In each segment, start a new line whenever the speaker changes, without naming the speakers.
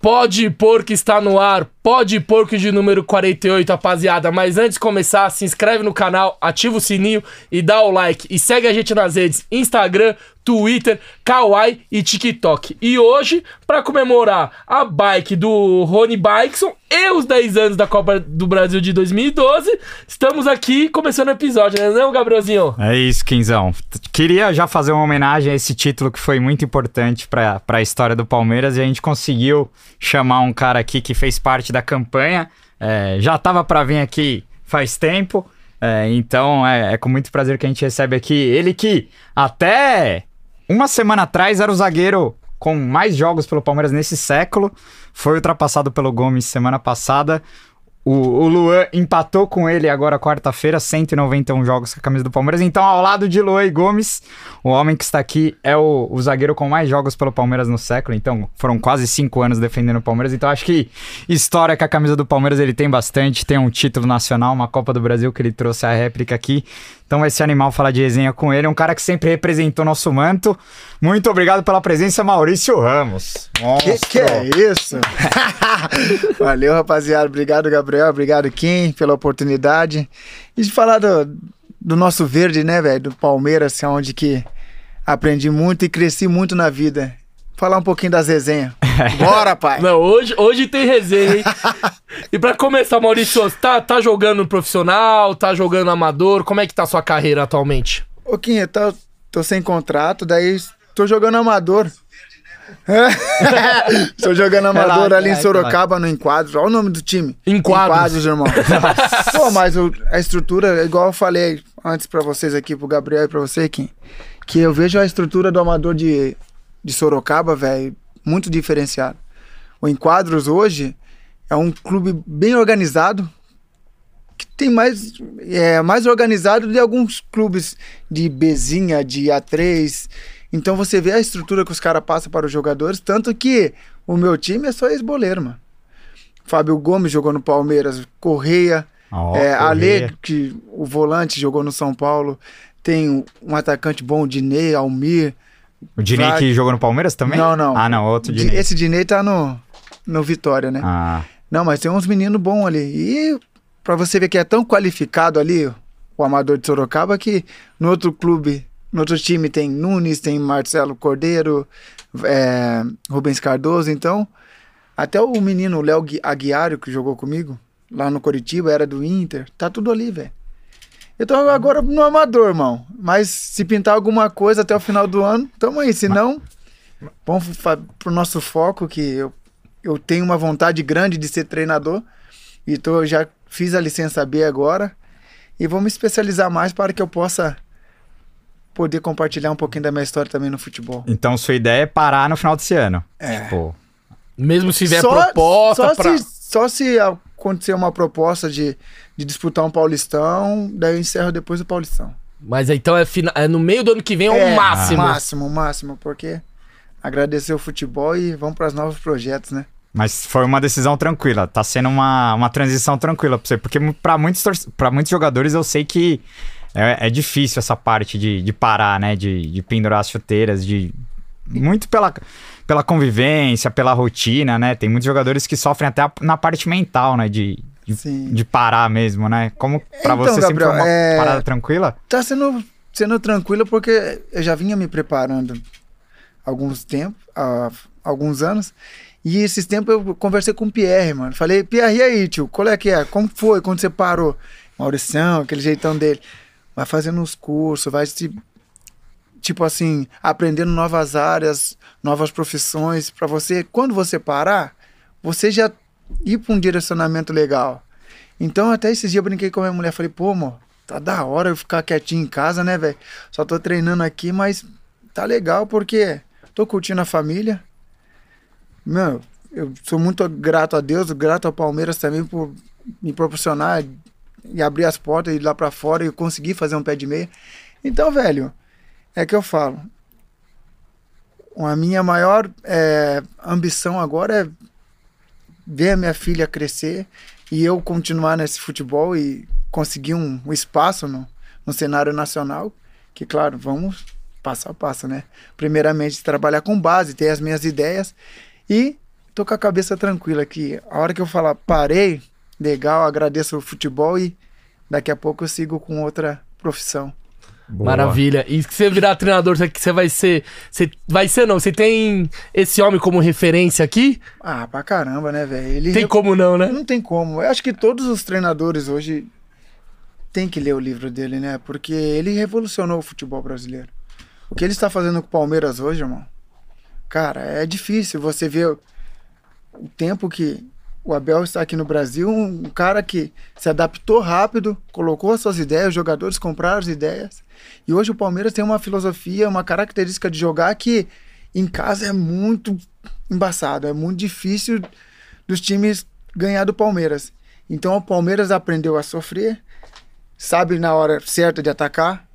Pode pôr que está no ar, pode pôr que de número 48, rapaziada. Mas antes de começar, se inscreve no canal, ativa o sininho e dá o like. E segue a gente nas redes Instagram, Twitter, Kawaii e TikTok. E hoje, para comemorar a bike do Rony Bikeson e os 10 anos da Copa do Brasil de 2012, estamos aqui começando o episódio, né não, Gabrielzinho?
É isso, Quinzão. Queria já fazer uma homenagem a esse título que foi muito importante para a história do Palmeiras e a gente conseguiu chamar um cara aqui que fez parte da campanha. É, já estava para vir aqui faz tempo, é, então é, é com muito prazer que a gente recebe aqui ele que até uma semana atrás era o zagueiro com mais jogos pelo Palmeiras nesse século, foi ultrapassado pelo Gomes semana passada. O, o Luan empatou com ele agora quarta-feira, 191 jogos com a camisa do Palmeiras. Então, ao lado de Luan e Gomes, o homem que está aqui é o, o zagueiro com mais jogos pelo Palmeiras no século. Então, foram quase cinco anos defendendo o Palmeiras. Então, acho que história com a camisa do Palmeiras ele tem bastante. Tem um título nacional, uma Copa do Brasil que ele trouxe a réplica aqui. Então vai ser animal falar de resenha com ele. Um cara que sempre representou nosso manto. Muito obrigado pela presença, Maurício Ramos.
Que que é isso? Valeu, rapaziada. Obrigado, Gabriel. Obrigado, Kim, pela oportunidade. E de falar do, do nosso verde, né, velho? Do Palmeiras, onde que aprendi muito e cresci muito na vida. Falar um pouquinho das resenhas. Bora, pai!
Não, hoje, hoje tem resenha, hein? e pra começar, Maurício, você tá, tá jogando profissional, tá jogando amador? Como é que tá a sua carreira atualmente?
Ô, Kim, eu tô, tô sem contrato, daí tô jogando amador. Tô jogando amador
Relaxa,
ali em
relaxa.
Sorocaba, no Enquadros. Olha o nome do time.
Enquadros.
Enquadros, irmão. Pô, mas o- a estrutura, igual eu falei antes pra vocês aqui, pro Gabriel e pra você, Kim, que eu vejo a estrutura do amador de, de Sorocaba, velho, muito diferenciada. O Enquadros hoje é um clube bem organizado, que tem mais é mais organizado de alguns clubes de Bezinha, de A3. Então você vê a estrutura que os caras passam para os jogadores, tanto que o meu time é só ex-boleiro, mano. Fábio Gomes jogou no Palmeiras, Correia,
Ó,
é, Ale,
Corrêa.
que o volante jogou no São Paulo, tem um atacante bom, Dinei, Almir.
O Dinei que jogou no Palmeiras também?
Não, não.
Ah, não, outro
Di-
Dinei.
Esse Dinei tá no, no Vitória, né?
Ah,
Não, mas tem uns meninos bons ali. E pra você ver que é tão qualificado ali, o amador de Sorocaba, que no outro clube, no outro time tem Nunes, tem Marcelo Cordeiro, é, Rubens Cardoso. Então, até o menino Léo Gui- Aguiário, que jogou comigo, lá no Coritiba, era do Inter. Tá tudo ali, velho. Eu tô agora no amador, irmão. Mas se pintar alguma coisa até o final do ano, tamo aí. Se não, vamos fa- pro nosso foco, que eu, eu tenho uma vontade grande de ser treinador. E tô, já fiz a licença B agora. E vou me especializar mais para que eu possa poder compartilhar um pouquinho da minha história também no futebol.
então sua ideia é parar no final desse ano. É. Tipo,
Mesmo se tiver
Só-
proposta
só
pra...
se, só se acontecer uma proposta de, de disputar um Paulistão, daí eu encerro depois o Paulistão.
Mas então é, fina... é no meio do ano que vem é o máximo.
Máximo, máximo, porque agradecer o futebol e vamos para os novos projetos, né?
Mas foi uma decisão tranquila. Tá sendo uma, uma transição tranquila pra você. Porque mu- pra muitos, torce- pra muitos jogadores eu sei que é, é difícil essa parte de, de parar, né? De, de pendurar as chuteiras, de. Muito pela, pela convivência, pela rotina, né? Tem muitos jogadores que sofrem até a- na parte mental, né? De, de,
Sim.
de parar mesmo, né? Como pra
Então,
você sempre
Gabriel,
foi uma
é-
parada tranquila?
Tá sendo, sendo tranquilo porque eu já vinha me preparando alguns tempos, há alguns anos. E esses tempos eu conversei com o Pierre, mano. Falei, Pierre, e aí, tio? Qual é que é? Como foi quando você parou? Maurição, aquele jeitão dele. Vai fazendo uns cursos, vai se. Tipo assim, aprendendo novas áreas, novas profissões, pra você, quando você parar, você já ir pra um direcionamento legal. Então, até esses dias eu brinquei com a minha mulher, falei, pô, amor, tá da hora eu ficar quietinho em casa, né, velho? Só tô treinando aqui, mas tá legal porque tô curtindo a família. Meu, eu sou muito grato a Deus, grato ao Palmeiras também por me proporcionar e abrir as portas e ir lá pra fora e conseguir fazer um pé de meia. Então, velho, é que eu falo. A minha maior eh, ambição agora é ver a minha filha crescer e eu continuar nesse futebol e conseguir um, um espaço no, no cenário nacional, que claro, vamos passo a passo, né? Primeiramente, trabalhar com base, ter as minhas ideias e tô com a cabeça tranquila aqui. A hora que eu falar parei, legal, agradeço o futebol e daqui a pouco eu sigo com outra profissão.
Boa.
Maravilha. E se você virar treinador, você- você vai ser. Você vai ser, não. Você tem esse homem como referência aqui?
Ah, pra caramba, né, velho? Ele
Tem como não, né?
Não tem como. Eu acho que todos os treinadores hoje têm que ler o livro dele, né? Porque ele revolucionou o futebol brasileiro. O que ele está fazendo com o Palmeiras hoje, irmão? Cara, é difícil você ver o tempo que o Abel está aqui no Brasil, um um cara que se adaptou rápido, colocou as suas ideias, os jogadores compraram as ideias. E hoje o Palmeiras tem uma filosofia, uma característica de jogar que em casa é muito embaçado, é muito difícil dos times ganhar do Palmeiras. Então o Palmeiras aprendeu a sofrer, sabe na hora certa de atacar,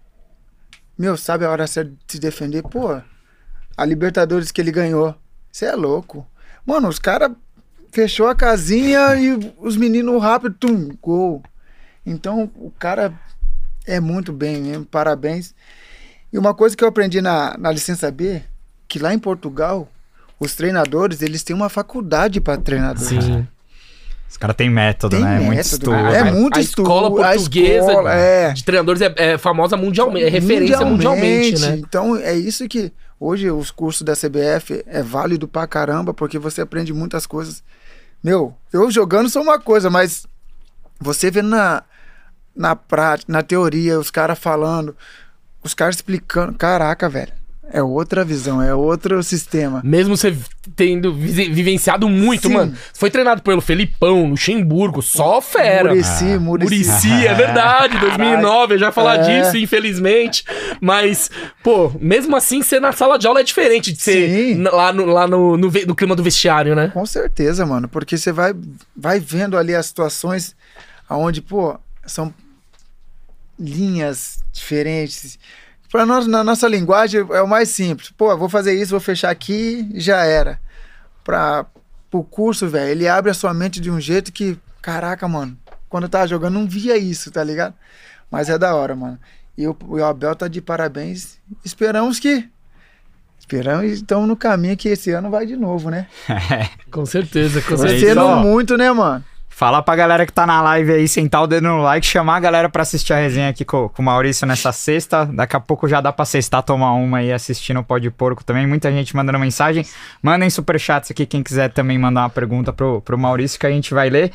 meu, sabe a hora certa de se defender, pô. A Libertadores que ele ganhou. Você é louco. Mano, os caras fechou a casinha e os meninos rápido, tum, gol. Então, o cara é muito bem mesmo, parabéns. E uma coisa que eu aprendi na, na licença B, que lá em Portugal, os treinadores, eles têm uma faculdade para treinador.
Sim.
Os caras têm método, né?
método,
muito estudo.
cara. É
né?
muito
Ah, a
estudo.
escola
a
portuguesa
escola, é.
de treinadores é, é famosa mundialmente, é referência mundialmente, né?
Então é isso que hoje os cursos da CBF é válido pra caramba, porque você aprende muitas coisas. Meu, eu jogando sou uma coisa, mas você vê na na prática, na teoria, os caras falando, os caras explicando, caraca, velho. É outra visão, é outro sistema.
Mesmo você tendo vi- vivenciado muito,
Sim.
mano. Foi treinado pelo Felipão, Luxemburgo, só fera.
Murici, Murici.
Murici, é verdade, 2009, eu já ia falar
É.
disso, infelizmente. Mas, pô, mesmo assim, você na sala de aula é diferente de ser
Sim.
n- lá, no, lá no, no, ve- no clima do vestiário, né?
Com certeza, mano, porque você vai, vai vendo ali as situações aonde, pô, são linhas diferentes. Para nós, na nossa linguagem, é o mais simples. Pô, vou fazer isso, vou fechar aqui e já era. Para o curso, velho, ele abre a sua mente de um jeito que, caraca, mano, quando eu tava jogando, não via isso, tá ligado? Mas é da hora, mano. E o, o Abel tá de parabéns. Esperamos que. Esperamos e estamos no caminho que esse ano vai de novo, né?
Com certeza, com
Mas
certeza.
você
Torcendo
ó.
muito, né, mano?
Falar pra galera que tá na live aí, sentar o dedo no like, chamar a galera pra assistir a resenha aqui com, com o Maurício nessa sexta. Daqui a pouco já dá pra sextar, tomar uma aí assistindo o Pó de Porco também. Muita gente mandando mensagem. Mandem superchats aqui, quem quiser também mandar uma pergunta pro, pro Maurício que a gente vai ler.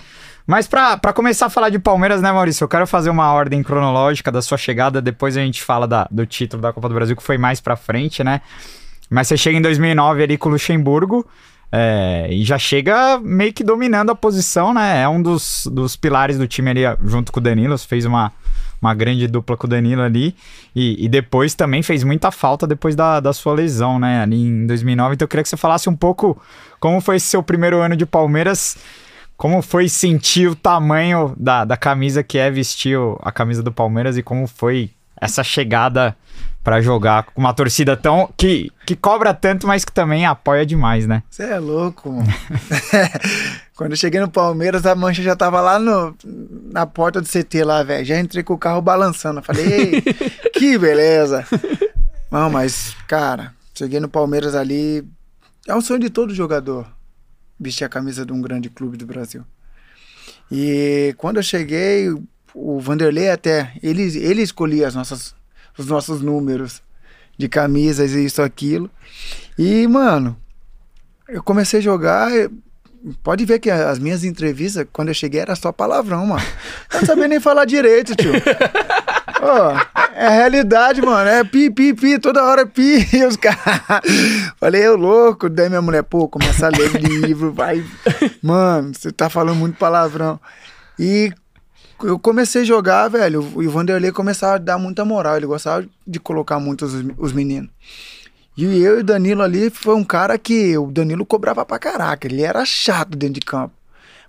Mas pra, pra começar a falar de Palmeiras, né, Maurício? Eu quero fazer uma ordem cronológica da sua chegada, depois a gente fala da- do título da Copa do Brasil, que foi mais pra frente, né? Mas você chega em 2009 ali com o Luxemburgo é, e já chega meio que dominando a posição, né? É um dos, dos pilares do time ali junto com o Danilo. Você fez uma, uma grande dupla com o Danilo ali. E, e depois também fez muita falta depois da, da sua lesão, né? Ali em 2009. Então eu queria que você falasse um pouco como foi esse seu primeiro ano de Palmeiras. Como foi sentir o tamanho da, da camisa que é vestir o- a camisa do Palmeiras e como foi essa chegada pra jogar com uma torcida tão que, que cobra tanto, mas que também apoia demais, né?
Você é louco, mano. Quando eu cheguei no Palmeiras, a mancha já tava lá no, na porta do CT lá, velho. Já entrei com o carro balançando. Eu Falei, ei, que beleza. Não, mas, cara, cheguei no Palmeiras ali. É um sonho de todo jogador vestir a camisa de um grande clube do Brasil. E quando eu cheguei, o Vanderlei até, ele, ele escolhia as nossas, os nossos números de camisas e isso, aquilo. E, mano, eu comecei a jogar. eu- Pode ver que as minhas entrevistas, quando eu cheguei, era só palavrão, mano. Eu não sabia nem falar direito, tio. Ô, é a realidade, mano. É pi, pi, pi, toda hora pi. E os caras. Falei, eu louco. Daí minha mulher, pô, começa a ler livro, vai. Mano, você tá falando muito palavrão. E eu comecei a jogar, velho. E o Vanderlei começava a dar muita moral. Ele gostava de colocar muito os, os meninos. E eu e o Danilo ali foi um cara que o Danilo cobrava pra caraca. Ele era chato dentro de campo.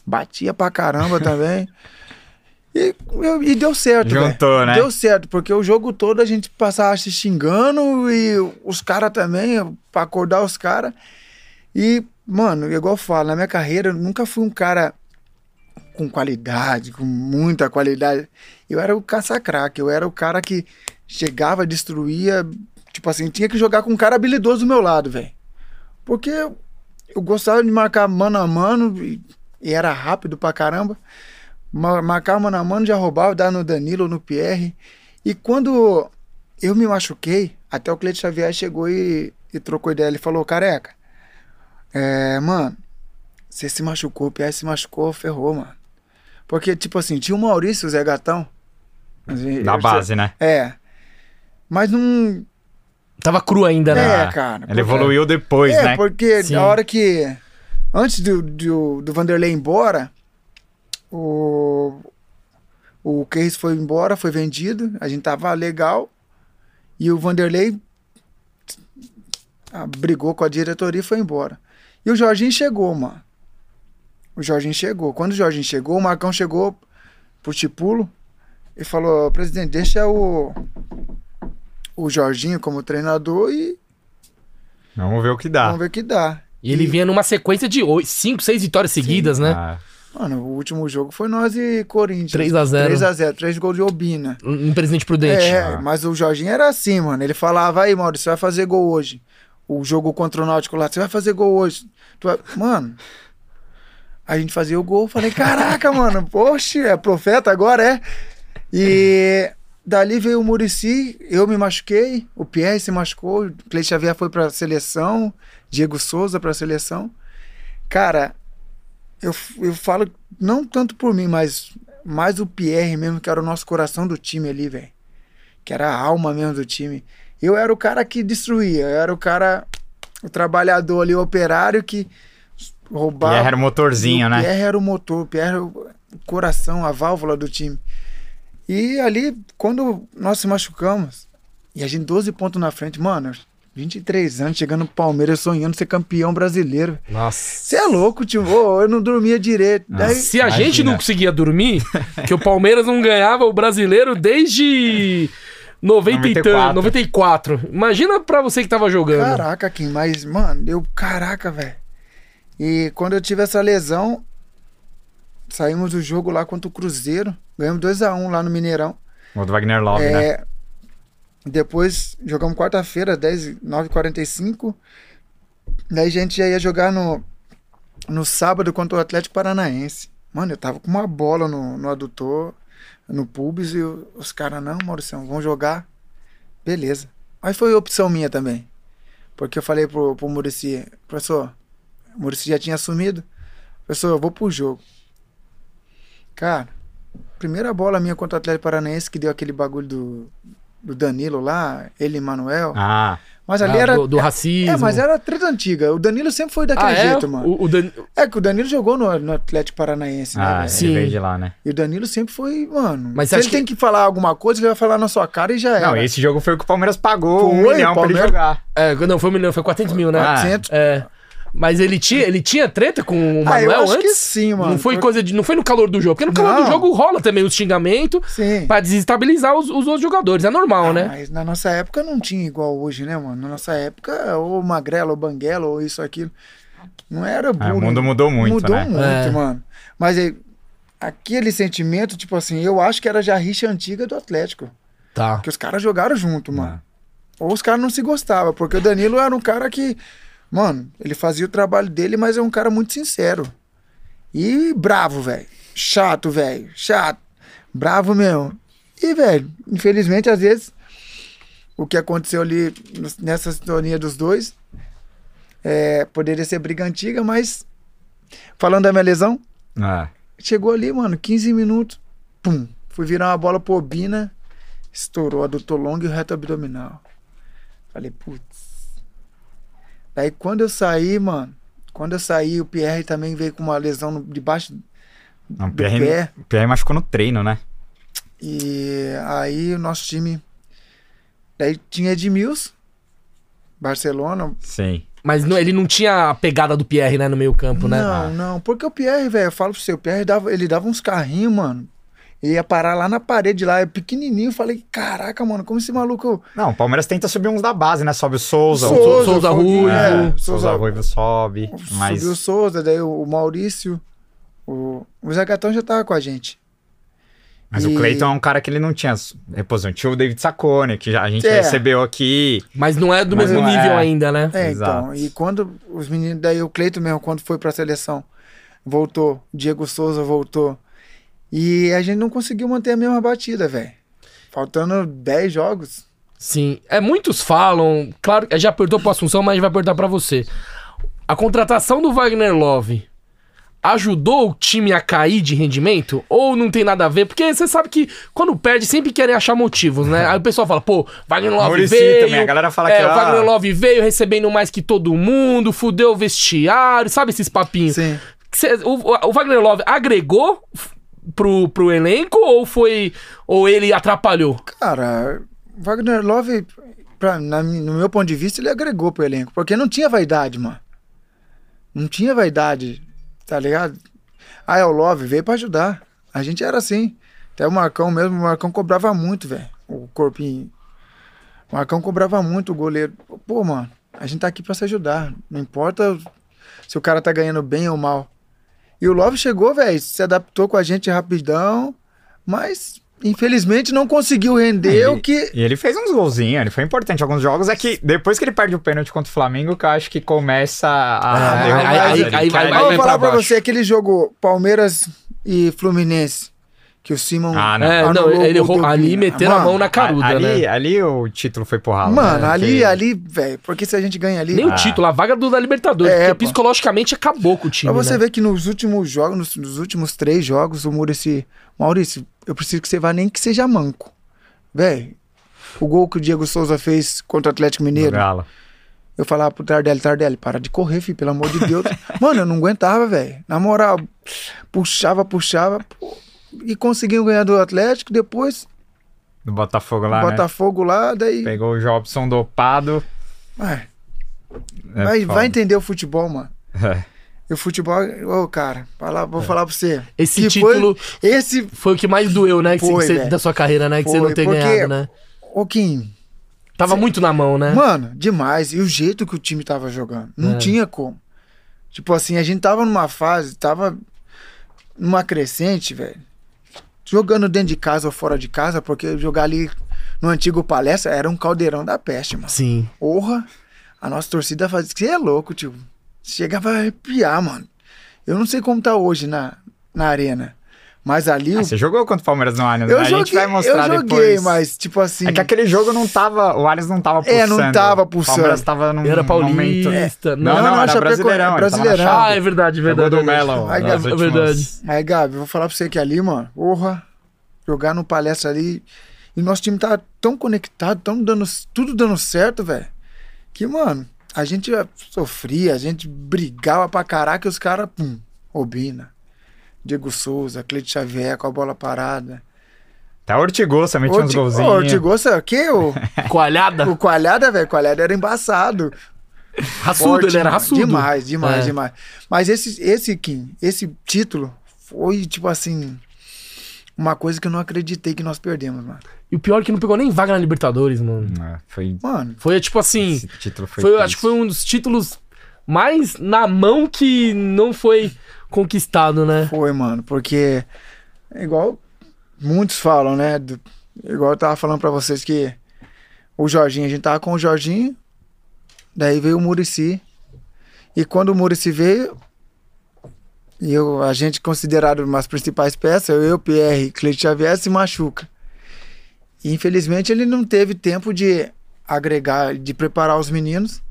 Batia pra caramba também. E, eu- e deu certo, velho.
Juntou, né?
Deu certo, porque o jogo todo a gente passava se xingando e os caras também, pra acordar os caras. E, mano, igual eu falo, na minha carreira eu nunca fui um cara com qualidade, com muita qualidade. Eu era o caça-craque, eu era o cara que chegava, destruía. Tipo assim, tinha que jogar com um cara habilidoso do meu lado, velho. Porque eu gostava de marcar mano a mano e, e era rápido pra caramba. Ma- Marcar mano a mano já roubava, dava no Danilo, no Pierre. E quando eu me machuquei, até o Cleiton Xavier chegou e, e trocou ideia. Ele falou: Careca, é, mano, você se machucou, o Pierre se machucou, ferrou, mano. Porque, tipo assim, tinha o Maurício, o Zé Gatão.
Da base, né?
É. Mas não.
Tava cru ainda, né?
É,
Ah,
cara.
Ele
porque-
evoluiu depois,
é,
né?
porque
Sim.
na hora que. Antes do, do, do Vanderlei ir embora, o. O Case foi embora, foi vendido, a gente tava legal. E o Vanderlei ah, brigou com a diretoria e foi embora. E o Jorginho chegou, mano. O Jorginho chegou. Quando o Jorginho chegou, o Marcão chegou pro Tipulo e falou: presidente, deixa o. O Jorginho como treinador e
Vamos ver o que dá.
vamos ver o que dá.
E ele vinha numa sequência de 5, 6 vitórias seguidas, né?
Ah,
Mano, o último jogo foi nós e Corinthians.
3 a 0.
3x0, 3 gols de Obina.
Um presidente prudente.
É, mas o Jorginho era assim, mano. Ele falava, aí, Maurício, você vai fazer gol hoje. O jogo contra o Náutico lá, você vai fazer gol hoje. Tu vai- Mano, a gente fazia o gol, eu falei, caraca, mano, poxa, é profeta agora, é? E dali veio o Murici, eu me machuquei, o Pierre se machucou, o Cleiton Xavier foi pra seleção, Diego Souza pra seleção. Cara, eu, eu falo, não tanto por mim, mas mais o Pierre mesmo, que era o nosso coração do time ali, velho que era a alma mesmo do time. Eu era o cara que destruía, eu era o cara, o trabalhador ali, o operário que roubava.
Pierre era o motorzinho,
o
né?
Pierre era o motor, o Pierre era o coração, a válvula do time. E ali, quando nós se machucamos, e a gente 12 pontos na frente, mano, 23 anos, chegando no Palmeiras, sonhando ser campeão brasileiro.
Nossa.
Você é louco, tio, Ô, eu não dormia direito. Daí,
Se a
Imagina.
gente não conseguia dormir, que o Palmeiras não ganhava o brasileiro desde 90 e tan-
94.
94. Imagina pra você que tava jogando.
é Caraca, Kim, mas, mano, eu. Caraca, velho. E quando eu tive essa lesão, saímos do jogo lá contra o Cruzeiro. Ganhamos 2x1 lá no Mineirão.
O do Wagner Love, né?
É, Depois jogamos quarta-feira, 10, 9h45. Daí a gente já ia jogar no, no sábado contra o Atlético Paranaense. Mano, eu tava com uma bola no, no adutor, no pubis, e o- os caras, não, Mauricião, vão jogar. Beleza. Mas foi opção minha também. Porque eu falei pro, pro Murici, professor, o Murici já tinha assumido. Professor, eu vou pro jogo. Cara, primeira bola minha contra o Atlético Paranaense que deu aquele bagulho do, do Danilo lá, ele e Manuel.
Ah,
Mas
Ah,
ali era.
do, do racismo.
É, mas era treta antiga. O Danilo sempre foi daquele
Ah, é?
jeito, mano.
O, o Dan-
É que o Danilo jogou no, no Atlético Paranaense, né?
ah
velho?
sim.
ele veio de lá, né?
E o Danilo sempre foi, mano.
Mas
se
acho
ele tem que falar alguma coisa, ele vai falar na sua cara e já era.
Não, esse jogo foi o que o Palmeiras pagou um
É, Foi,
milhão pra ele
Palmeiras-
jogar.
é, não, foi um milhão, foi 400 mil, né?
Ah,
400.
É. Mas ele tinha, ele tinha treta com o
Ah, eu
Manuel
acho que
antes?
sim, mano.
não foi
Por-
coisa de. Não foi no calor do jogo. Porque no calor do
Não.
jogo rola também os xingamentos
Sim.
pra desestabilizar os, os outros jogadores. É normal,
Ah,
né?
Mas na nossa época não tinha igual hoje, né, mano? Na nossa época, ou magrelo, ou banguela, ou isso, aquilo. Não era
Ah, o
bullying.
mundo mudou muito,
Mudou
né?
muito,
É.
mano. Mas é, aquele sentimento, tipo assim, eu acho que era já a rixa antiga do Atlético.
Tá.
Porque os caras jogaram junto, mano.
Ah.
Ou os caras não se gostavam, porque o Danilo era um cara que, mano, ele fazia o trabalho dele, mas é um cara muito sincero. E bravo, velho. Chato, velho. Chato. Bravo mesmo. E, velho, infelizmente, às vezes, o que aconteceu ali nos- nessa sintonia dos dois é, poderia ser briga antiga, mas falando da minha lesão,
Ah,
Chegou ali, mano, 15 minutos. Pum. Fui virar uma bola pro Obina. Estourou adutor longo e o reto abdominal. Falei, putz. Daí quando eu saí, mano. Quando eu saí, o Pierre também veio com uma lesão no- debaixo.
não, o
Do
Pierre, né?
pé.
o Pierre machucou no treino, né?
E aí o nosso time. Daí tinha Edmilson, Barcelona.
Sim.
Mas não- ele não tinha a pegada do Pierre, né, no meio campo, né?
Não, não. Porque o Pierre, velho, eu falo pro seu, o Pierre dava, ele dava uns carrinhos, mano. E ia parar lá na parede, lá, é pequenininho. eu Falei, caraca, mano, como esse maluco.
Não, o Palmeiras tenta subir uns da base, né? Sobe o Souza.
Souza,
o
Souza
Foguinho,
Ruivo.
é,
É, Souza
Souza
Ruivo sobe. Mas
Subiu o Souza, daí o Maurício. O, o Zagatão já tava com a gente.
Mas
E-
o Clayton é um cara que ele não tinha reposição. Tinha o David Sacone, que já, a gente
É.
recebeu aqui.
Mas não é do
Mas
mesmo
não é.
nível ainda, né?
É,
Exato.
então. E quando os meninos, daí o Cleiton mesmo, quando foi pra seleção, voltou. Diego Souza voltou. E a gente não conseguiu manter a mesma batida, velho. Faltando 10 jogos.
Sim. É, muitos falam, claro, é, já apertou pro Assunção, mas a gente vai apertar pra você. A contratação do Wagner Love ajudou o time a cair de rendimento? Ou não tem nada a ver? Porque você sabe que quando perde, sempre querem achar motivos, né? Aí o pessoal fala, pô, Wagner Love
Muricy
veio...
também, a galera fala
é,
que,
o
ah,
Wagner Love veio recebendo mais que todo mundo, fudeu o vestiário, sabe esses papinhos?
Sim.
Cê- o, o Wagner Love agregou f- pro, pro elenco ou foi... ou ele atrapalhou?
Cara, Wagner Love, pra, na mi- no meu ponto de vista, ele agregou pro elenco. Porque não tinha vaidade, mano. Não tinha vaidade, tá ligado? Ah, é o Love, veio pra ajudar. A gente era assim. Até o Marcão mesmo, o Marcão cobrava muito, velho. O corpinho. O Marcão cobrava muito o goleiro. Pô, mano, a gente tá aqui pra se ajudar. Não importa se o cara tá ganhando bem ou mal. E o Love chegou, velho, se adaptou com a gente rapidão, mas infelizmente não conseguiu render
Ele-
o que.
E ele fez uns golzinhos, ele foi importante em alguns jogos. É que depois que ele perde o pênalti contra o Flamengo, que eu acho que começa a.
Ah,
derrubar
aí-
ele,
aí-
que
aí vai-
ele-
vai-
Ah, eu
vem pra
vou falar pra,
baixo.
você aquele jogo Palmeiras e Fluminense, que o Simon.
Ah, não.
É, não,
Anulou o
ele
gol
errou,
do
ali
Vina.
meteram a
né? Mano,
mão na caruda,
ali, é
né?
ali o título foi né? porrada.
Mano, ali, é ali, velho, porque se a gente ganha ali.
Nem o
Ah.
título, a vaga do da Libertadores,
É,
porque
pô.
psicologicamente acabou com o time,
Pra você
né?
ver que nos últimos jogos, nos, nos últimos três jogos, o Muricy. Maurício, eu preciso que você vá nem que seja manco. Velho, o gol que o Diego Souza fez contra o Atlético
Do
Mineiro,
Galo.
eu falava pro Tardelli, Tardelli, para de correr, filho, pelo amor de Deus. Mano, eu não aguentava, velho. Na moral, puxava, puxava. pô, e conseguiu ganhar do Atlético, depois
Do Botafogo lá.
o Botafogo lá, daí.
Né? Pegou o Jobson dopado.
Ué,
É
vai,
foda.
vai entender o futebol, mano.
É.
E o futebol, ô, cara, fala- vou falar pra você.
Esse
Que foi-
título foi...
Esse
o que mais doeu, né? que
Foi,
você-
velho.
da sua carreira, né? Que você
Foi,
não ter
porque-
ganhado, né?
Ô, Kim,
Tava muito na mão, né?
mano, demais. E o jeito que o time tava jogando. Não
É.
tinha como. Tipo assim, a gente tava numa fase, tava numa crescente, velho. Jogando dentro de casa ou fora de casa, porque jogar ali no antigo palestra era um caldeirão da peste, mano.
Sim.
Porra, a nossa torcida fazia. Você é louco, tio. Chegava a arrepiar, mano. Eu não sei como tá hoje na, na arena. Mas ali. o-
Ah, você jogou contra o Palmeiras no Allianz?
eu
né?
joguei,
a gente vai
eu
mostrar
joguei,
depois.
mas tipo assim.
É que aquele jogo não tava. O Allianz não tava pulsando.
É, não tava
O
pulsando.
Palmeiras tava num
Era
momento.
paulista.
Não, não,
Não, não,
era
Chapeco-
brasileirão. ele tava na
Brasileirão.
chave.
Ah, é verdade,
Jogou
verdade.
do
verdade.
Melo.
Ai,
nas
é
últimas-
verdade.
Aí, Gabi, eu vou falar pra você que ali, mano, porra, jogar no palestra ali. E nosso time tá tão conectado, tão dando, tudo dando certo, velho. Que, mano, a gente sofria, a gente brigava pra caraca e os caras, pum, Robina. Diego Souza, Cleide Xavier com a bola parada.
Até o Ortigosa metia uns
Orti- Ô,
golzinhos.
Ortigosa, o quê? O,
Coalhada.
o Coalhada, velho, Coalhada era embaçado.
Raçudo,
Forte,
ele era
mano.
raçudo.
Demais, demais,
É.
demais. Mas esse, esse Kim, esse título foi, tipo assim, uma coisa que eu não acreditei que nós perdemos, mano.
E o pior é que não pegou nem vaga na Libertadores, mano.
É, Foi.
Mano,
Foi tipo assim.
Esse título foi.
Foi,
triste.
acho que foi um dos títulos mais na mão que não foi conquistado, né?
foi, mano, porque é igual muitos falam, né? do- igual eu tava falando pra vocês que o Jorginho, a gente tava com o Jorginho, daí veio o Murici. E quando o Murici veio, e eu, a gente considerado umas principais peças, eu, Pierre e Cleide Xavier se machuca. E, infelizmente ele não teve tempo de agregar, de preparar os meninos,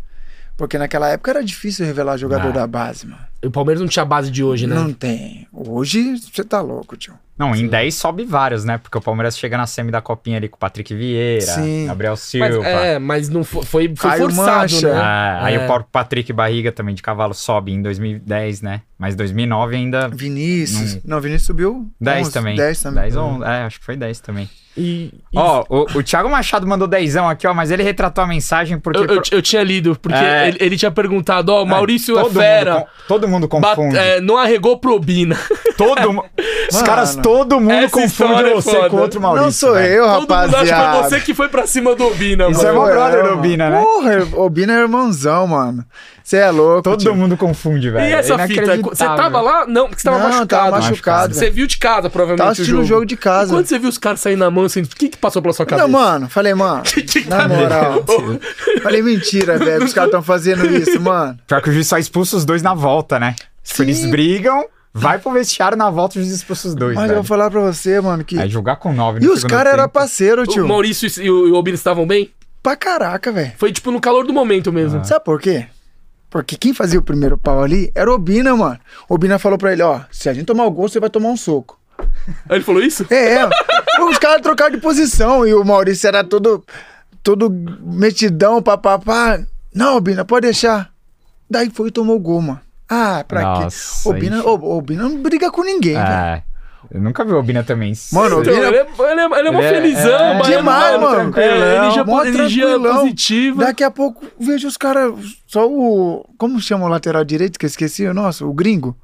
porque naquela época era difícil revelar jogador
Ah.
da base, mano.
O Palmeiras não tinha base de hoje, né?
Não tem. Hoje você tá louco, tio.
Não, em 10 sobe vários, né? Porque o Palmeiras chega na semi da copinha ali com o Patrick Vieira,
Sim.
Gabriel Silva.
Mas, é, mas não foi, foi, foi
Caio
forçado,
Mancha.
né?
Ah, Aí
É.
o próprio Patrick Barriga também de cavalo sobe em 2010, né? Mas 2009 ainda.
Vinícius. Não, Vinícius subiu.
10
11,
também.
10 também. Uhum.
10 ou 11. É, acho que foi 10 também.
E, e-
Ó, o, o Thiago Machado mandou 10 aqui, ó, mas ele retratou a mensagem porque.
eu, eu,
pro-
ti- eu tinha lido, porque
É.
ele, ele tinha perguntado, ó, Maurício é
todo
fera.
Mundo, con- todo todo mundo confunde.
Bat- é, não arregou probina.
Todo mu- Os
Mano.
caras, todo mundo
Essa história
confunde
é
você
foda.
com outro Maurício.
Não sou
velho.
eu,
Todo mundo acha que foi
rapaziada.
você que foi pra cima do Obina,
Isso
mano.
é mó brother do
mano.
Obina, né?
Porra, Obina é irmãozão, mano. Você é louco.
Todo
tio.
mundo confunde, velho.
Tipo, E essa fita? Você tava lá? Não, porque você tava
Não,
machucado.
tava
machucado,
machucado.
Você
velho.
viu de casa, provavelmente,
Tava assistindo
o
o
jogo.
jogo de casa.
Quando você viu os caras saindo na mão, assim, o que que passou pela sua cabeça?
Não, mano, falei, mano.
Que que
na
tá-
moral. falei, mentira, velho. Os caras estão fazendo isso, mano.
Pior que o juiz só expulsa os dois na volta, né? Tipo,
Sim.
eles brigam, vai pro vestiário na volta, o juiz expulsa os dois,
Mas eu
velho.
vou falar pra você, mano, que.
é. Aí jogar com nove no
E os
segundo
caras eram
tempo.
parceiro, tio.
O Maurício e o e o Obina estavam bem?
Pra caraca, velho.
Foi, tipo, no calor do momento
Ah.
mesmo.
Sabe por quê? Porque quem fazia o primeiro pau ali era o Obina, mano. O Obina falou pra ele, ó, se a gente tomar o gol, você vai tomar um soco.
Aí ele falou isso?
É, é. os caras trocaram de posição e o Maurício era todo, todo metidão, papapá. Não, Obina, pode deixar. Daí foi e tomou o gol, mano. Ah, pra
Nossa,
quê? Obina,
aí-
o, Obina não briga com ninguém, velho.
É. Eu nunca vi o Obina também.
Mano,
Então,
Ele
ele,
é-
é, ele, é, ele é mó
Ele é-
felizão,
é,
baiano,
demais,
mó
mano.
tranquilão, É, ele já
Mó
pode energia
tranquilão.
positiva.
Daqui a pouco vejo os caras, só o... Como chama o lateral direito que eu esqueci? o nosso o gringo?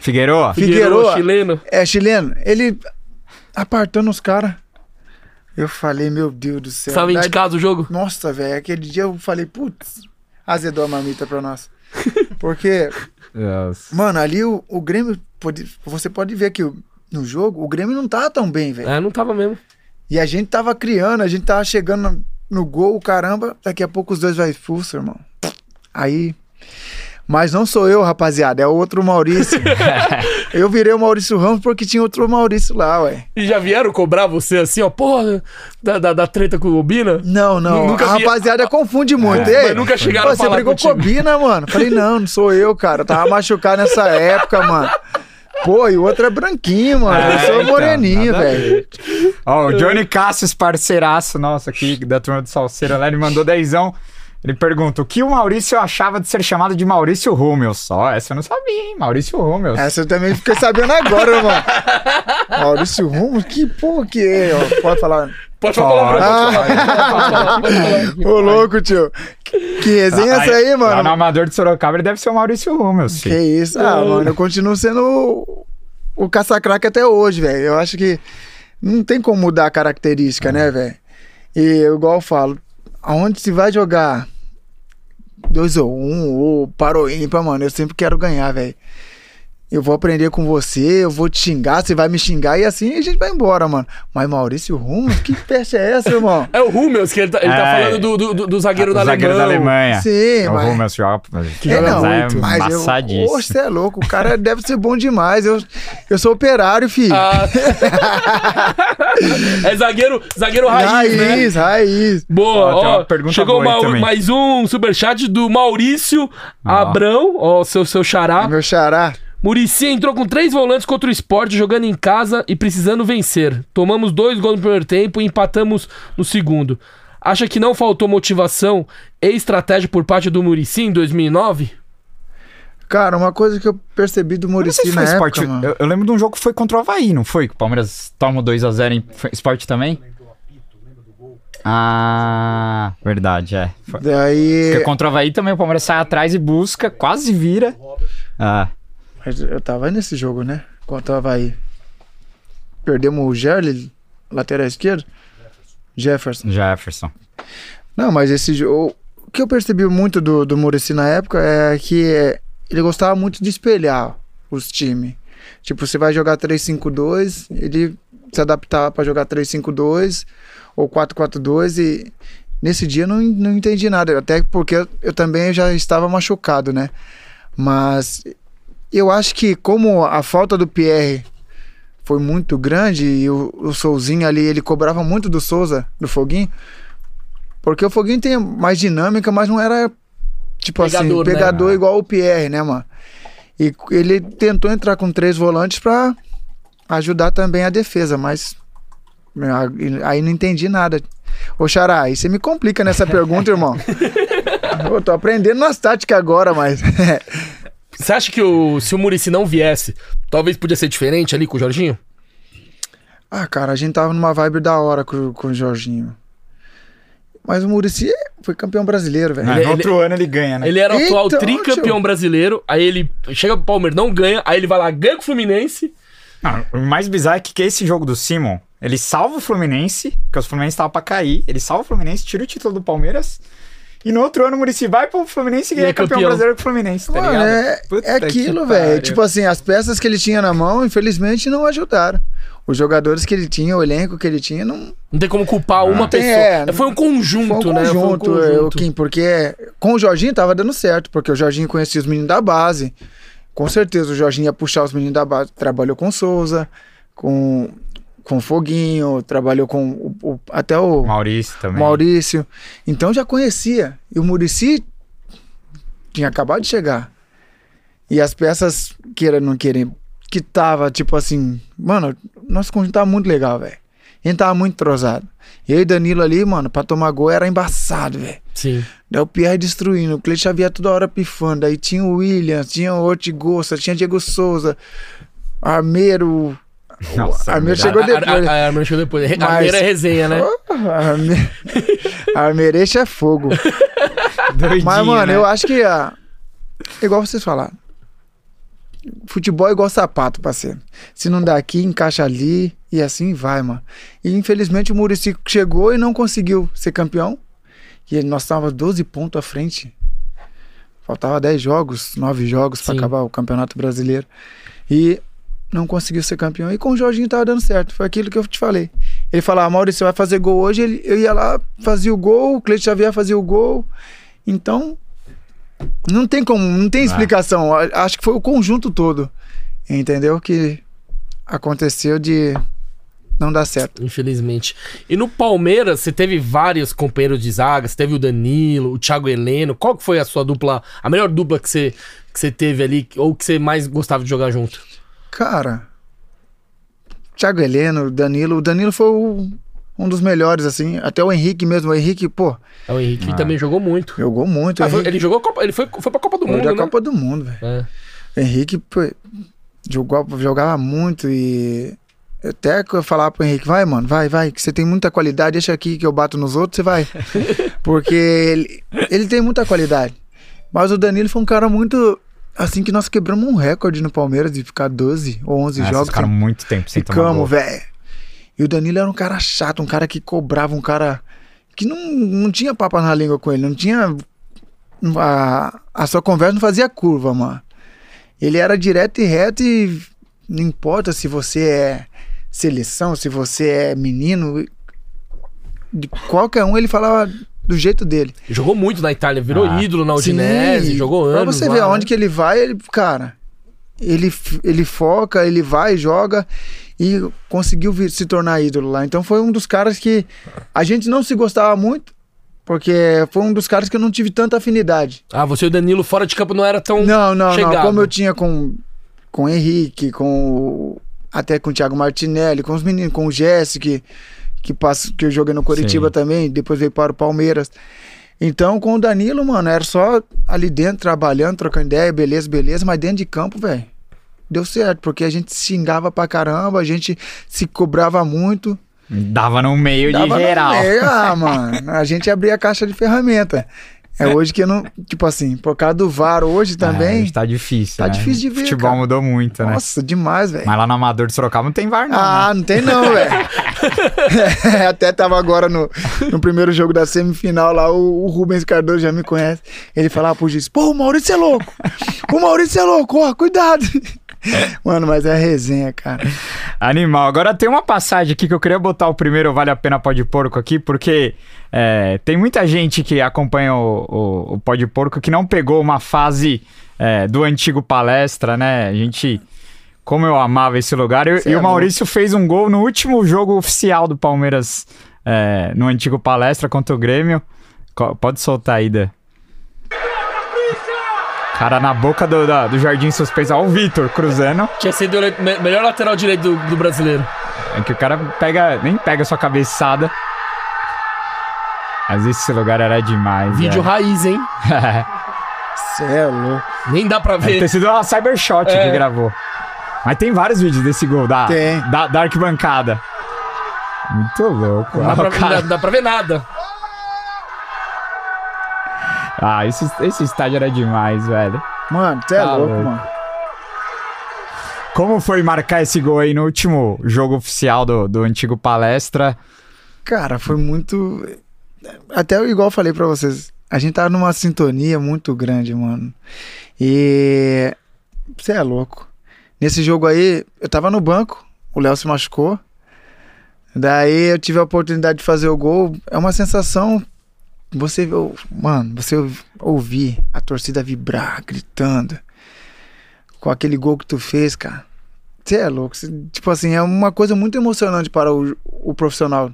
Figueiredo,
Figueroa.
chileno.
É, chileno, ele apartando os caras. Eu falei, meu Deus do céu.
Estava
Daí-
indicado o jogo?
Nossa, velho, aquele dia eu falei, putz, azedou a mamita pra nós. Porque,
Nossa.
mano, ali o, o Grêmio, pode- você pode ver que o- no jogo, o Grêmio não tá tão bem, velho.
É, não tava mesmo.
E a gente tava criando, a gente tava chegando no, no gol, caramba, daqui a pouco os dois vai expulso, irmão. Aí. Mas não sou eu, rapaziada, é o outro Maurício. eu virei o Maurício Ramos porque tinha outro Maurício lá, ué.
E já vieram cobrar você assim, ó, porra, da, da, da treta com o Obina?
Não, não.
Nunca
a
vi-
rapaziada confunde muito.
mas
Ei,
nunca chegaram
pô,
a falar
Você brigou com a
contigo.
Bina, mano? Falei, não, não sou eu, cara. Eu tava machucado nessa época, mano. Pô, e o outro é branquinho, mano.
É,
eu sou um
então,
moreninho,
nada a
velho.
Ó, o Johnny Cassius, parceiraço nosso aqui da turma do Salseiro lá, ele mandou dezão. Ele pergunta: o que o Maurício achava de ser chamado de Maurício Rummels? Só, essa eu não sabia, hein? Maurício Rummels.
Essa eu também fiquei sabendo agora, mano. Maurício Rumo, que porra que é? ó? Pode falar.
Pode falar palavrão, pode falar.
Ô, louco, tio. Que, que resenha é essa aí,
Lá no
mano?
Amador de Sorocaba ele deve ser o Maurício Rummels.
Que
filho.
isso? Ah, mano, eu continuo sendo o, o caça-craque até hoje, velho. Eu acho que não tem como mudar a característica, né, velho? E eu, igual eu falo, aonde se vai jogar 2 ou 1 um, ou para o ímpar, mano, eu sempre quero ganhar, velho. Eu vou aprender com você, eu vou te xingar, você vai me xingar e assim a gente vai embora, mano. Mas Maurício Rumo, que peste é essa, irmão?
É o Hummels que ele tá, ele tá
É.
falando do, do, do- do zagueiro
O
da
zagueiro da
Alemanha.
Alemanha.
Sim,
é o
mas-
Rummels, joga- que
É,
joga
não,
é
mas eu,
amassadíssimo.
Oxe, você é louco. O cara deve ser bom demais. Eu, eu sou operário, filho.
Ah. é zagueiro, zagueiro raiz,
raiz,
né?
raiz,
Boa,
Ó, tem
ó,
uma pergunta
chegou
boa aí
uma-
também.
mais um superchat do Maurício Abrão, ó, seu, seu xará.
Meu xará.
Murici entrou com três volantes contra o esporte, jogando em casa e precisando vencer. Tomamos dois gols no primeiro tempo e empatamos no segundo. Acha que não faltou motivação e estratégia por parte do Murici em 2009?
Cara, uma coisa que eu percebi do
Eu não sei
Murici
se
na
foi
época,
esporte.
mano.
Eu, eu lembro de um jogo que foi contra o Havaí, não foi? Que o Palmeiras toma o 2x0 em foi esporte também? Ah, verdade, é. Foi- Porque
Daí
contra o Havaí também o Palmeiras sai atrás e busca, quase vira. Ah,
mas eu tava aí nesse jogo, né? Contra o Havaí. Perdemos o Gerli, lateral esquerdo. Jefferson.
Jefferson.
Não, mas esse jogo. O que eu percebi muito do, do Murici na época é que é, ele gostava muito de espelhar os times. Tipo, você vai jogar 3-5-2, ele se adaptava pra jogar 3-5-2 ou 4-4-2 e nesse dia eu não, não entendi nada, até porque eu, eu também já estava machucado, né? Mas eu acho que como a falta do Pierre foi muito grande e o, o Souzinho ali, ele cobrava muito do Souza, do Foguinho, porque o Foguinho tem mais dinâmica, mas não era tipo
Pegador, né?
assim, pegador igual o Pierre, né, mano? E ele tentou entrar com três volantes pra ajudar também a defesa, mas a- aí não entendi nada. Ô, Xará, aí você me complica nessa pergunta, irmão. Eu tô aprendendo nas táticas agora, mas. é,
Você acha que o- se o Murici não viesse, talvez podia ser diferente ali com o Jorginho?
ah, cara, a gente tava numa vibe da hora com, com o Jorginho. Mas o Murici foi campeão brasileiro, velho.
Ah,
Ele-
no outro ano ele ganha, né?
Ele era o atual
Então,
tricampeão
tio.
brasileiro, aí ele chega pro Palmeiras, não ganha, aí ele vai lá, ganha com o Fluminense.
Ah, o mais bizarro é que, que esse jogo do Simon, ele salva o Fluminense, porque os Fluminense estavam pra cair, ele salva o Fluminense, tira o título do Palmeiras, e no outro ano o Murici vai pro Fluminense e ganha
é
campeão,
campeão.
brasileiro com o Fluminense, tá
Mano,
ligado?
é,
Puta
é
que pariu.
aquilo, velho. Tipo assim, as peças que ele tinha na mão, infelizmente, não ajudaram. Os jogadores que ele tinha, o elenco que ele tinha, não
Não tem como culpar uma
tem,
pessoa.
é,
foi um conjunto,
foi um
né? Foi um
conjunto, é, o
conjunto.
Kim, porque com o Jorginho tava dando certo, porque o Jorginho conhecia os meninos da base. Com certeza o Jorginho ia puxar os meninos da base. Trabalhou com o Souza, com, com o Foguinho, trabalhou com o- o- até o
Maurício também.
Maurício. Então já conhecia. E o Murici tinha acabado de chegar. E as peças, queira ou não querer, que tava tipo assim, mano, nosso conjunto tava muito legal, velho. A gente tava muito trozado. Eu e Danilo ali, mano, pra tomar gol era embaçado, velho.
Sim.
Daí o Pierre destruindo, o Cleiton Xavier toda hora pifando. Aí tinha o Williams, tinha o Ortigosa, tinha Diego Souza, Armeiro.
Nossa,
Armeiro
verdade.
chegou
A- a-
depois.
A, a, Armeiro chegou depois. Re-
Mas-
Armeiro é resenha, né?
Arme... Armeireixa é fogo.
Doidinho,
Mas, mano,
né?
eu acho que. ah, igual vocês falaram. Futebol é igual sapato, parceiro. Se não dá aqui, encaixa ali e assim vai, mano. E infelizmente o Murici chegou e não conseguiu ser campeão. E ele- nós estávamos 12 pontos à frente. Faltava 10 jogos, 9 jogos para
Sim.
acabar o Campeonato Brasileiro. E não conseguiu ser campeão. E com o Jorginho tava dando certo. Foi aquilo que eu te falei. Ele falava, "Ah, Maurício, você vai fazer gol hoje. Ele, eu ia lá, fazia o gol, o Cleiton Xavier fazia o gol. Então, não tem como, não tem explicação. A- Acho que foi o conjunto todo, entendeu? Que aconteceu de não dar certo.
Infelizmente. E no Palmeiras, você teve vários companheiros de zaga, você teve o Danilo, o Thiago Heleno. Qual que foi a sua dupla, a melhor dupla que você, que você teve ali, ou que você mais gostava de jogar junto?
Cara, Thiago Heleno, Danilo, o Danilo foi o- um dos melhores, assim. Até o Henrique mesmo, o Henrique, pô,
É o Henrique que também jogou muito.
jogou muito.
Ah,
Ah. o
foi-
Henrique,
ele jogou a Copa, ele foi, foi pra Copa do
foi
Mundo,
da
né?
Copa do Mundo, velho.
É.
O Henrique pô, jogou, jogava muito e até que eu falava pro Henrique, vai, mano, vai, vai, que você tem muita qualidade, deixa aqui que eu bato nos outros, você vai. Porque ele, ele tem muita qualidade. Mas o Danilo foi um cara muito. Assim que nós quebramos um recorde no Palmeiras de ficar 12 ou 11
Nossa,
jogos.
ficaram
sem-
muito tempo sem tomar gol.
Ficamos, velho. E o Danilo era um cara chato, um cara que cobrava, um cara que não, não tinha papo na língua com ele, não tinha. A, a sua conversa não fazia curva, mano. Ele era direto e reto e não importa se você é seleção, se você é menino, de qualquer um ele falava do jeito dele.
Jogou muito na Itália, virou
Ah.
ídolo na Udinese,
Sim,
jogou anos.
Pra você
lá,
ver
né?
aonde que ele vai, ele, cara, ele, f- ele foca, ele vai, joga e conseguiu vir- se tornar ídolo lá. Então foi um dos caras que a gente não se gostava muito, porque foi um dos caras que eu não tive tanta afinidade.
Ah, você e o Danilo fora de campo não era tão.
Não, não,
chegado.
não. Como eu tinha com, com o Henrique, com o- até com o Thiago Martinelli, com os meninos, com o Jesse, que, que, passa- que eu joguei no Coritiba
Sim.
também, depois veio para o Palmeiras. Então, com o Danilo, mano, era só ali dentro, trabalhando, trocando ideia, beleza, beleza, mas dentro de campo, velho, deu certo, porque a gente se xingava pra caramba, a gente se cobrava muito.
Dava no meio
Dava
de
na
geral. É,
meia, ah, mano. A gente abria a caixa de ferramenta. É hoje que eu não. Tipo assim, por causa do VAR hoje também.
É, tá difícil,
Tá
né?
difícil de
O
ver,
futebol
cara.
mudou muito, né?
Nossa, demais, velho.
Mas lá no Amador de Sorocaba não tem VAR, não, né?
Ah, não tem não, velho. Até tava agora no, no primeiro jogo da semifinal lá, o, o Rubens Cardoso já me conhece. Ele falava pro juiz, pô, o Maurício é louco. O Maurício é louco, ó, cuidado. Mano, mas é resenha, cara.
Animal. Agora tem uma passagem aqui que eu queria botar o primeiro Vale a Pena Pode Porco aqui, porque é, tem muita gente que acompanha o, o, o Pode Porco que não pegou uma fase é, do antigo palestra, né? A gente. Como eu amava esse lugar. Eu-
Cê
e
é
o Maurício fez um gol no último jogo oficial do Palmeiras é, no antigo palestra contra o Grêmio. Co- Pode soltar aí, Dê. Cara, na boca do, da- do Jardim Suspensa. Ó, o Vitor cruzando.
Tinha sido o le- me- melhor lateral direito do, do brasileiro.
É que o cara pega, nem pega sua cabeçada. Mas esse lugar era demais.
Vídeo
é.
raiz, hein?
Cê é louco.
Nem dá pra
Deve
ver.
ter sido a Cybershot
É.
que gravou. Mas tem vários vídeos desse gol da,
Tem.
da, da arquibancada. Muito louco.
Não dá,
ó,
pra,
o cara.
não dá- dá pra ver nada.
Ah, esse, esse estádio era demais, velho.
Mano, você é
Tá
louco,
louco.
mano.
Como foi marcar esse gol aí no último jogo oficial do, do antigo palestra?
Cara, foi muito. Até igual eu falei pra vocês, a gente tava numa sintonia muito grande, mano. E. Você é louco. Nesse jogo aí, eu tava no banco, o Léo se machucou. Daí eu tive a oportunidade de fazer o gol. É uma sensação. Você. ou- Mano, você ouvir a torcida vibrar, gritando. Com aquele gol que tu fez, cara. Você é louco. cê- tipo assim, é uma coisa muito emocionante para o, o profissional,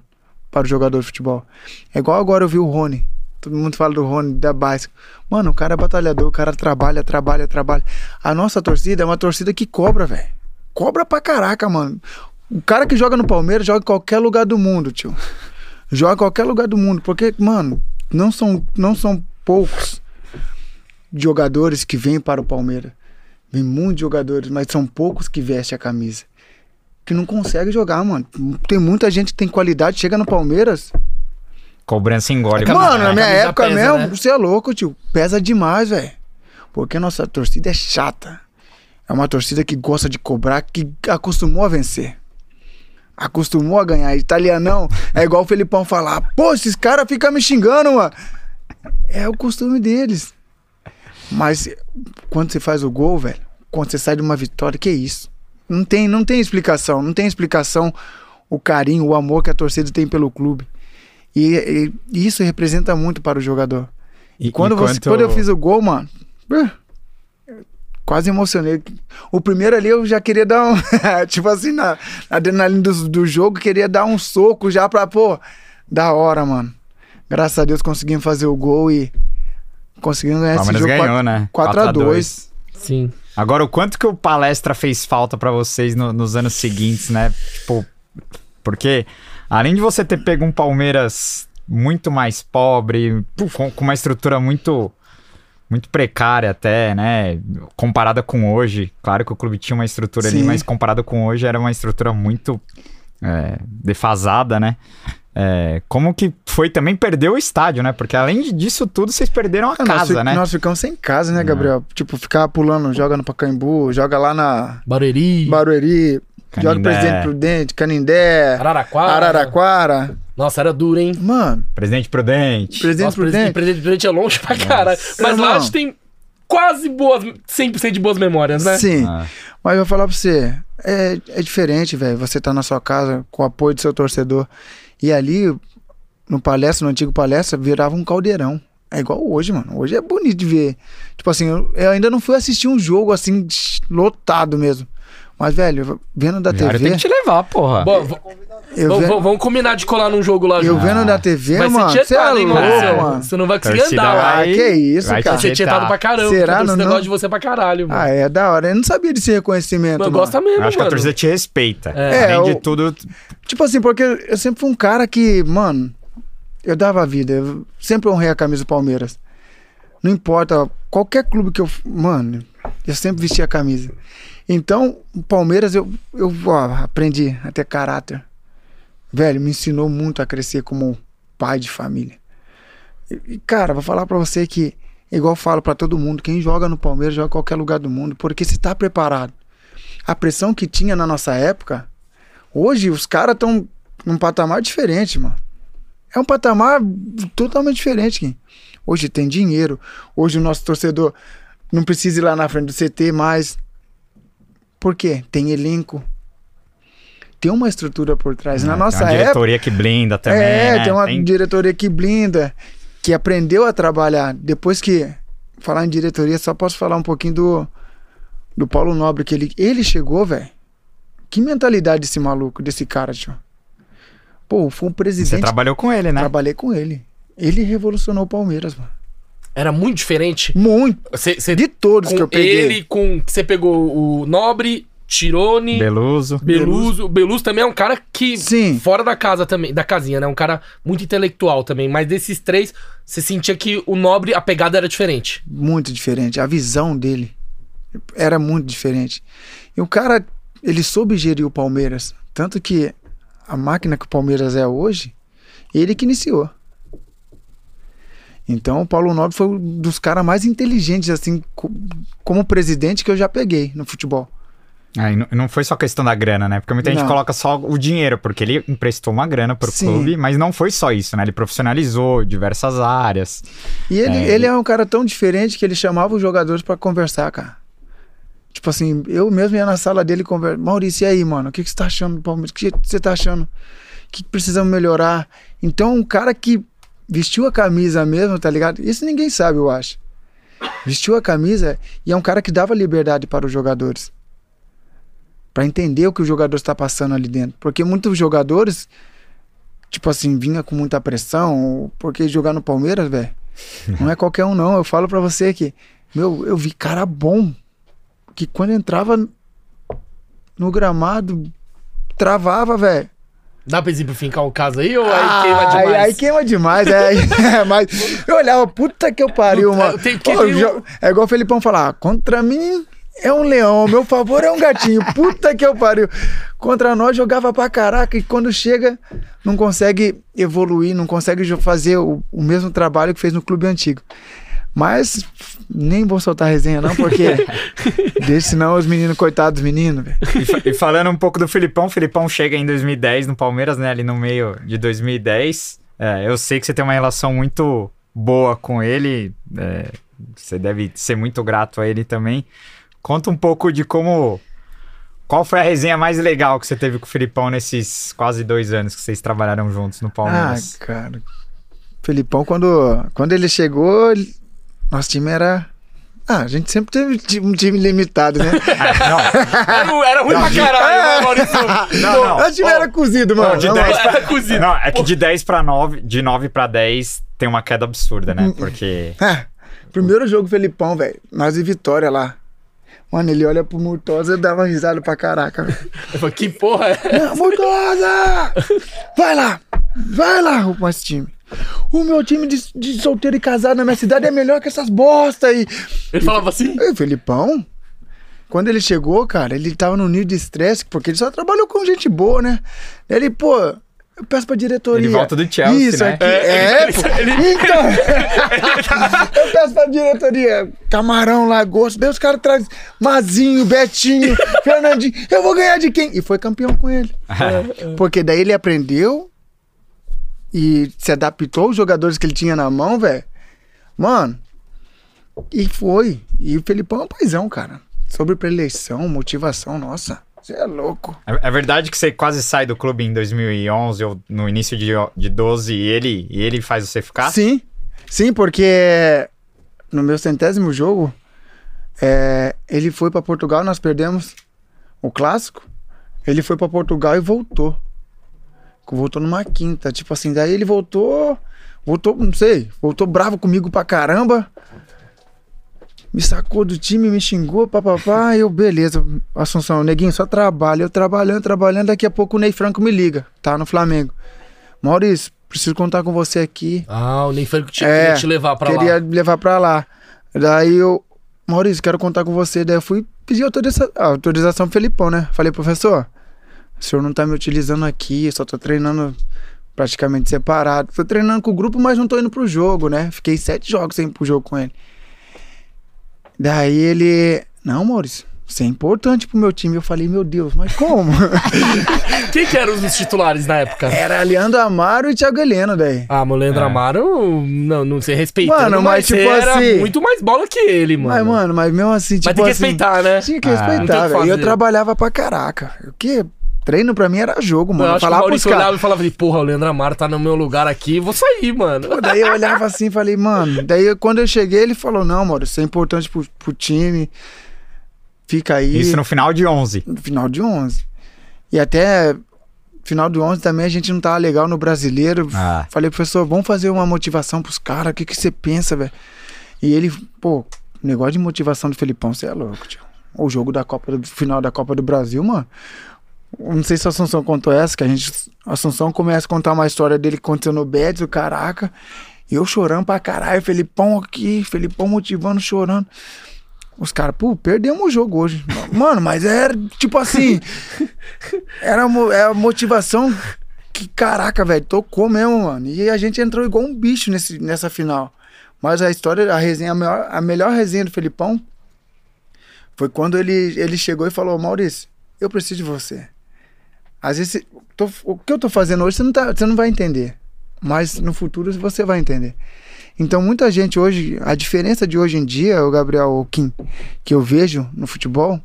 para o jogador de futebol. É igual agora eu vi o Rony. Todo mundo fala do Rony, da base. Mano, o cara é batalhador, o cara trabalha, trabalha, trabalha. A nossa torcida é uma torcida que cobra, velho. Cobra pra caraca, mano. O cara que joga no Palmeiras joga em qualquer lugar do mundo, tio. Joga em qualquer lugar do mundo. Porque, mano, não são, não são poucos jogadores que vêm para o Palmeiras. Vem muitos jogadores, mas são poucos que vestem a camisa. Que não consegue jogar, mano. Tem muita gente que tem qualidade, chega no Palmeiras.
Cobrança engole.
camisa-
mano,
a
na minha
camisa
época
pesa,
mesmo,
né?
você é louco, tio. Pesa demais, velho. Porque a nossa torcida é chata. É uma torcida que gosta de cobrar, que acostumou a vencer. Acostumou a ganhar. Italianão é igual o Felipão falar: pô, esses caras ficam me xingando, mano. É o costume deles. Mas quando você faz o gol, velho, quando você sai de uma vitória, que isso? Não tem, não tem explicação, não tem explicação o carinho, o amor que a torcida tem pelo clube. E, e- e isso representa muito para o jogador.
E,
Quando, você,
enquanto-
quando eu fiz o gol, mano, eh, quase emocionei. O primeiro ali eu já queria dar um. tipo assim, na, na adrenalina do, do jogo, queria dar um soco já pra, pô, da hora, mano. Graças a Deus conseguimos fazer o gol e conseguimos ganhar esse
Palmeiras
jogo.
ganhou,
quatro-
né?
4 a 2
Sim.
Agora, o quanto que o palestra fez falta pra vocês no- nos anos seguintes, né? Tipo, porque além de você ter pego um Palmeiras muito mais pobre, com, com uma estrutura muito muito precária até, né? Comparada com hoje. Claro que o clube tinha uma estrutura ali,
Sim.
mas comparado com hoje era uma estrutura muito é, defasada, né? É, como que foi também perder o estádio, né? Porque além disso tudo, vocês perderam a
Ah, nós
casa,
fi-
né?
Nós ficamos sem casa, né, Gabriel?
É.
Tipo, ficar pulando, joga no Pacaembu, joga lá na
Barueri,
Barueri, joga no
Canindé.
Presidente Prudente, Canindé,
Araraquara.
Araraquara.
Nossa, era duro, hein?
Mano,
Presidente Prudente.
Presidente
Nossa, presidente,
Prudente.
presidente, presidente é longe pra caralho. Mas lá a gente tem quase boas, 100% de boas memórias, né?
Sim.
Ah.
Mas eu vou falar pra você, é, é diferente, velho. Você tá na sua casa com o apoio do seu torcedor. E ali, no palestra, no antigo palestra, virava um caldeirão. É igual hoje, mano. Hoje é bonito de ver. Tipo assim, eu, eu ainda não fui assistir um jogo assim, lotado mesmo. Mas, velho, vendo da
Cara, tem que
TV.
te levar, porra.
Bom, v-
Eu,
v-
ve-
vamos combinar de colar num jogo lá
eu
junto.
vendo da TV,
Vai
mano.
ser
Você é
tietado, hein,
louco,
Maurício?
mano.
Você não vai conseguir
Torcida
andar lá.
vai- que isso,
vai te
cara.
Vai ser tietado pra caramba.
Será?
Esse
Não-
negócio
não-
de você pra caralho, mano.
Ah, é da hora. Eu não sabia desse reconhecimento.
Mano,
mano.
gosta mesmo,
Eu acho que a
mano.
torcida te respeita.
É.
Além
É,
de
o-
tudo,
Tipo assim, porque eu sempre fui um cara que, mano, eu dava a vida. Eu sempre honrei a camisa do Palmeiras. Não importa, qualquer clube que eu. f- Mano, eu sempre vesti a camisa. Então, o Palmeiras, eu, eu ó, aprendi a ter caráter. Velho, me ensinou muito a crescer como pai de família. E, e, cara, vou falar pra você que, igual eu falo pra todo mundo, quem joga no Palmeiras joga em qualquer lugar do mundo, porque se tá preparado. A pressão que tinha na nossa época, Hoje os caras estão num patamar diferente, mano. É um patamar totalmente diferente, Kim. Hoje tem dinheiro. Hoje o nosso torcedor não precisa ir lá na frente do CT mais. Por quê? Tem elenco. Tem uma estrutura por trás. Na
tem
nossa
é uma
época.
diretoria que blinda também.
É,
né?
tem uma
Tem-
diretoria que blinda, que aprendeu a trabalhar. Depois que. Falar em diretoria, só posso falar um pouquinho do, do Paulo Nobre, que ele, ele chegou, velho. Que mentalidade desse maluco, desse cara, tio. Pô, foi um
Você
presidente.
trabalhou com ele, né?
Trabalhei com ele. Ele revolucionou o Palmeiras, mano.
Era muito diferente.
Muito.
Você, você-
De todos que
com
eu peguei.
ele, com. Você pegou o Nobre, Tirone,
Beluso.
Beluso. O Beluso também é um cara que.
Sim.
Fora da casa também, da casinha, né? Um cara muito intelectual também. Mas desses três, você sentia que o nobre, a pegada era diferente.
muito diferente. A visão dele era muito diferente. E o cara, ele soube gerir o Palmeiras. Tanto que a máquina que o Palmeiras é hoje, ele que iniciou. Então, o Paulo Nobre foi um dos caras mais inteligentes, assim, co- como presidente que eu já peguei no futebol.
Ah, e não- não foi só questão da grana, né? Porque muita gente
Não.
coloca só o dinheiro, porque ele emprestou uma grana pro
Sim.
clube, mas não foi só isso, né? Ele profissionalizou diversas áreas.
E
É,
ele é,
ele-
ele é um cara tão diferente que ele chamava os jogadores pra conversar, cara. Tipo assim, eu mesmo ia na sala dele conversar. Maurício, e aí, mano? O que, que você tá achando do Palmeiras? O que você tá achando? O que, que precisamos melhorar? Então, um cara que vestiu a camisa mesmo, tá ligado? Isso ninguém sabe, eu acho. Vestiu a camisa e é um cara que dava liberdade para os jogadores. Pra entender o que o jogador está passando ali dentro. Porque muitos jogadores, tipo assim, vinha com muita pressão. Porque jogar no Palmeiras, velho, não é qualquer um, não. Eu falo pra você que, meu, eu vi cara bom que quando entrava no gramado, travava, velho.
Dá pra exemplificar um caso aí ou aí
Ah,
queima demais?
Aí, aí queima demais, é. é, mas eu olhava, puta que eu pariu,
Não,
mano.
tem- porque
Pô,
tem um-
jo- É igual o Felipão falar, contra mim é um leão, ao meu favor é um gatinho. Puta que eu pariu. Contra nós jogava pra caraca e quando chega não consegue evoluir, não consegue jo- fazer o, o mesmo trabalho que fez no clube antigo. Mas nem vou soltar resenha não, porque deixa senão os meninos, coitados meninos, velho.
E, fa- e falando um pouco do Filipão, o Filipão chega em 2010 no Palmeiras, né? Ali no meio de 2010. É, eu sei que você tem uma relação muito boa com ele. é, você deve ser muito grato a ele também. Conta um pouco de como. Qual foi a resenha mais legal que você teve com o Filipão nesses quase dois anos que vocês trabalharam juntos no Palmeiras?
Ah, cara. Felipão, quando, quando ele chegou, ele- nosso time era. Ah, a gente sempre teve ti- um time limitado, né?
Ah,
tá.
Era, era ruim pra caralho,
É.
né, Maurício?
Não, não.
Nosso time
Ó,
era cozido, mano.
não, de
Não,
10
Era cozido.
não, não, é que de 10 pra 9, de 9 pra 10 tem uma queda absurda, né? Porque.
Ah, primeiro jogo, Felipão, velho. Nós e Vitória lá. Mano, ele olha pro Murtosa e dava risada pra caraca, velho.
Eu falei, que porra é?
Não, Murtosa! Vai lá! Vai lá, o nosso time. O meu time de, de solteiro e casado na minha cidade é melhor que essas bosta aí.
Ele falava assim?
Aí, o Felipão, quando ele chegou, cara, ele tava num nível de estresse, porque ele só trabalhou com gente boa, né? Ele, pô, eu peço pra diretoria.
Ele volta do Chelsea,
Isso
né?
aqui.
É,
É,
ele-
pô.
ele-
Então, eu peço pra diretoria. Camarão, lagosta, daí os caras trazem Mazinho, Betinho, Fernandinho. Eu vou ganhar de quem? E foi campeão com ele.
É,
Porque daí ele aprendeu e se adaptou aos jogadores que ele tinha na mão, velho. Mano, e foi. E o Felipão é um paizão, cara. Sobre preleição, motivação, nossa. Você é louco.
É é verdade que você quase sai do clube em 2011 ou no início de, de 12 e ele, e ele faz você ficar?
Sim. Sim, porque no meu centésimo jogo, é, ele foi pra Portugal, nós perdemos o clássico. Ele foi pra Portugal e voltou. Voltou numa quinta, tipo assim, daí ele voltou, voltou, não sei, voltou bravo comigo pra caramba. Me sacou do time, me xingou, papapá, eu, beleza, Assunção, neguinho, só trabalha, eu trabalhando, trabalhando, daqui a pouco o Ney Franco me liga, tá no Flamengo. Maurício, preciso contar com você aqui,
Ah, o Ney Franco te,
É,
queria te levar pra
queria
lá.
me levar pra lá. Daí eu, Maurício, quero contar com você. Daí eu fui pedir autoriza- a autorização pro Felipão, né? Falei, professor, o senhor não tá me utilizando aqui, eu só tô treinando praticamente separado. Tô treinando com o grupo, mas não tô indo pro jogo, né? Fiquei sete jogos sem ir pro jogo com ele. Daí ele, não, Maurício, isso é importante pro meu time. Eu falei, meu Deus, mas como?
Quem que eram os titulares na época?
Era Leandro Amaro e Thiago Heleno, daí.
Ah, mas o Leandro Amaro, não, não sei, respeitando,
É. Mano,
mas,
mas
você
tipo
era
assim-
muito mais bola que ele, Ah, mano.
Mas, mano, mas mesmo assim, tipo
mas tem que
assim,
respeitar, né?
Tinha que
Ah.
Não tem o
respeitar,
que
velho. E eu
fazer.
trabalhava pra caraca. O que? Treino pra mim era jogo,
eu
mano. Eu
acho que o
falava pros
Maurício
caras.
olhava e falava assim, porra, o Leandro Amaro tá no meu lugar aqui, vou sair, mano.
Pô, Daí eu olhava assim e falei, mano. Daí eu- quando eu cheguei, ele falou: não, mano, isso é importante pro, pro time. Fica aí.
é
Isso no final de 11.
no final de 11. E até final do 11 também a gente não tava legal no brasileiro.
Ah.
Falei, professor, vamos fazer uma motivação pros caras, o que que você pensa, velho? E ele, pô, negócio de motivação do Felipão, você é louco, tio. O jogo da Copa do final da Copa do Brasil, mano. Eu Não sei se a Assunção contou essa, que a gente. A Assunção começa a contar uma história dele que aconteceu no Betis, o caraca. E eu chorando pra caralho, Felipão aqui, Felipão motivando, chorando. Os caras, pô, perdemos o jogo hoje. Mano, mas era tipo assim. Era mo- é a é motivação que caraca, velho, tocou mesmo, mano. E a gente entrou igual um bicho nesse, nessa final. Mas a história, a resenha, a melhor, a melhor resenha do Felipão foi quando ele, ele chegou e falou: Maurício, eu preciso de você. Às vezes, tô- o que eu tô fazendo hoje, você não, tá, você não vai entender. Mas no futuro você vai entender. Então, muita gente hoje, a diferença de hoje em dia, o Gabriel o Kim, que eu vejo no futebol,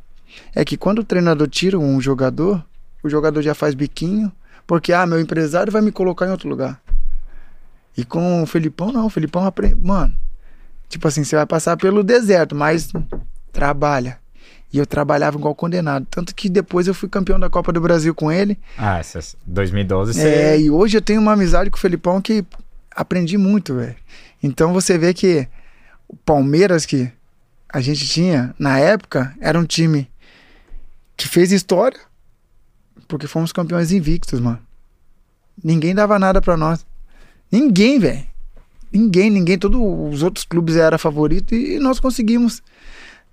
é que quando o treinador tira um jogador, o jogador já faz biquinho, porque, ah, meu empresário vai me colocar em outro lugar. E com o Felipão, não. O Felipão aprende. Mano, tipo assim, você vai passar pelo deserto, mas trabalha. E eu trabalhava igual condenado. Tanto que depois eu fui campeão da Copa do Brasil com ele.
Ah, essa- 2012 você.
É, e hoje eu tenho uma amizade com o Felipão que aprendi muito, velho. Então você vê que o Palmeiras que a gente tinha na época era um time que fez história porque fomos campeões invictos, mano. Ninguém dava nada pra nós. Ninguém, velho. Ninguém, ninguém. Todos os outros clubes era favorito e nós conseguimos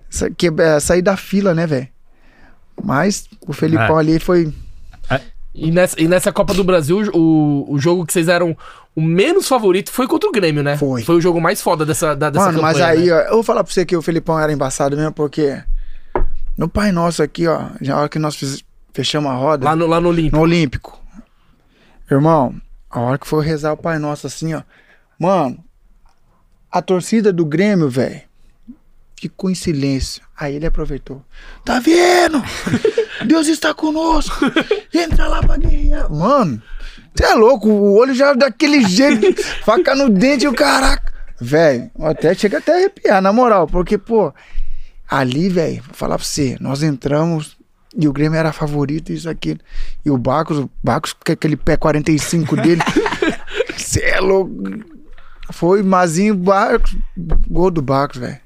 sa- que- eh, sair da fila, né, velho? Mas o Felipão ali foi
E nessa, e nessa Copa do Brasil, o, o jogo que vocês eram o menos favorito foi contra o Grêmio, né?
Foi.
o jogo mais foda dessa, da, dessa
Mano,
campanha,
mas aí,
né?
ó, eu vou falar pra você que o Felipão era embaçado mesmo, porque no Pai Nosso aqui, ó, já na hora que nós fiz- fechamos a roda,
Lá no, lá no Olímpico.
no Olímpico, irmão, a hora que foi rezar o Pai Nosso assim, ó, mano, a torcida do Grêmio, velho, ficou em silêncio. Aí ele aproveitou. Tá vendo? Deus está conosco. Entra lá pra guerrear. Mano, você é louco. O olho já daquele jeito, faca no dente, o caraca. Velho, até chega até a arrepiar, na moral. Porque, pô, ali, velho, vou falar pra você, nós entramos e o Grêmio era favorito, isso, aquilo. E o Bacos, o Bacos com aquele pé 45 dele. Você é louco. Foi Mazinho, Bacos, gol do Bacos, velho.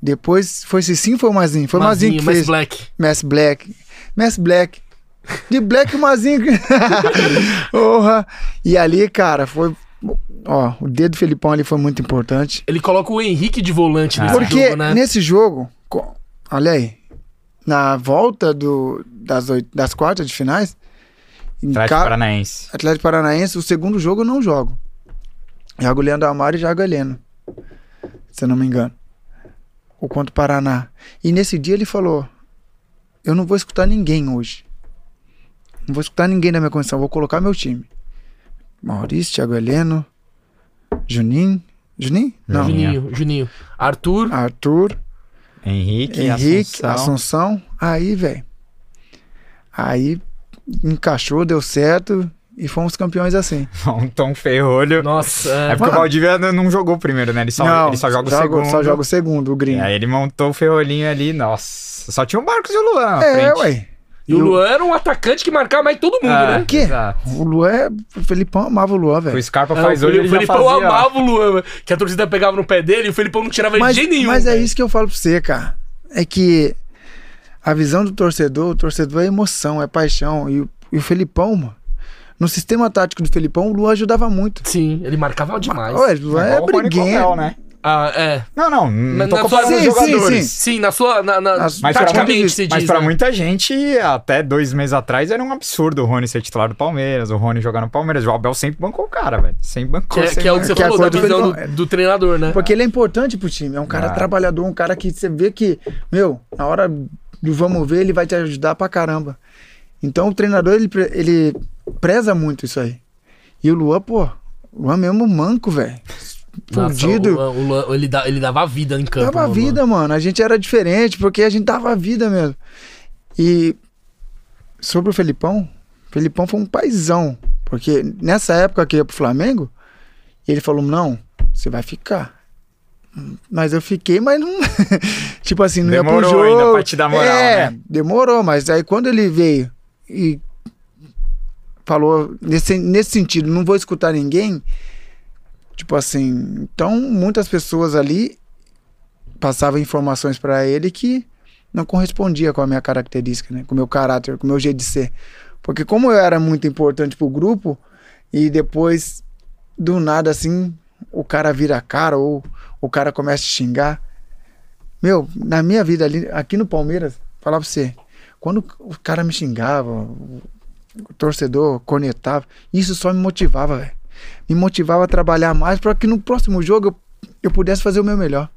Depois, foi Cicinho ou foi o Mazinho? Foi o Mazinho, que
Mas
fez.
Black.
Mass Black. Mass Black. De Black Mazinho. Porra. E ali, cara, foi. Ó, o dedo do Felipão ali foi muito importante.
Ele coloca o Henrique de volante nesse
Porque
jogo, né?
nesse jogo, co- olha aí, na volta do, das, oit- das quartas de finais, em
Atlético
ca-
Paranaense.
Atlético Paranaense, o segundo jogo eu não jogo. Jogo o Leandro Amaro e jogo o Heleno. Se eu não me engano. Ou contra o Paraná. E nesse dia ele falou: Eu não vou escutar ninguém hoje. Não vou escutar ninguém na minha condição, vou colocar meu time. Maurício, Thiago Heleno, Juninho. Juninho? Não.
Juninho.
Juninho, Juninho. Arthur,
Arthur,
Henrique,
Henrique,
Assunção.
Assunção. Aí, velho. Aí encaixou, deu certo e fomos campeões assim.
Um Tom Ferrolho.
nossa. é.
É porque o
Mano.
Valdívia não não jogou o primeiro, né? Ele só, ele só joga o segundo.
Só joga o segundo, o
E
gringo.
aí ele montou o Ferrolinho ali, nossa. Só tinha o Marcos e o Luan. na
É,
frente.
ué.
E o Luan era um atacante que marcava mais todo mundo,
Ah,
né?
Que?
exato.
O Luan é. O Felipão amava o Luan,
O
velho.
Scarpa
É,
faz
o
hoje, ele já
Felipão
fazia, ó.
amava o Luan, velho, que a torcida pegava no pé dele e o Felipão não tirava ele
Mas,
de jeito nenhum.
mas é
velho.
isso que eu falo pra você, cara. É que a visão do torcedor, o torcedor é emoção, é paixão. E, o- e o Felipão, mano. No sistema tático do Felipão, o Luan ajudava muito.
Sim, ele marcava demais.
Ué, o Luan é,
igual o Rony
briguento.
Coronel, né?
Ah, é.
Não, não, não
Mas
tô
na
comparando
sua-
os
Sim, sim,
jogadores.
sim.
Sim, na sua. Na, na-
Mas
pra
taticamente
muito-
se diz.
Mas pra
né?
muita gente, até dois meses atrás, era um absurdo o Rony ser titular do Palmeiras, o Rony jogar no Palmeiras. O Abel sempre bancou o cara, velho. Sempre
Que
bancou.
é,
sempre
que é o que você
Que é a
falou, da
coisa do
visão do,
Felipão.
do treinador, né?
Porque ele é importante pro time. É um cara
Ah.
trabalhador, um cara que você vê que, meu, na hora do vamos ver, ele vai te ajudar pra caramba. Então o treinador, ele, pre- ele preza muito isso aí. E o Luan, pô, o Luan mesmo manco, velho.
Nossa,
Fudido.
o- o Luan- ele, dá- ele dava a vida em campo.
Dava
né,
vida, mano. A gente era diferente, porque a gente dava vida mesmo. E sobre o Felipão, o Felipão foi um paizão. Porque nessa época que eu ia pro Flamengo, ele falou: não, você vai ficar. Mas eu fiquei, mas não. tipo assim, não ia pro
Demorou
jogo.
ainda pra te dar moral,
é,
né?
demorou, mas aí quando ele veio e falou nesse, nesse sentido, não vou escutar ninguém. Tipo assim, então muitas pessoas ali passavam informações pra ele que não correspondia com a minha característica, né? Com o meu caráter, com o meu jeito de ser. Porque como eu era muito importante pro grupo, e depois, do nada, assim, o cara vira a cara ou o cara começa a xingar. Meu, na minha vida ali, aqui no Palmeiras, falar pra você, quando o cara me xingava, torcedor cornetava. Isso só me motivava, velho. Me motivava a trabalhar mais para que no próximo jogo eu, eu pudesse fazer o meu melhor.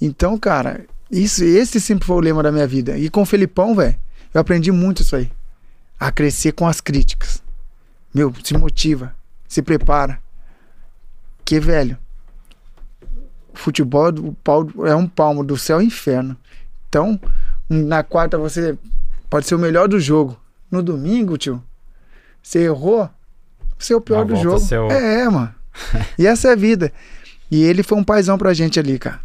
Então, cara, isso, esse sempre foi o lema da minha vida. E com o Felipão, velho, eu aprendi muito isso aí. A crescer com as críticas. Meu, se motiva, se prepara. Que, velho, futebol do pau- é um palmo do céu ao inferno. Então, na quarta você pode ser o melhor do jogo. No domingo, tio, você errou, você é o pior
Na
do
volta
jogo.
você é o-
É, é, mano. e essa é a vida. E ele foi um paizão pra gente ali, cara.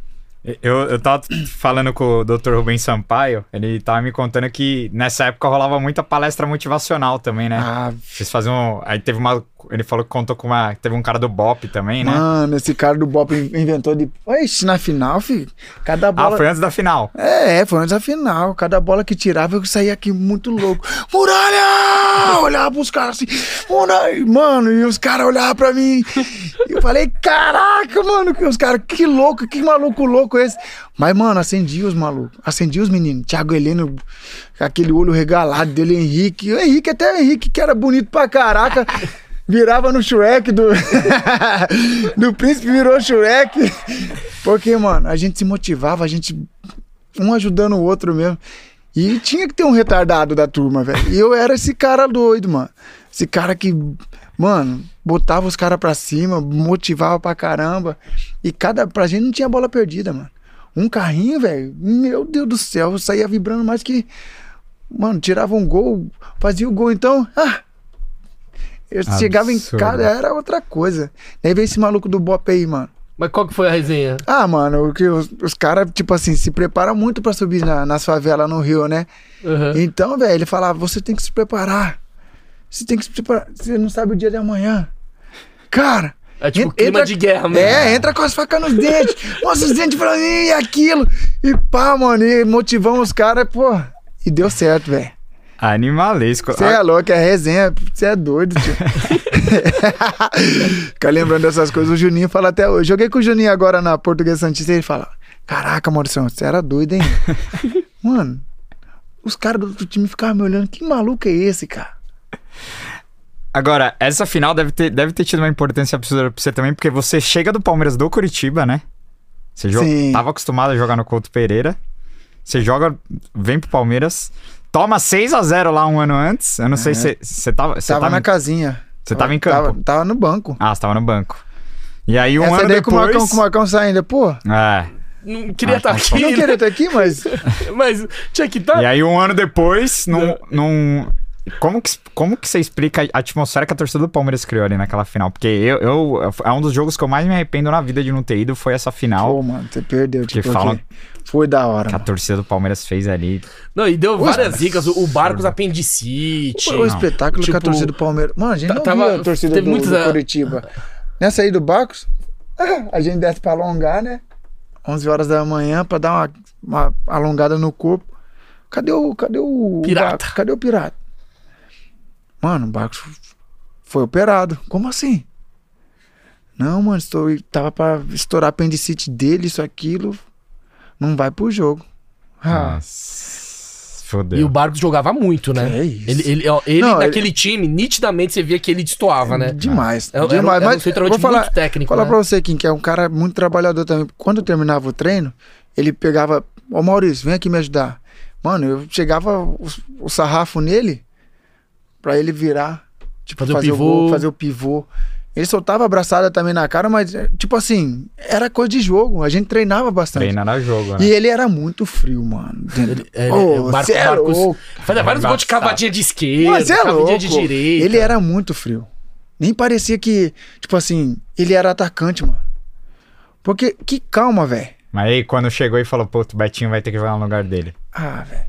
Eu, eu tava falando com o Dr. Rubens Sampaio, ele tava me contando que nessa época rolava muita palestra motivacional também, né?
Ah,
Vocês faziam. um, Aí teve uma. Ele falou que contou com uma. Teve um cara do Bop também, né?
mano, esse cara do Bop in- inventou de. Oxe, na final, filho, cada bola.
Ah, foi antes da final.
É, é, foi antes da final. Cada bola que tirava, eu saía aqui muito louco. Muralha! Olhava pros caras assim. Muralha! Mano, e os caras olhavam pra mim. E eu falei, caraca, mano. que Os caras, que louco, que maluco louco é esse. Mas, mano, acendia os malucos. Acendia os meninos. Thiago Heleno, com aquele olho regalado dele, Henrique. O Henrique, até o Henrique, que era bonito pra caraca. Virava no Shrek do. do príncipe virou Shrek. Porque, mano, a gente se motivava, a gente um ajudando o outro mesmo. E tinha que ter um retardado da turma, velho. E eu era esse cara doido, mano. Esse cara que, mano, botava os caras pra cima, motivava pra caramba. E cada. Pra gente não tinha bola perdida, mano. Um carrinho, velho, meu Deus do céu, eu saía vibrando mais que. Mano, tirava um gol, fazia o gol, então. Ah, eu
Absurdo.
chegava em casa, era outra coisa. Daí veio esse maluco do Bop aí, mano.
Mas qual que foi a resenha?
Ah, mano, o que os, os caras, tipo assim, se preparam muito pra subir na, nas favelas no Rio, né?
Uhum.
Então, velho, ele falava, você tem que se preparar. Você tem que se preparar. Você não sabe o dia de amanhã. Cara.
É tipo
en-
clima de guerra, mano.
É, entra com as facas nos dentes. mostra os dentes pra mim e aquilo. E pá, mano, e motivamos os caras, pô. E deu certo, velho.
Animalesco.
Você é louco, é resenha. Você é doido, tio. Fica lembrando dessas coisas. O Juninho fala até hoje. Joguei com o Juninho agora na Portuguesa Santista e ele fala: Caraca, Maurício, você era doido, hein? Mano, os caras do outro time ficavam me olhando. Que maluco é esse, cara?
Agora, essa final deve ter, deve ter tido uma importância absurda pra você também, porque você chega do Palmeiras do Curitiba, né? Você jo-
Sim.
tava acostumado a jogar no Couto Pereira. Você joga, vem pro Palmeiras, toma 6 a 0 lá um ano antes. Eu não sei se você tava. Você
É. tava,
tava,
na
em-
casinha.
você tava em campo.
Tava, tava no banco.
Ah, você tava no banco. E aí um
Essa
ano
daí com o
depois.
Marcão, com o Marcão saindo. Pô,
É.
Não queria
Ah,
estar
não
aqui,
não
né?
queria estar aqui, mas.
mas tinha que tá- estar.
E aí um ano depois, num. num- Como que, como que você explica a atmosfera que a torcida do Palmeiras criou ali naquela final? Porque eu, eu- É um dos jogos que eu mais me arrependo na vida de não ter ido, foi essa final.
Pô, mano, você perdeu,
Que
tipo, porque
fala-
Foi da hora.
que a
mano.
torcida do Palmeiras fez ali.
Não, e deu várias
cara,
dicas. O o Barcos apendicite.
Foi o espetáculo que a
Tipo,
torcida do Palmeiras. Mano, a gente
tá-
não
tava-
viu a torcida
teve
do,
muitos,
do
ah,
Curitiba. Nessa aí do Bacos, a gente desce pra alongar, né? 11 horas da manhã pra dar uma, uma alongada no corpo. Cadê o. Cadê o.
Pirata.
Bacos? Cadê o pirata? Mano, o Bacos foi operado. Como assim? Não, mano, estou, tava pra estourar apendicite dele, isso, aquilo. Não vai pro jogo. Ah,
Nossa. Fodeu.
E o Barcos jogava muito, né?
Que isso.
Ele, ele, ó, ele
Não,
naquele time, nitidamente você via que ele destoava, né?
Demais.
Era- era um-
demais.
era um
Mas
centroavante
vou falar,
muito técnico,
falar
né?
pra você, Kim, que é um cara muito trabalhador também. Quando eu terminava o treino, ele pegava. Ô Maurício, vem aqui me ajudar. Mano, eu chegava o, o sarrafo nele pra ele virar. Tipo,
Fazer o pivô.
gol, fazer o pivô. Ele soltava abraçada também na cara, mas, é, tipo assim, era coisa de jogo. A gente treinava bastante.
Treina na jogo, né?
E ele era muito frio, mano.
É,
Ô,
o Barcos,
cê é
Barcos
louco.
fazia vários gols de
Embaçado.
cavadinha de esquerda,
Mas é
cavadinha
louco.
de direita.
Ele é era muito frio. Nem parecia que, tipo assim, ele era atacante, mano. Porque, que calma, velho.
Mas aí quando chegou e falou, pô, o Betinho vai ter que jogar no lugar dele.
Ah, velho.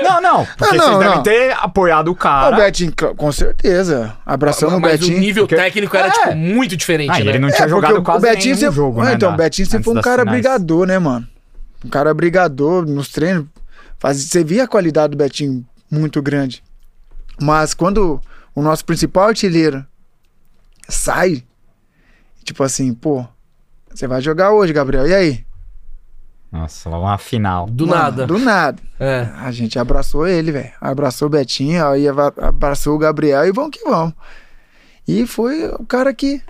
Não, não. Porque
Ah, não,
vocês devem
não.
ter apoiado o
O
cara.
Betinho, cl- com certeza. Abraçando o
Mas o
Betinho.
nível
porque-
técnico era,
É.
tipo, muito diferente,
Ah, e
né?
ele não tinha
É, porque
jogado quase nenhum
sempre-
jogo,
Ah,
né?
Então,
da-
o Betinho sempre
antes
foi um
das
cara
finais.
brigador, né, mano? Um cara brigador nos treinos. Faz... Você via a qualidade do Betinho muito grande. Mas quando o nosso principal artilheiro sai, tipo assim, pô, você vai jogar hoje, Gabriel, e aí?
Nossa, lá uma final.
Do
Mano,
nada.
Do nada.
É.
A gente abraçou ele, velho. Abraçou o Betinho, aí ava- abraçou o Gabriel e vamos que vamos. E foi o cara que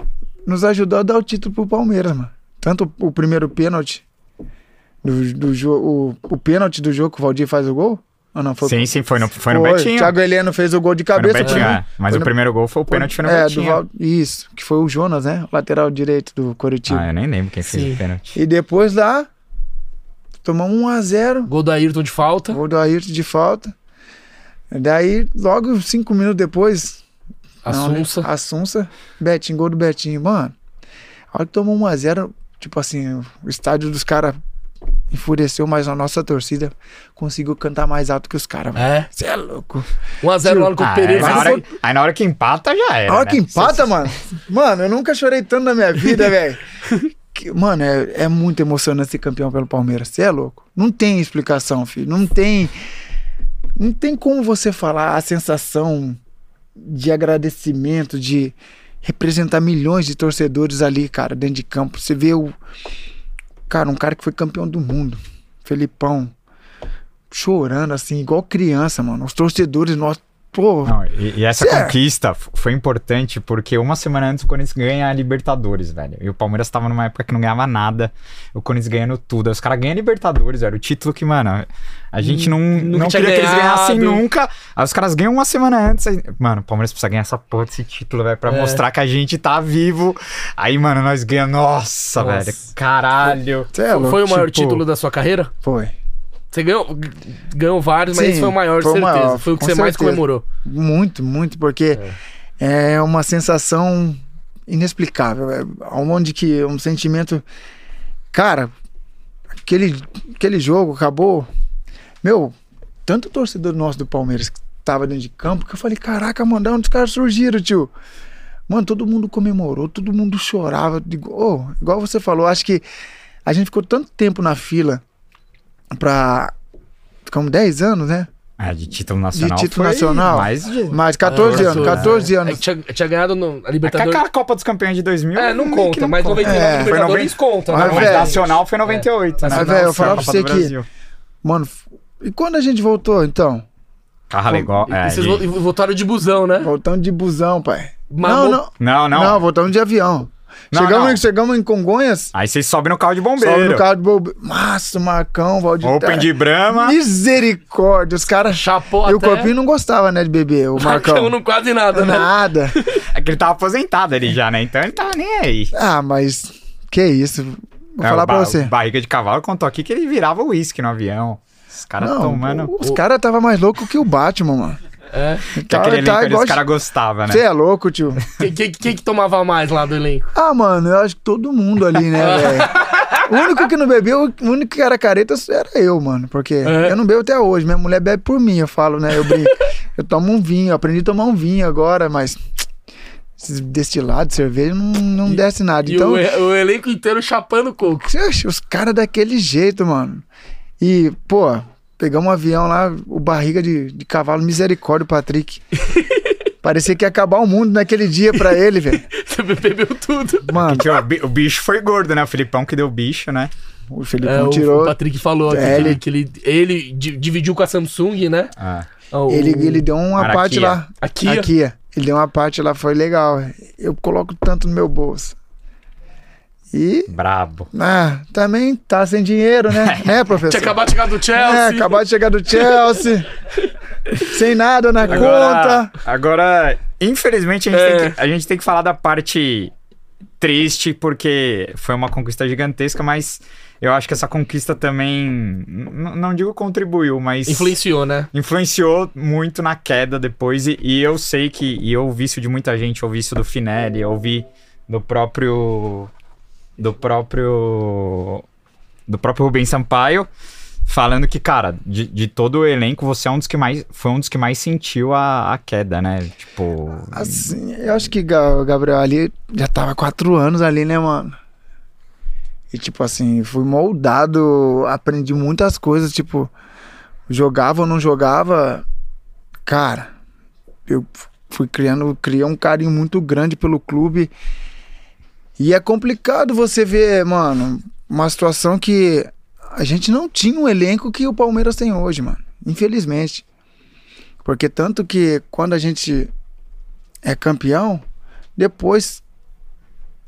nos ajudou a dar o título pro Palmeiras, mano. Tanto o primeiro pênalti do, do jogo, o, o pênalti do jogo que o Valdir faz o gol? Ou não foi?
sim, sim, foi no, foi no Betinho.
Thiago Heleno fez o gol de
Foi no
cabeça.
Betinho,
pra mim.
é. Mas
Foi
o
no-
primeiro gol foi o pênalti foi no
é,
Betinho.
do Val- Isso, que foi o Jonas, né? Lateral direito do Coritiba.
Ah, eu nem lembro quem fez
Sim.
o pênalti.
E depois lá, tomamos 1 a 0
Gol do Ayrton de falta.
Gol do Ayrton de falta. Daí, logo cinco minutos depois. não, né?
Assunça.
Assunça. Betinho, gol do Betinho. Mano, a hora que tomou 1x0, tipo assim, o estádio dos caras enfureceu, mas a nossa torcida conseguiu cantar mais alto que os caras. velho.
É.
Você é louco.
1x0 lá no
Ah, aí,
Pereira.
na
Mas
hora,
foi-
aí na hora que empata já era.
a hora que
né?
empata, mano. Mano, eu nunca chorei tanto na minha vida, velho. Que- Mano, é, é muito emocionante ser campeão pelo Palmeiras. Você é louco. Não tem explicação, filho. Não tem. Não tem como você falar a sensação de agradecimento, de representar milhões de torcedores ali, cara, dentro de campo. Você vê o. Cara, um cara que foi campeão do mundo, Felipão, chorando assim, igual criança, mano. Os torcedores, nós. Pô,
Não, e, e essa
Cê- é
conquista f- foi importante porque uma semana antes o Corinthians ganha a Libertadores, velho. E o Palmeiras tava numa época que não ganhava nada. O Corinthians ganhando tudo. Aí os caras ganham a Libertadores, era o título que, mano, a gente não,
nunca
não
tinha
queria que eles
ganhado.
ganhassem nunca. Aí os caras ganham uma semana antes. aí- mano, o Palmeiras precisa ganhar essa porra desse título, velho, pra
É.
mostrar que a gente tá vivo. Aí, mano, nós ganhamos. Nossa,
Nossa.
velho. Caralho.
você é louco.
Foi o maior
tipo-
título da sua carreira?
Foi.
Você ganhou, ganhou vários, mas
Sim,
esse foi o maior,
foi o
certeza.
maior,
foi o que
com
você mais
certeza.
comemorou.
Muito, muito, porque é, uma sensação inexplicável. É onde que é um sentimento. Cara, aquele, aquele jogo acabou. Meu, tanto torcedor nosso do Palmeiras que tava dentro de campo que eu falei: caraca, mano, da onde os caras surgiram, tio? Mano, todo mundo comemorou, todo mundo chorava. Digo, "Ô, igual você falou, acho que a gente ficou tanto tempo na fila pra. Ficamos 10 anos, né?
É, de título nacional.
título
foi
nacional.
Mais de.
Mais 14 anos, 14
né? É
anos.
que tinha, tinha ganhado no, a
É que
Libertadores.
aquela Copa dos Campeões de 2000.
É, não
meio que
conta, mas 99
É, foi
Libertadores conta.
Mas, é,
né?
Mas
velho, É.
nacional foi 98, né?
Mas, velho, eu falava pra
Copa
você
do
que-
Brasil.
Mano, f- e quando a gente voltou, então?
Carro legal.
E- e
É,
vocês
e-
vo- e voltaram de busão, né?
Voltamos de busão, pai.
Mas
não,
vol-
não,
Não,
não,
não.
voltamos de avião.
Não,
chegamos,
não.
chegamos em Congonhas,
Aí vocês sobem no carro de
sobe
bombeiro.
no carro de bombeiro. Massa, Marcão, Valdir. É,
Open de é. Brahma.
Misericórdia, os caras...
Chapou
E o
até.
Copinho não gostava, né, de beber, o Marcão.
não quase nada, né?
Nada.
É que ele tava aposentado ali já, né? Então ele tava nem aí.
Ah, mas que isso. Vou
É,
falar
o ba-
pra você.
Barriga de cavalo contou aqui que ele virava uísque no avião. Os caras
Não,
tomando.
os caras estavam mais loucos que o Batman, mano.
É.
Que
Tá-
aquele
tá
elenco ali
igual-
os caras gostavam, né?
Você é louco, tio.
Quem, quem- quem que tomava mais lá do elenco?
Ah, mano, eu acho que todo mundo ali, né, velho? O único que não bebeu, o único que era careta era eu, mano. Porque
É.
eu não bebo até hoje. Minha mulher bebe por mim, eu falo, né? Eu brinco. eu tomo um vinho, eu aprendi a tomar um vinho agora, mas. Esses destilados, cerveja, não, não desce nada.
E
Então,
o, e- o elenco inteiro chapando coco.
Oxe, os caras daquele jeito, mano. E, pô, pegamos um avião lá, o barriga de, de cavalo, misericórdia, o Patrick. Parecia que ia acabar o mundo naquele dia pra ele, velho.
Você bebeu tudo.
Mano,
Que, ó, o bi- o bicho foi gordo, né? O Filipão que deu o bicho, né?
o
É,
Felipão
o,
tirou.
o Patrick falou aqui
É,
que,
ele-
que ele, ele di- dividiu com a Samsung, né?
Ah.
Ah, o-
Ele, ele deu uma
Araquia.
parte lá.
Aqui, ó.
Aqui, ó. Ele deu uma parte lá, foi legal. Eu coloco tanto no meu bolso. E.
Brabo.
Ah, também tá sem dinheiro, né? né, professor?
Tinha acabado de chegar do Chelsea.
É, acabado de chegar do Chelsea. sem nada na
Agora,
conta.
agora, infelizmente, a gente,
É.
tem que, a gente tem que falar da parte triste, porque foi uma conquista gigantesca, mas eu acho que essa conquista também, n- n- não digo contribuiu, mas
Influenciou, né?
influenciou muito na queda depois. E, e eu sei que, e eu ouvi isso de muita gente, eu ouvi isso do Finelli, eu ouvi do próprio. do próprio. do próprio Rubens Sampaio. Falando que, cara, de, de todo o elenco, você é um dos que mais. Foi um dos que mais sentiu a, a queda, né? Tipo.
Assim, eu acho que Ga- o Gabriel ali já tava quatro anos ali, né, mano? E tipo assim, fui moldado, aprendi muitas coisas, tipo, jogava ou não jogava, cara, eu fui criando, criei um carinho muito grande pelo clube. E é complicado você ver, mano, uma situação que a gente não tinha um elenco que o Palmeiras tem hoje, mano. Infelizmente. Porque tanto que quando a gente é campeão, depois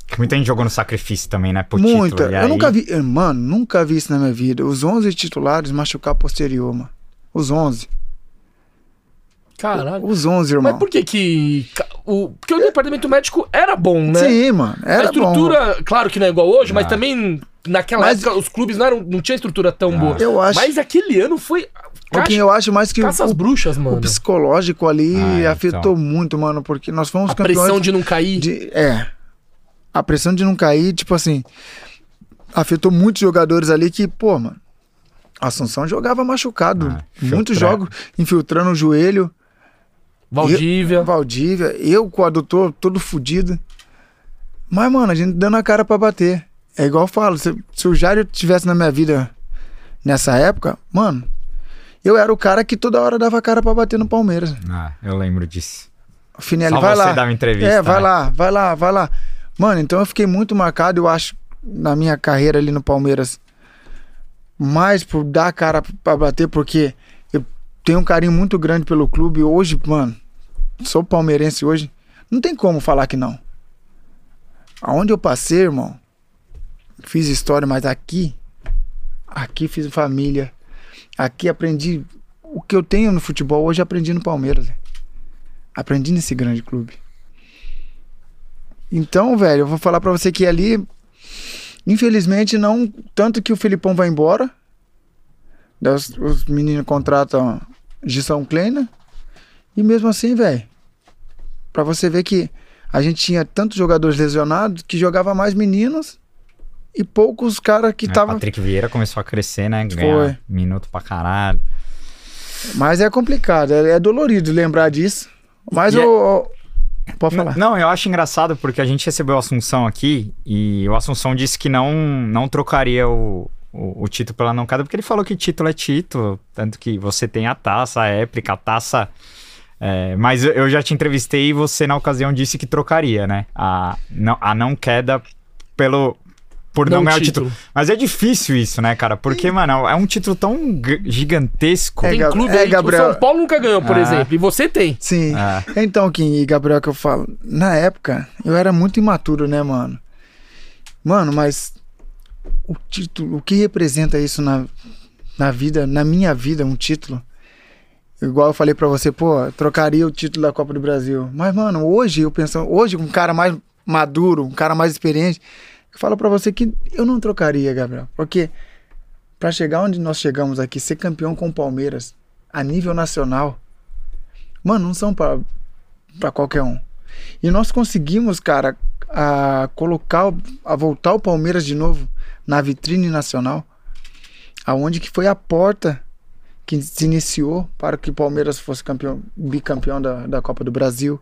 Que Muita gente jogou no sacrifício também, né? Por
muita.
título. e
Eu
aí-
nunca vi, eh, mano, nunca vi isso na minha vida. Os 11 titulares machucar posterior, mano. Os 11.
Caralho.
Os 11, irmão.
Mas por que que. ca- O, porque o departamento médico era bom, né?
É. Sim, mano. Era
a estrutura, claro que não é igual hoje, mas
Não.
também naquela
Mas-
época os clubes não, eram, não tinha estrutura tão
Não.
boa.
bom. Eu acho.
Mas aquele ano foi.
o que
Caça,
eu acho mais que o,
caça às bruxas,
o
mano.
psicológico ali
Ah, então.
afetou muito, mano, porque nós fomos
A
campeões.
pressão de não cair.
de- é. A pressão de não cair, tipo assim, afetou muitos jogadores ali que, pô, mano, Assunção jogava machucado.
Ah, filtra-
muitos jogos infiltrando o joelho.
Valdívia.
Valdívia, eu com o adutor todo fudido. Mas, mano, a gente dando a cara pra bater. É igual eu falo, se, se o Jairo tivesse na minha vida nessa época, mano, eu era o cara que toda hora dava a cara pra bater no Palmeiras.
Ah, eu lembro disso.
O Finelli,
Só
vai
você
lá.
dava entrevista,
é, vai
né?
lá, vai lá, vai lá. Mano, então eu fiquei muito marcado, eu acho, na minha carreira ali no Palmeiras, mais por dar a cara pra bater, porque eu tenho um carinho muito grande pelo clube. Hoje, mano, sou palmeirense hoje, não tem como falar que não. Aonde eu passei, irmão, fiz história, mas aqui, aqui fiz família, aqui aprendi o que eu tenho no futebol hoje, aprendi no Palmeiras. velho. Aprendi nesse grande clube. Então, velho, eu vou falar pra você que ali, infelizmente, não. Tanto que o Filipão vai embora. daí Os, os meninos contratam Gissão Kleina. E mesmo assim, velho. Pra você ver que a gente tinha tantos jogadores lesionados que jogava mais meninos e poucos caras que
É,
estavam.
Patrick Vieira começou a crescer, né? Ganhar minuto pra caralho.
Mas é complicado, é, é dolorido lembrar disso. Mas
E é-
eu. Pode falar.
Não, eu acho engraçado porque a gente recebeu o Assunção aqui e o Assunção disse que não, não trocaria o, o, o título pela não queda, porque ele falou que título é título, tanto que você tem a taça, a épica, a taça. é, mas eu- eu já te entrevistei e você, na ocasião, disse que trocaria, né? A não, a não queda pelo. Por não,
Não
ganhar
título.
o título. Mas é difícil isso, né, cara? Porque, mano, é um título tão g- gigantesco.
É,
Tem
Gab-
clube
é,
aí que o
Gabriel.
São Paulo nunca ganhou, por
Ah.
exemplo. E você tem.
Sim.
Ah,
Então, Kim e Gabriel, que eu falo, na época eu era muito imaturo, né, mano? Mano, mas o título, o que representa isso na, na vida, na minha vida, um título? Igual eu falei pra você, pô, eu trocaria o título da Copa do Brasil. Mas, mano, hoje eu penso, hoje um cara mais maduro, um cara mais experiente, eu falo pra você que eu não trocaria, Gabriel, porque pra chegar onde nós chegamos aqui, ser campeão com o Palmeiras a nível nacional, mano, não são pra, pra qualquer um. E nós conseguimos, cara, a colocar, o- a voltar o Palmeiras de novo na vitrine nacional, aonde que foi a porta que se iniciou para que o Palmeiras fosse campeão, bicampeão da, da Copa do Brasil.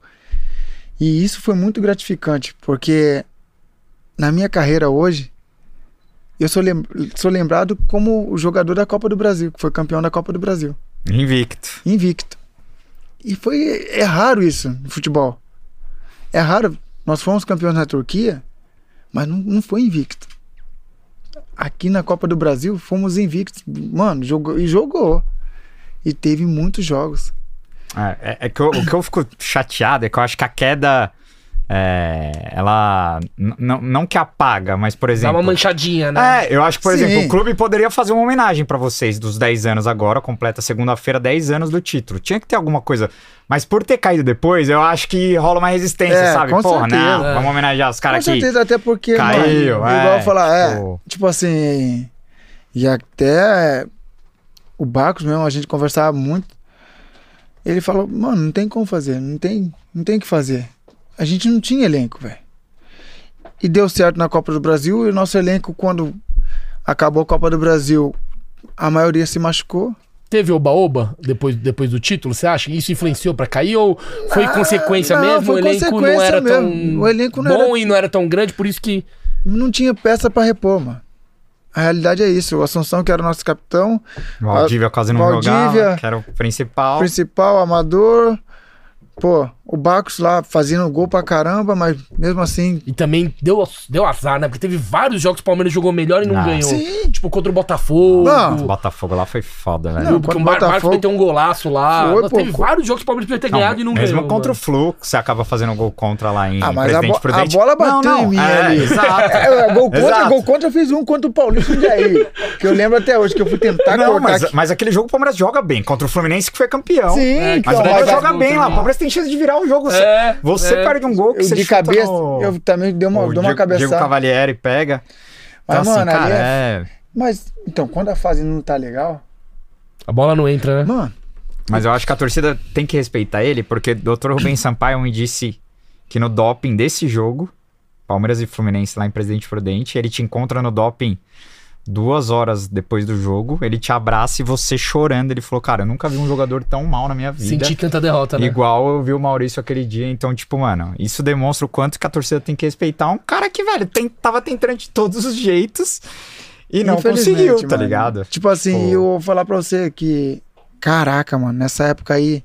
E isso foi muito gratificante, porque na minha carreira hoje, eu sou, lem- sou lembrado como o jogador da Copa do Brasil, que foi campeão da Copa do Brasil
invicto.
invicto. E foi é raro isso no futebol. É raro. Nós fomos campeões na Turquia, mas não, não foi invicto. Aqui na Copa do Brasil fomos invictos. Mano, jogou e jogou. E teve muitos jogos.
É, é- é que eu- o que eu fico chateado é que eu acho que a queda. é, ela. n- não- Não que apaga, mas, por
Dá
exemplo.
uma manchadinha, né?
É, eu acho que, por
Sim.
exemplo, o clube poderia fazer uma homenagem pra vocês dos 10 anos agora, completa segunda-feira, 10 anos do título. Tinha que ter alguma coisa. Mas por ter caído depois, eu acho que rola uma resistência,
É,
sabe?
com
Porra,
certeza. É.
não, vamos homenagear os
Com
caras aqui.
certeza, até porque.
Caiu,
mano,
é,
Igual falar,
tipo-
é. Tipo assim. E até o Barcos mesmo, a gente conversava muito. Ele falou, mano, não tem como fazer, não tem, não tem o que fazer. A gente não tinha elenco, velho. E deu certo na Copa do Brasil, e o nosso elenco, quando acabou a Copa do Brasil, a maioria se machucou.
Teve oba-oba depois, depois do título, você acha? Isso influenciou pra cair ou foi
Ah,
consequência
não,
mesmo?
foi
o elenco não
consequência
era tão
mesmo. O elenco não
bom e não era tão grande, por isso que...
Não tinha peça pra repor, mano. A realidade é isso. O Assunção, que era o nosso capitão,
Valdívia quase não
Valdívia.
jogava, que era o principal.
principal, amador. Pô, O Barcos lá fazendo gol pra caramba, mas mesmo assim.
E também deu, deu azar, né? Porque teve vários jogos que o Palmeiras jogou melhor e não
Ah,
ganhou.
Sim.
Tipo, contra o Botafogo.
O
Não.
Botafogo lá foi foda, velho.
Não,
porque
contra
o
o
Bar Marcos
Botafogo-
meteu um golaço lá.
Foi,
Nós
pô,
teve
foi.
vários jogos que o Palmeiras podia ter ganhado e não
mesmo
ganhou.
contra o
né?
Flu, que você acaba fazendo gol contra lá em
Ah, mas a,
Presidente
bo- a
Prudente.
bola bateu
Não, não,
em mim
é,
ali.
Exato.
É, gol contra,
Exato.
gol contra, eu fiz um contra o Paulista de aí. Que eu lembro até hoje, que eu fui tentar
Não,
cortar
mas,
aqui.
mas aquele jogo o Palmeiras joga bem. Contra o Fluminense que foi campeão.
Sim,
É, que
Mas o
então,
Não,
Palmeiras
mas-
joga bem lá.
Não.
O Palmeiras tem chance de virar o jogo. Você,
É,
você
é.
perde um gol que
eu,
você
de
chuta
cabeça,
no-
eu também dei uma,
o
dei uma
Diego- Diego
cabeçada.
Cavalieri pega.
Mas,
Então, assim,
mano, ali
cara,
é-
é...
Mas, então, quando a fase não tá legal,
A bola não entra, né?
mano,
Mas eu acho que a torcida tem que respeitar ele, porque o Dr. Rubens Sampaio me disse que no doping desse jogo, Palmeiras e Fluminense lá em Presidente Prudente, ele te encontra no doping duas horas depois do jogo, ele te abraça e você chorando. Ele falou, cara, eu nunca vi um jogador tão mal na minha vida.
Sentir tanta derrota, né?
Igual eu vi o Maurício aquele dia, então, tipo, mano, isso demonstra o quanto que a torcida tem que respeitar um cara que, velho, tem- tava tentando de todos os jeitos e não
infelizmente,
conseguiu, tá
mano.
ligado?
Tipo assim,
Tipo-
eu vou falar pra você que, caraca, mano, nessa época aí,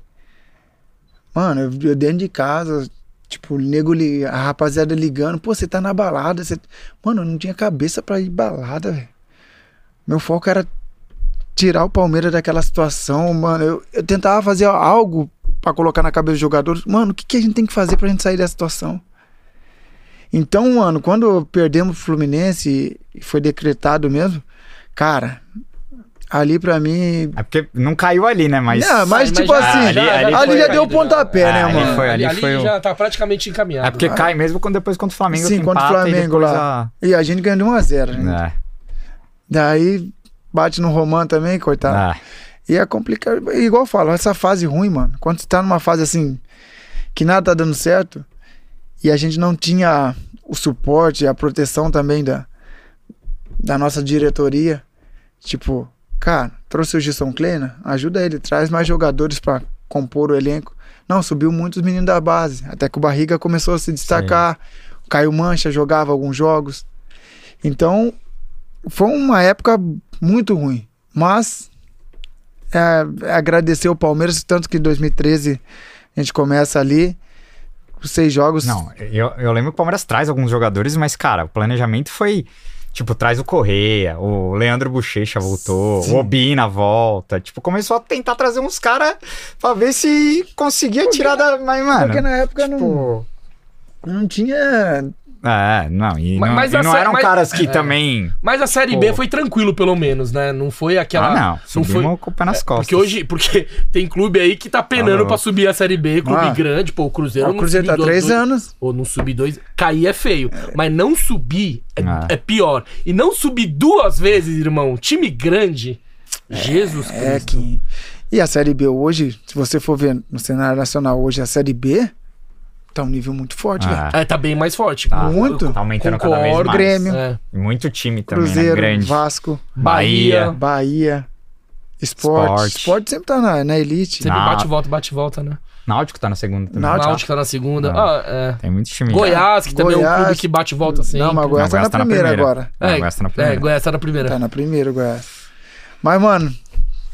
mano, eu, eu dentro de casa, tipo, o nego, li- a rapaziada ligando, pô, você tá na balada, você... Mano, eu não tinha cabeça pra ir balada, velho. Meu foco era tirar o Palmeiras daquela situação, mano. Eu, eu tentava fazer algo pra colocar na cabeça dos jogadores. Mano, o que, que a gente tem que fazer pra gente sair dessa situação? Então, mano, quando perdemos o Fluminense e foi decretado mesmo, cara, ali pra mim.
É porque não caiu ali, né? Mas.
Não, mas
Mas
tipo
já-
assim,
ali-
ali,
ali
foi
já deu o
caído, né?
pontapé, né,
Ah, ali
mano?
foi- o-
já tá praticamente encaminhado. né?
É porque cai mesmo quando depois contra o Flamengo
Ah. Sim,
que
contra o
empata e
Flamengo
depois
lá. E a gente ganhou de 1x0.
a-
Né?
É,
Daí bate no Romano também, coitado.
é.
E é complicado. É Igual eu falo, essa fase ruim, mano. Quando você tá numa fase assim, que nada tá dando certo, e a gente não tinha o suporte, a proteção também da, da nossa diretoria. Tipo, cara, trouxe o Gilson Kleina, ajuda ele, traz mais jogadores pra compor o elenco. Não, subiu muitos meninos da base. Até que o Barriga começou a se destacar. O Caio Mancha jogava alguns jogos. Então, foi uma época muito ruim. Mas é, agradecer o Palmeiras, tanto que em 2013 a gente começa ali, os seis jogos.
Não, eu, eu lembro que o Palmeiras traz alguns jogadores, mas, cara, o planejamento foi. Tipo, traz o Correia, o Leandro Bochecha voltou, o Obina volta. Tipo, começou a tentar trazer uns caras pra ver se conseguia tirar da. Mas, mano.
porque na época não,
tipo,
não tinha.
É, não, e
Mas-
não,
mas
e
a
não
sé-
eram
mas-
caras que
é.
também.
Mas a Série
Pô.
B foi tranquilo, pelo menos, né? Não foi aquela.
ah, não,
Não
subimos
foi. é,
com o pé nas costas.
Porque hoje, porque tem clube aí que tá penando
louco.
pra subir a Série B, clube
Ah.
grande, pô, o Cruzeiro
O
não
Cruzeiro
subiu
tá
dois-
três
dois-
anos.
Ou não subir dois, cair é feio. Mas não subir é,
Ah.
é pior. E não subir duas vezes, irmão, time grande. Jesus
É
Cristo.
que. E a Série B hoje, se você for ver no cenário nacional hoje, a Série B tá um nível muito forte, velho.
Ah,
É, tá bem mais forte.
Tá.
Muito.
tá aumentando cada vez
Concordo,
mais.
Grêmio.
É.
Muito time também, né?
Cruzeiro,
Grande.
Vasco,
Bahia.
Bahia.
Bahia, Esporte.
Esporte.
Esporte, sempre tá na, na elite.
Sempre
Ná-
bate e volta, bate e volta, né?
Náutico tá na segunda também.
Náutico.
Náutico tá na segunda.
Não.
Ah, é.
Tem muito time.
Goiás, que também é um
Goiás.
clube que bate e volta assim.
Não, mas Goiás
Não,
tá na primeira agora.
Não, Goiás tá na primeira.
É, Goiás tá na primeira.
Tá na primeira, Goiás. Mas, mano,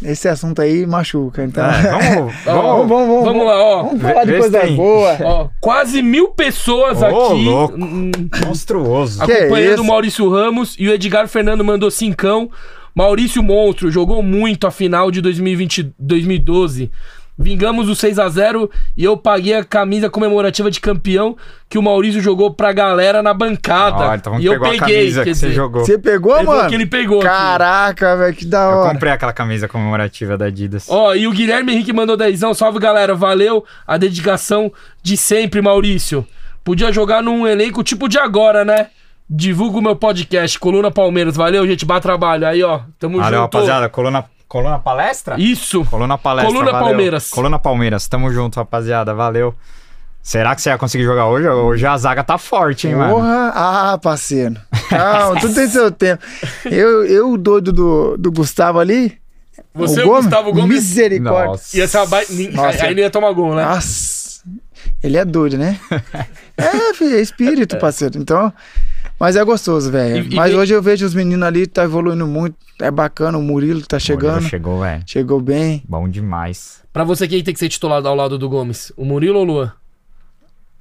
esse assunto aí machuca,
tá
então.
É, vamos, vamos.
vamos, vamos,
Vamos lá, ó.
Vamos falar de
Vê se
coisa
tem.
boa.
Ó, quase mil pessoas
Ô,
aqui
louco.
hum,
Monstruoso.
Que
acompanhando
isso?
o Maurício Ramos e o Edgar Fernando mandou cincão. Maurício Monstro jogou muito a final de 2020, 2012. Vingamos o 6 a 0 e eu paguei a camisa comemorativa de campeão que o Maurício jogou pra galera na bancada.
Ó, então
tá. e eu
pegou
peguei,
a camisa
quer
que você
dizer,
jogou.
Você pegou,
Pegou
mano?
que ele pegou aqui.
Caraca, velho, que da
Eu
hora.
comprei aquela camisa comemorativa da Adidas.
Ó, e o Guilherme Henrique mandou dezão. Salve, galera. Valeu a dedicação de sempre, Maurício. Podia jogar num elenco tipo de agora, né? Divulga o meu podcast, Coluna Palmeiras. Valeu, gente. Bá trabalho. Aí, ó. Tamo
Valeu,
junto.
rapaziada. Coluna, coluna palestra?
Isso.
Coluna palestra.
Coluna
valeu.
Palmeiras.
Coluna Palmeiras. Tamo junto, rapaziada. Valeu. Será que você ia conseguir jogar hoje? Hoje a zaga tá forte, hein, mano?
Porra, ah, parceiro. Calma, tudo tem seu tempo. Eu, eu o doido do, do Gustavo ali.
Você, é
o Gomes,
Gustavo Gomes.
Misericórdia.
Nossa.
Ia ser uma ba... nin-
Nossa. Ah.
Aí ele ia tomar gol, né?
Nossa. Ele é doido, né? é, filho, é espírito, parceiro. Então. Mas é gostoso, velho.
E- e
Mas
vem-
hoje eu vejo os meninos ali, tá evoluindo muito. É bacana, o Murilo tá chegando.
Chegou, velho.
Chegou bem.
Bom demais.
Pra você, quem tem que ser titular ao lado do Gomes? O Murilo ou o Luan?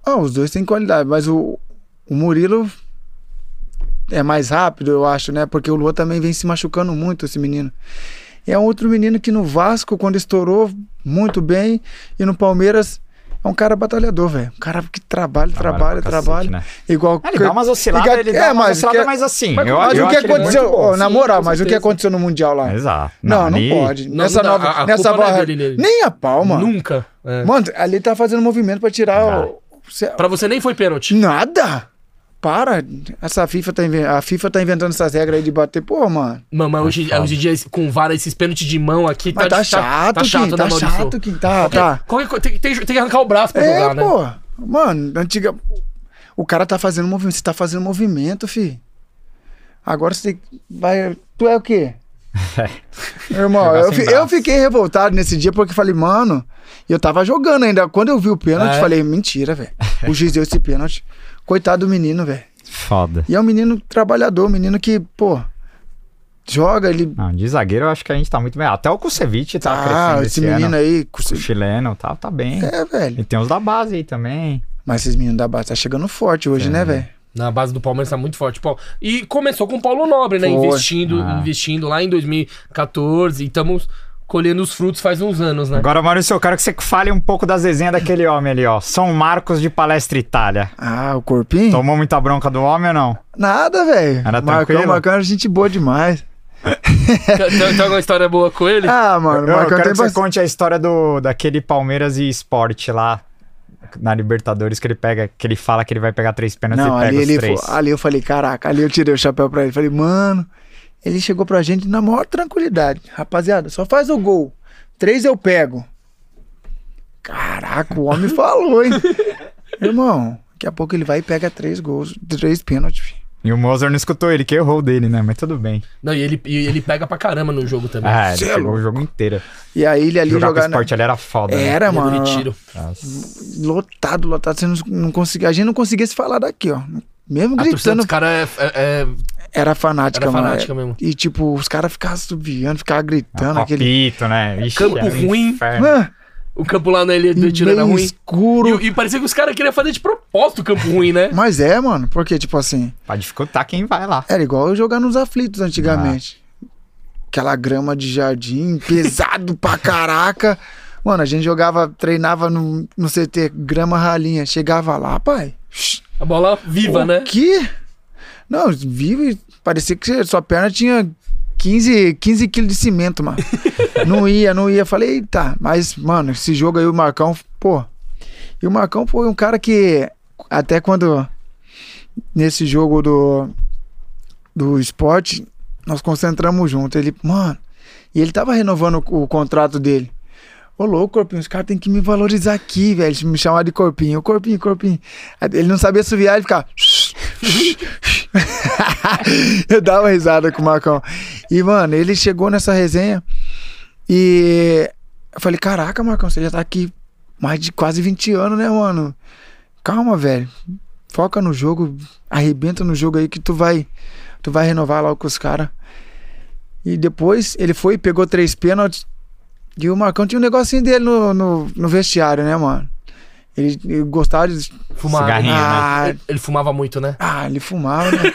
Ah, os dois têm qualidade, mas o, o Murilo é mais rápido, eu acho, né? Porque o Luan também vem se machucando muito, esse menino. E é um outro menino que no Vasco, quando estourou, muito bem. E no Palmeiras, é um cara batalhador, velho. Um cara que trabalha, trabalha, trabalha.
Trabalha pra cacete, né?
Igual
Ah, ele dá umas osciladas,
Igual-
ele
é,
dá umas
mas
osciladas,
que-
mas assim.
mas
eu,
como-
Mas
eu
eu
o que
acho ele muito
aconteceu,
bom.
ó, na
Sim,
moral,
com
mas o que
certeza.
aconteceu no Mundial lá?
Exato.
Não,
ali-
não pode.
Não,
nessa
não,
nova,
a- a
nessa
culpa não é
barra,
dele, ele-
nem a palma.
Nunca. É.
Mano, ali tá fazendo movimento pra tirar o- cê-
Pra você nem foi
Hum.
pênalti.
nada. Para, essa FIFA tá inven- a FIFA tá inventando essas regras aí de bater, pô, mano.
Mano, mas hoje, hoje em dia, esse- com vara, esses pênaltis de mão aqui,
Tá Mas tá, chato,
tá chato,
Kim,
né,
tá
Maurício?
chato, Kim, tá,
Qualquer-
tá.
qualquer coisa- tem, tem- tem que arrancar o braço pra
É,
jogar, né?
pô. Mano, antiga o cara tá fazendo movimento, você tá fazendo movimento, fi. Agora você vai, tu é o quê? Irmão,
Jogar
eu,
sem
fi- eu
braço.
fiquei revoltado nesse dia porque falei, mano, eu tava jogando ainda. Quando eu vi o pênalti,
É.
falei, mentira, velho. O juiz deu esse pênalti. Coitado do menino, velho.
Foda.
E é um menino trabalhador, um menino que, pô, joga, ele.
Não, de zagueiro eu acho que a gente tá muito bem. Até o Kusevich tá
Tá,
crescendo
esse
esse,
menino
ano.
aí.
O chileno tá, tá bem.
É, velho.
E tem uns da base aí também.
Mas esses meninos da base tá chegando forte hoje,
É.
né, velho?
Na base do Palmeiras tá muito forte. Pau- E começou com o Paulo Nobre, né?
Foi.
Investindo,
Ah.
investindo lá em 2014. E estamos colhendo os frutos faz uns anos, né?
Agora, Maurício, eu quero que você fale um pouco das resenhas daquele homem ali, ó. São Marcos de Palestra Itália.
Ah, o corpinho?
Tomou muita bronca do homem ou não?
Nada, velho.
Era
Marcão,
tranquilo?
Marcão era gente boa demais.
tem, tem tem alguma história boa com ele?
Ah,
eu,
mano,
eu
Marcão
quero
tem
que você
bastante.
conte a história do, daquele Palmeiras e Esporte lá na Libertadores que ele pega, que ele fala que ele vai pegar três pênaltis
Não,
e pega
ali,
os
ele,
três.
fo- ali eu falei, caraca, ali eu tirei o chapéu pra ele. Falei, mano, ele chegou pra gente na maior tranquilidade. Rapaziada, só faz o gol. Três eu pego. Caraca, o homem falou, hein? Irmão, daqui a pouco ele vai e pega três gols, três pênaltis. filho.
E o Mozart não escutou ele, que errou o dele, né? Mas tudo bem.
Não, e ele, e ele pega pra caramba no jogo também.
Ah, ele
Cê é
pegou
louco.
o jogo inteiro.
E aí ele ali
Jogar com
jogar. na-
esporte ali era foda. né?
Era,
Ele é
mano.
Retiro.
Nossa.
Lotado, lotado. Você não, não conseguia, a gente não conseguia se falar daqui, ó. Mesmo
A torcida
gritando,
dos caras é, é- é-
era fanática,
era
mano.
fanática mesmo.
E tipo, os caras ficavam subiando, ficavam gritando, aquele.
Apito, né? Ixi,
Campo
era um
ruim.
inferno.
Ah,
O campo lá na Ilha do Retiro era
meio
ruim.
escuro.
E, e parecia que os caras queriam fazer de propósito o campo ruim, né?
Mas é, mano, porque, tipo assim,
Pra dificultar quem vai lá.
era igual eu jogar nos aflitos antigamente. Aquela grama de jardim, pesado pra caraca. Mano, a gente jogava, treinava no, no CT, grama ralinha. Chegava lá, pai.
A bola viva,
o
né?
quê? Não, vive. Parecia que sua perna tinha 15, 15 quilos de cimento, mano. não ia, não ia. Falei, eita, mas, mano, esse jogo aí, o Marcão, pô. E o Marcão foi um cara que, até quando. Nesse jogo do. Do esporte, nós concentramos junto. Ele, mano. E ele tava renovando o, o contrato dele. Ô, louco, Corpinho, os caras têm que me valorizar aqui, velho. Me chamar de Corpinho. Ô, Corpinho, Corpinho. Aí Ele não sabia suviar, ele ficava... eu dava risada com o Marcão. E, mano, ele chegou nessa resenha e... Eu falei, caraca, Marcão, você já tá aqui mais de quase 20 anos, né, mano? Calma, velho. Foca no jogo, arrebenta no jogo aí que tu vai... Tu vai renovar logo com os caras. E depois ele foi e pegou três pênaltis. E o Marcão tinha um negocinho dele no, no, no vestiário, né, mano? Ele, ele gostava de.
Fumava.
Cigarrinho, né?
Ah,
Ah,
ele- Ele fumava muito, né?
ah, ele fumava, né?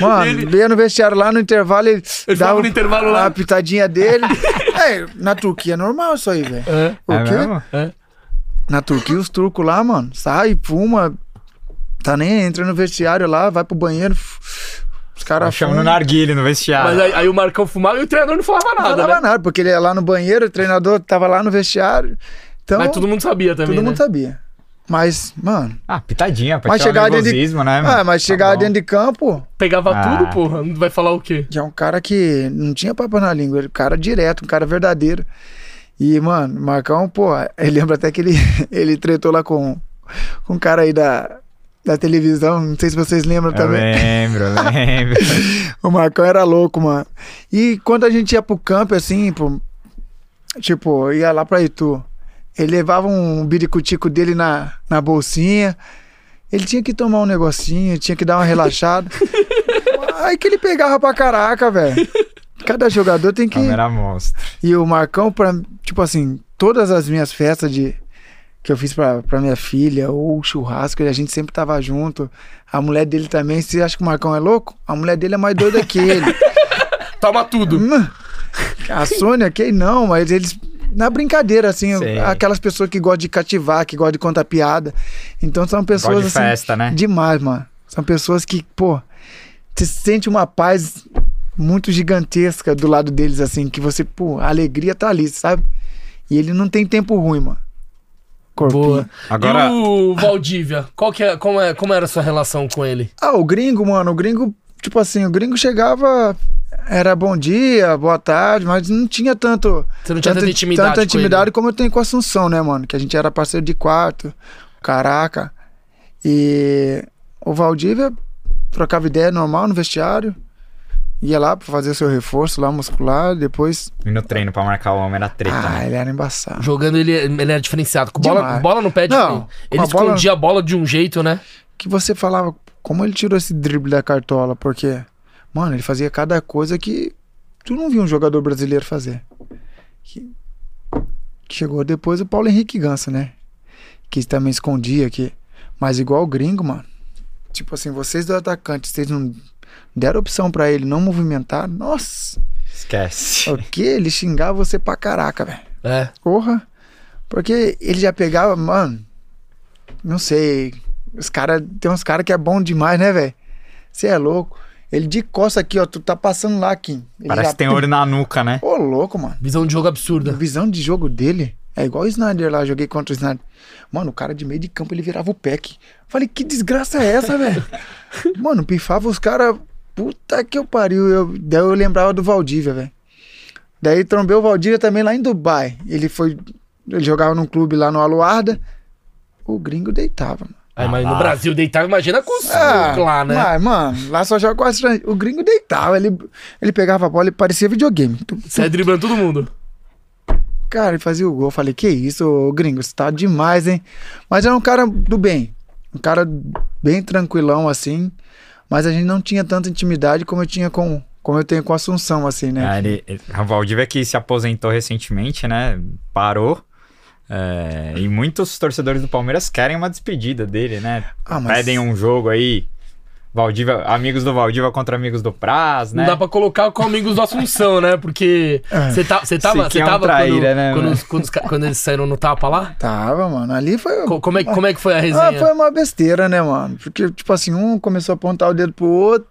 Mano, ele... ia no vestiário lá no intervalo, ele,
Ele fumava no intervalo lá.
a pitadinha dele. é, na Turquia é normal isso aí, velho.
É.
O
é
quê?
mesmo?
Na Turquia, os turcos lá, mano, sai, fuma, tá nem entra no vestiário lá, vai pro banheiro, f- os
Tá
caras
chamando narguile no vestiário.
Mas aí, aí o Marcão fumava e o treinador não falava
Não
nada,
dava
né?
nada, porque ele ia lá no banheiro, o treinador tava lá no vestiário. Então,
Mas todo mundo sabia
todo
também, né?
mundo sabia. Mas, mano.
Ah, pitadinha, pra
Mas
tirar
chegar
o
dentro de-
nervosismo, né?
ah, mas
Tá
chegava
bom.
dentro de campo,
Pegava
Ah.
tudo, porra. Não vai falar o quê?
já é um cara que não tinha papo na língua, ele um cara direto, um cara verdadeiro. E, mano, o Marcão, pô, eu lembro até que ele, ele tretou lá com, com um cara aí da, da televisão, não sei se vocês lembram
Eu
também.
lembro, eu lembro.
O Marcão era louco, mano. E quando a gente ia pro campo, assim, pro- tipo, ia lá pra Itu, ele levava um biricutico dele na, na bolsinha. Ele tinha que tomar um negocinho, tinha que dar uma relaxada. Aí que ele pegava pra caraca, velho. Cada jogador tem que.
Câmera monstro.
E o Marcão, pra, tipo assim, todas as minhas festas de, que eu fiz pra, pra minha filha, ou o churrasco, e a gente sempre tava junto. A mulher dele também, você acha que o Marcão é louco? A mulher dele é mais doida que ele.
Toma tudo.
Hum, a Sônia, quem não, mas eles. Na brincadeira, assim,
Sei.
aquelas pessoas que gostam de cativar, que gostam de contar piada. Então são pessoas.
de
assim,
festa, né?
Demais, mano. São pessoas que, pô, você sente uma paz muito gigantesca do lado deles, assim, que você, pô, a alegria tá ali, sabe? E ele não tem tempo ruim, mano. Corpinho.
Boa.
Agora-
E o Valdívia? Qual que é, como, é, como era a sua relação com ele?
Ah, o gringo, mano, o gringo, tipo assim, o gringo chegava, era bom dia, boa tarde, mas não tinha tanto.
Você não tinha tanta intimidade
Tanta
com né?
intimidade como eu tenho com a Assunção, né, mano? Que a gente era parceiro de quarto. Caraca. E o Valdívia trocava ideia normal no vestiário. Ia lá pra fazer o seu reforço lá muscular, depois.
E no treino pra marcar o homem era treta,
ah,
né?
ele era embaçado.
Jogando ele, ele era diferenciado. Com bola,
Demais.
bola no pé, de-
Não,
ele
com a bola-
escondia a bola de um jeito, né?
Que você falava, como ele tirou esse drible da cartola? Porque, mano, ele fazia cada coisa que tu não via um jogador brasileiro fazer. Que que chegou depois o Paulo Henrique Ganso, né? Que também escondia que. Mas igual o gringo, mano. Tipo assim, vocês do atacante, vocês não deram opção pra ele não movimentar. Nossa!
Esquece.
O que? Ele xingava você pra caraca, velho.
É.
Porra. Porque ele já pegava, mano. Não sei. Os cara, tem uns caras que é bom demais, né, velho? Você é louco. Ele de costa aqui, ó. Tu tá passando lá, Kim. Ele
Parece
já-
que tem olho na nuca, né?
Ô, louco, mano.
Visão de jogo
A
absurda.
visão de jogo dele é igual o Snyder lá, joguei contra o Snyder. Mano, o cara de meio de campo, ele virava o pack. Falei, que desgraça é essa, velho? Mano, pifava os caras. Puta que eu pariu. Eu, daí eu lembrava do Valdívia, velho. Daí trombei o Valdívia também lá em Dubai. Ele foi. Ele jogava num clube lá no Aluarda. O gringo deitava, mano.
Aí, mas no
lá.
Brasil deitar, imagina com o lá, né?
Ah. É, Mas, mano, lá só joga com as tran- O gringo deitava. Ele, ele pegava a bola e parecia videogame. Tu-
Você é driblando todo mundo.
Cara, ele fazia o gol. Eu falei, que isso, ô, gringo, você tá demais, hein? Mas era um cara do bem. Um cara bem tranquilão, assim. Mas a gente não tinha tanta intimidade como eu tinha com. Como eu tenho com a Assunção, assim, né?
Ah, ele, ele- a Valdívia que se aposentou recentemente, né? Parou. É, e muitos torcedores do Palmeiras querem uma despedida dele, né?
Ah, mas-
Pedem um jogo aí. Valdívia, amigos do Valdívia contra amigos do Praz, né?
Não dá pra colocar com amigos do Assunção, né? Porque você tá, você tava,
Esse
você
aqui é um
tava
traíra,
quando,
né,
quando,
mano?
os- quando os ca- quando eles saíram no tapa lá?
Tava, mano. Ali foi.
Co- Como é, que- como é que foi a resenha?
Ah, foi uma besteira, né, mano? Porque, tipo assim, um começou a apontar o dedo pro outro,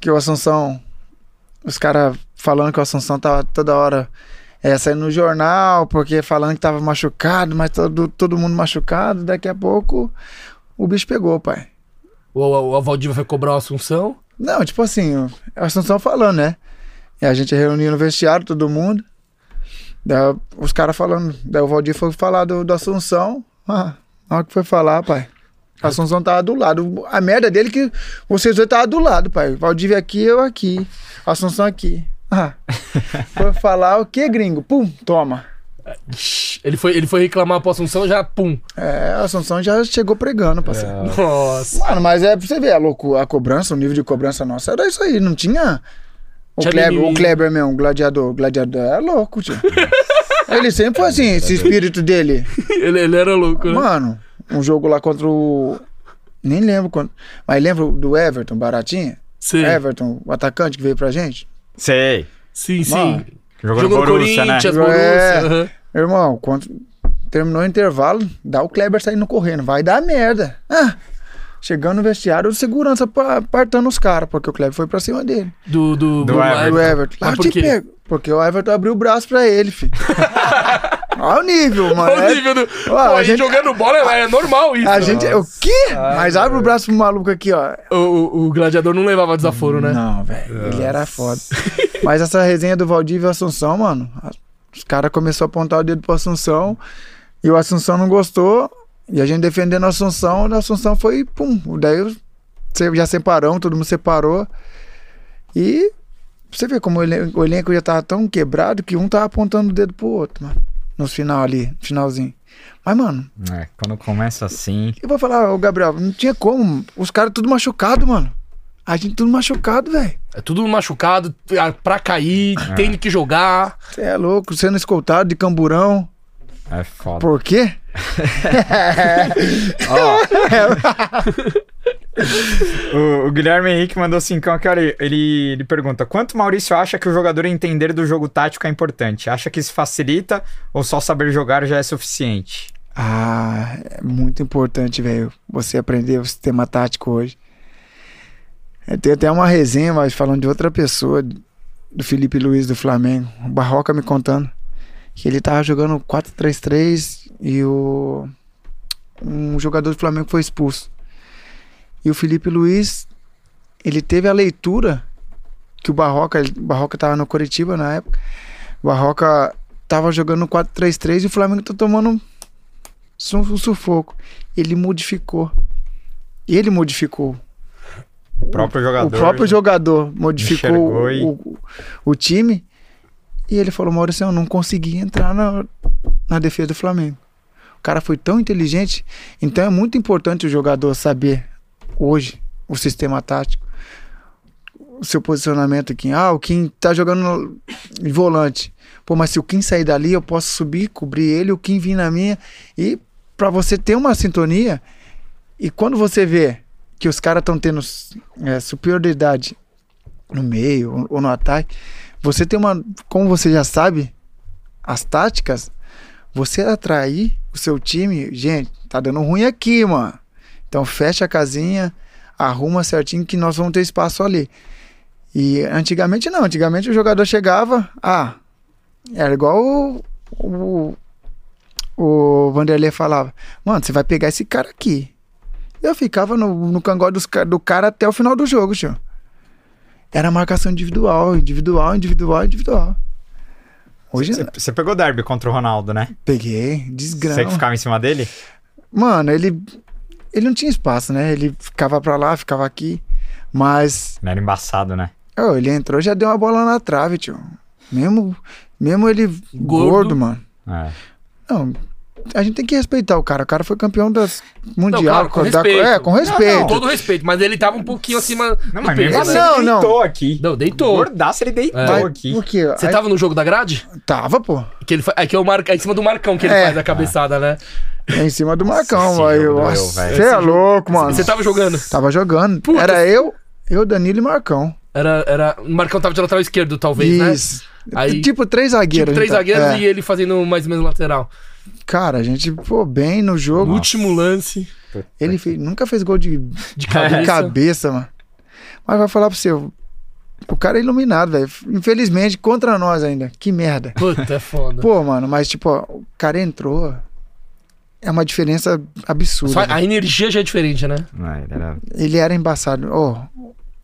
que o Assunção. Os caras falando que o Assunção tava toda hora é, saindo no jornal, porque falando que tava machucado, mas todo, todo mundo machucado. Daqui a pouco o bicho pegou, pai.
O, o, o Valdívia foi cobrar o Assunção?
Não, tipo assim, o o Assunção falando, né? E a gente reuniu no vestiário, todo mundo. Daí os caras falando. Daí o Valdir foi falar do, do Assunção. Ah, na hora que foi falar, pai. O Assunção tava do lado. A merda dele é que vocês dois tava do lado, pai. O Valdir aqui, eu aqui. O Assunção aqui. Ah. Foi falar o que, gringo? Pum, toma.
Ele foi, ele foi reclamar pro Assunção já, pum.
É, o Assunção já chegou pregando, parceiro.
Nossa.
Mano, mas é pra você ver, a, louco, a cobrança, o nível de cobrança nossa era isso aí, não tinha. O,
Tinha
Kleber, o
mimimi.
Kleber mesmo, gladiador, gladiador, é louco, tio. Ele sempre foi assim, esse espírito dele.
Ele, ele era louco, né?
Mano, um jogo lá contra o. Nem lembro quando. Mas lembro do Everton, Baratinha?
Sim,
Everton, o atacante que veio pra gente?
Sei.
sim, sim.
Mano,
Jogou,
Jogou
no Borussia, né?
Corinthians,
né? É.
Borussia. aham.
Irmão, quando terminou o intervalo, dá o Kleber saindo correndo, vai dar merda. Ah, chegando no vestiário, o segurança pa- apartando os caras, porque o Kleber foi pra cima dele.
Do, do,
Do
Everton.
Everton.
Do Everton.
Mas
Lá
por
te
quê?
pego. Porque o Everton abriu o braço pra ele, filho. Olha o nível, mano.
Olha o nível do. Pô,
a
e
gente-
jogando bola é, é normal isso.
A gente. O quê? Mas abre o braço pro maluco aqui, ó.
O, o- o gladiador não levava desaforo, né?
Não, velho. Ele era foda. Mas essa resenha do Valdívia e Assunção, mano. a- Os caras começaram a apontar o dedo pro Assunção. E o Assunção não gostou. E a gente defendendo o Assunção. O Assunção foi. Pum. Daí os- se- já separamos, todo mundo separou. E. Você vê como o elen- o elenco já tava tão quebrado que um tava apontando o dedo pro outro, mano. Nos final ali, no finalzinho. Mas, mano,
É, quando começa assim.
eu vou falar, ô Gabriel, não tinha como. Os caras tudo machucado, mano. A gente tudo machucado, velho.
É tudo machucado, ah, pra cair, tem que jogar.
é Você é louco, sendo escoltado de camburão.
É foda.
Por quê?
O, o Guilherme Henrique mandou cincão aqui, olha, ele, ele pergunta: quanto Maurício acha que o jogador entender do jogo tático é importante? Acha que isso facilita ou só saber jogar já é suficiente?
Ah, é muito importante, velho, você aprender o sistema tático hoje. É, Tem até uma resenha, mas falando de outra pessoa, do Felipe Luiz do Flamengo, o Barroca me contando que ele tava jogando 4-3-3 e o um jogador do Flamengo foi expulso. E o Felipe Luiz, ele teve a leitura que o Barroca, ele- o Barroca tava no Coritiba na época. O Barroca tava jogando no 4-3-3 e o Flamengo tá tomando su- um sufoco. Ele modificou. Ele modificou.
O próprio jogador. né?
O próprio jogador modificou
enxergou
o,
e-
o- o time e ele falou: Maurício, eu não consegui entrar na, na defesa do Flamengo. O cara foi tão inteligente. Então é muito importante o jogador saber hoje o sistema tático, o seu posicionamento aqui. Ah, o Kim tá jogando no- de volante. Pô, mas se o Kim sair dali, eu posso subir, cobrir ele, o Kim vir na minha. E pra você ter uma sintonia, e quando você vê que os caras estão tendo é, superioridade no meio ou- ou no ataque, você tem uma. Como você já sabe, as táticas, você atrair o seu time, gente, tá dando ruim aqui, mano. Então fecha a casinha, arruma certinho que nós vamos ter espaço ali. E antigamente não, antigamente o jogador chegava, ah, era igual o, o, o Vanderlei falava, mano, você vai pegar esse cara aqui. Eu ficava no, no cangote dos ca- do cara até o final do jogo, tio. Era marcação individual, individual, individual, individual. Hoje
Você- Você pegou o derby contra o Ronaldo, né?
Peguei,
Você que
desgrama.
ficava em cima dele?
Mano, ele ele não tinha espaço, né? Ele ficava pra lá, ficava aqui, mas
Ele era embaçado, né?
ó, ele entrou, já deu uma bola na trave, tio. Mesmo mesmo ele gordo, mano.
É.
Não, a gente tem que respeitar o cara. O cara foi campeão das mundial,
claro, com
da-
respeito.
é, com respeito.
Com todo respeito, mas ele tava um pouquinho acima
Não,
do
mas mesmo
peso,
assim,
né?
Não,
ele
não.
deitou aqui.
Não, deitou.
Gordaço, ele deitou
Mas
aqui.
Por quê?
Você
Aí-
tava no jogo da grade?
Tava, pô.
Que ele fa... é, que é, o Mar... é em cima do Marcão que ele
É.
faz a cabeçada, né?
É em cima do
esse
Marcão, aí
jogo
eu-
doeu,
Nossa,
velho.
Você é louco, mano.
Você tava jogando.
Tava jogando.
Puta.
Era eu, eu, Danilo e Marcão.
Era, era... O Marcão tava de lateral esquerdo, talvez,
Isso.
né? Aí, tipo,
Tipo três zagueiros.
três
então.
zagueiros
É.
e ele fazendo mais ou menos lateral.
Cara, a gente pô bem no jogo.
Último lance
Ele fe- nunca fez gol de,
de
de
cabeça.
cabeça, mano. Mas vai falar pra você, o o cara é iluminado, velho. Infelizmente, contra nós ainda. Que merda.
Puta, é foda.
Pô, mano, mas tipo, ó, o cara entrou. É uma diferença absurda.
Só
né?
a energia já é diferente, né?
Não, ele era-
Ele era embaçado. Ó,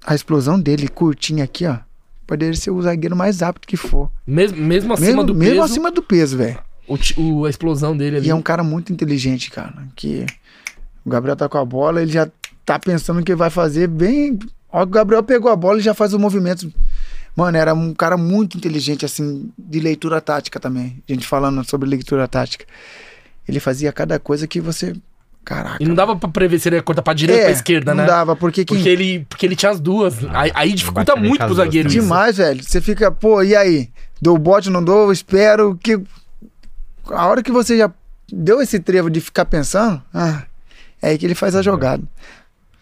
a explosão dele, curtinha aqui, ó. Poderia ser o zagueiro mais rápido que for.
Mesmo, mesmo acima
Mesmo,
do
mesmo
peso,
acima do peso, velho.
o ti- o- a explosão dele ali.
E é um cara muito inteligente, cara. Que o Gabriel tá com a bola, ele já tá pensando o que vai fazer bem. Ó, o Gabriel pegou a bola e já faz o movimento. Mano, era um cara muito inteligente, assim, de leitura tática também. A gente falando sobre leitura tática. Ele fazia cada coisa que você. Caraca. É,
E não dava pra prever se ele ia cortar pra direita ou pra esquerda,
não
né?
dava, porque quem.
Porque ele, porque ele tinha as duas. aí, aí dificulta
bate bem
muito
com as
pro
duas
zagueiro.
também.
isso.
Demais, velho. Você fica, pô, e aí? Dou bote, não dou, espero que. A hora que você já deu esse trevo de ficar pensando, ah, é aí que ele faz a jogada.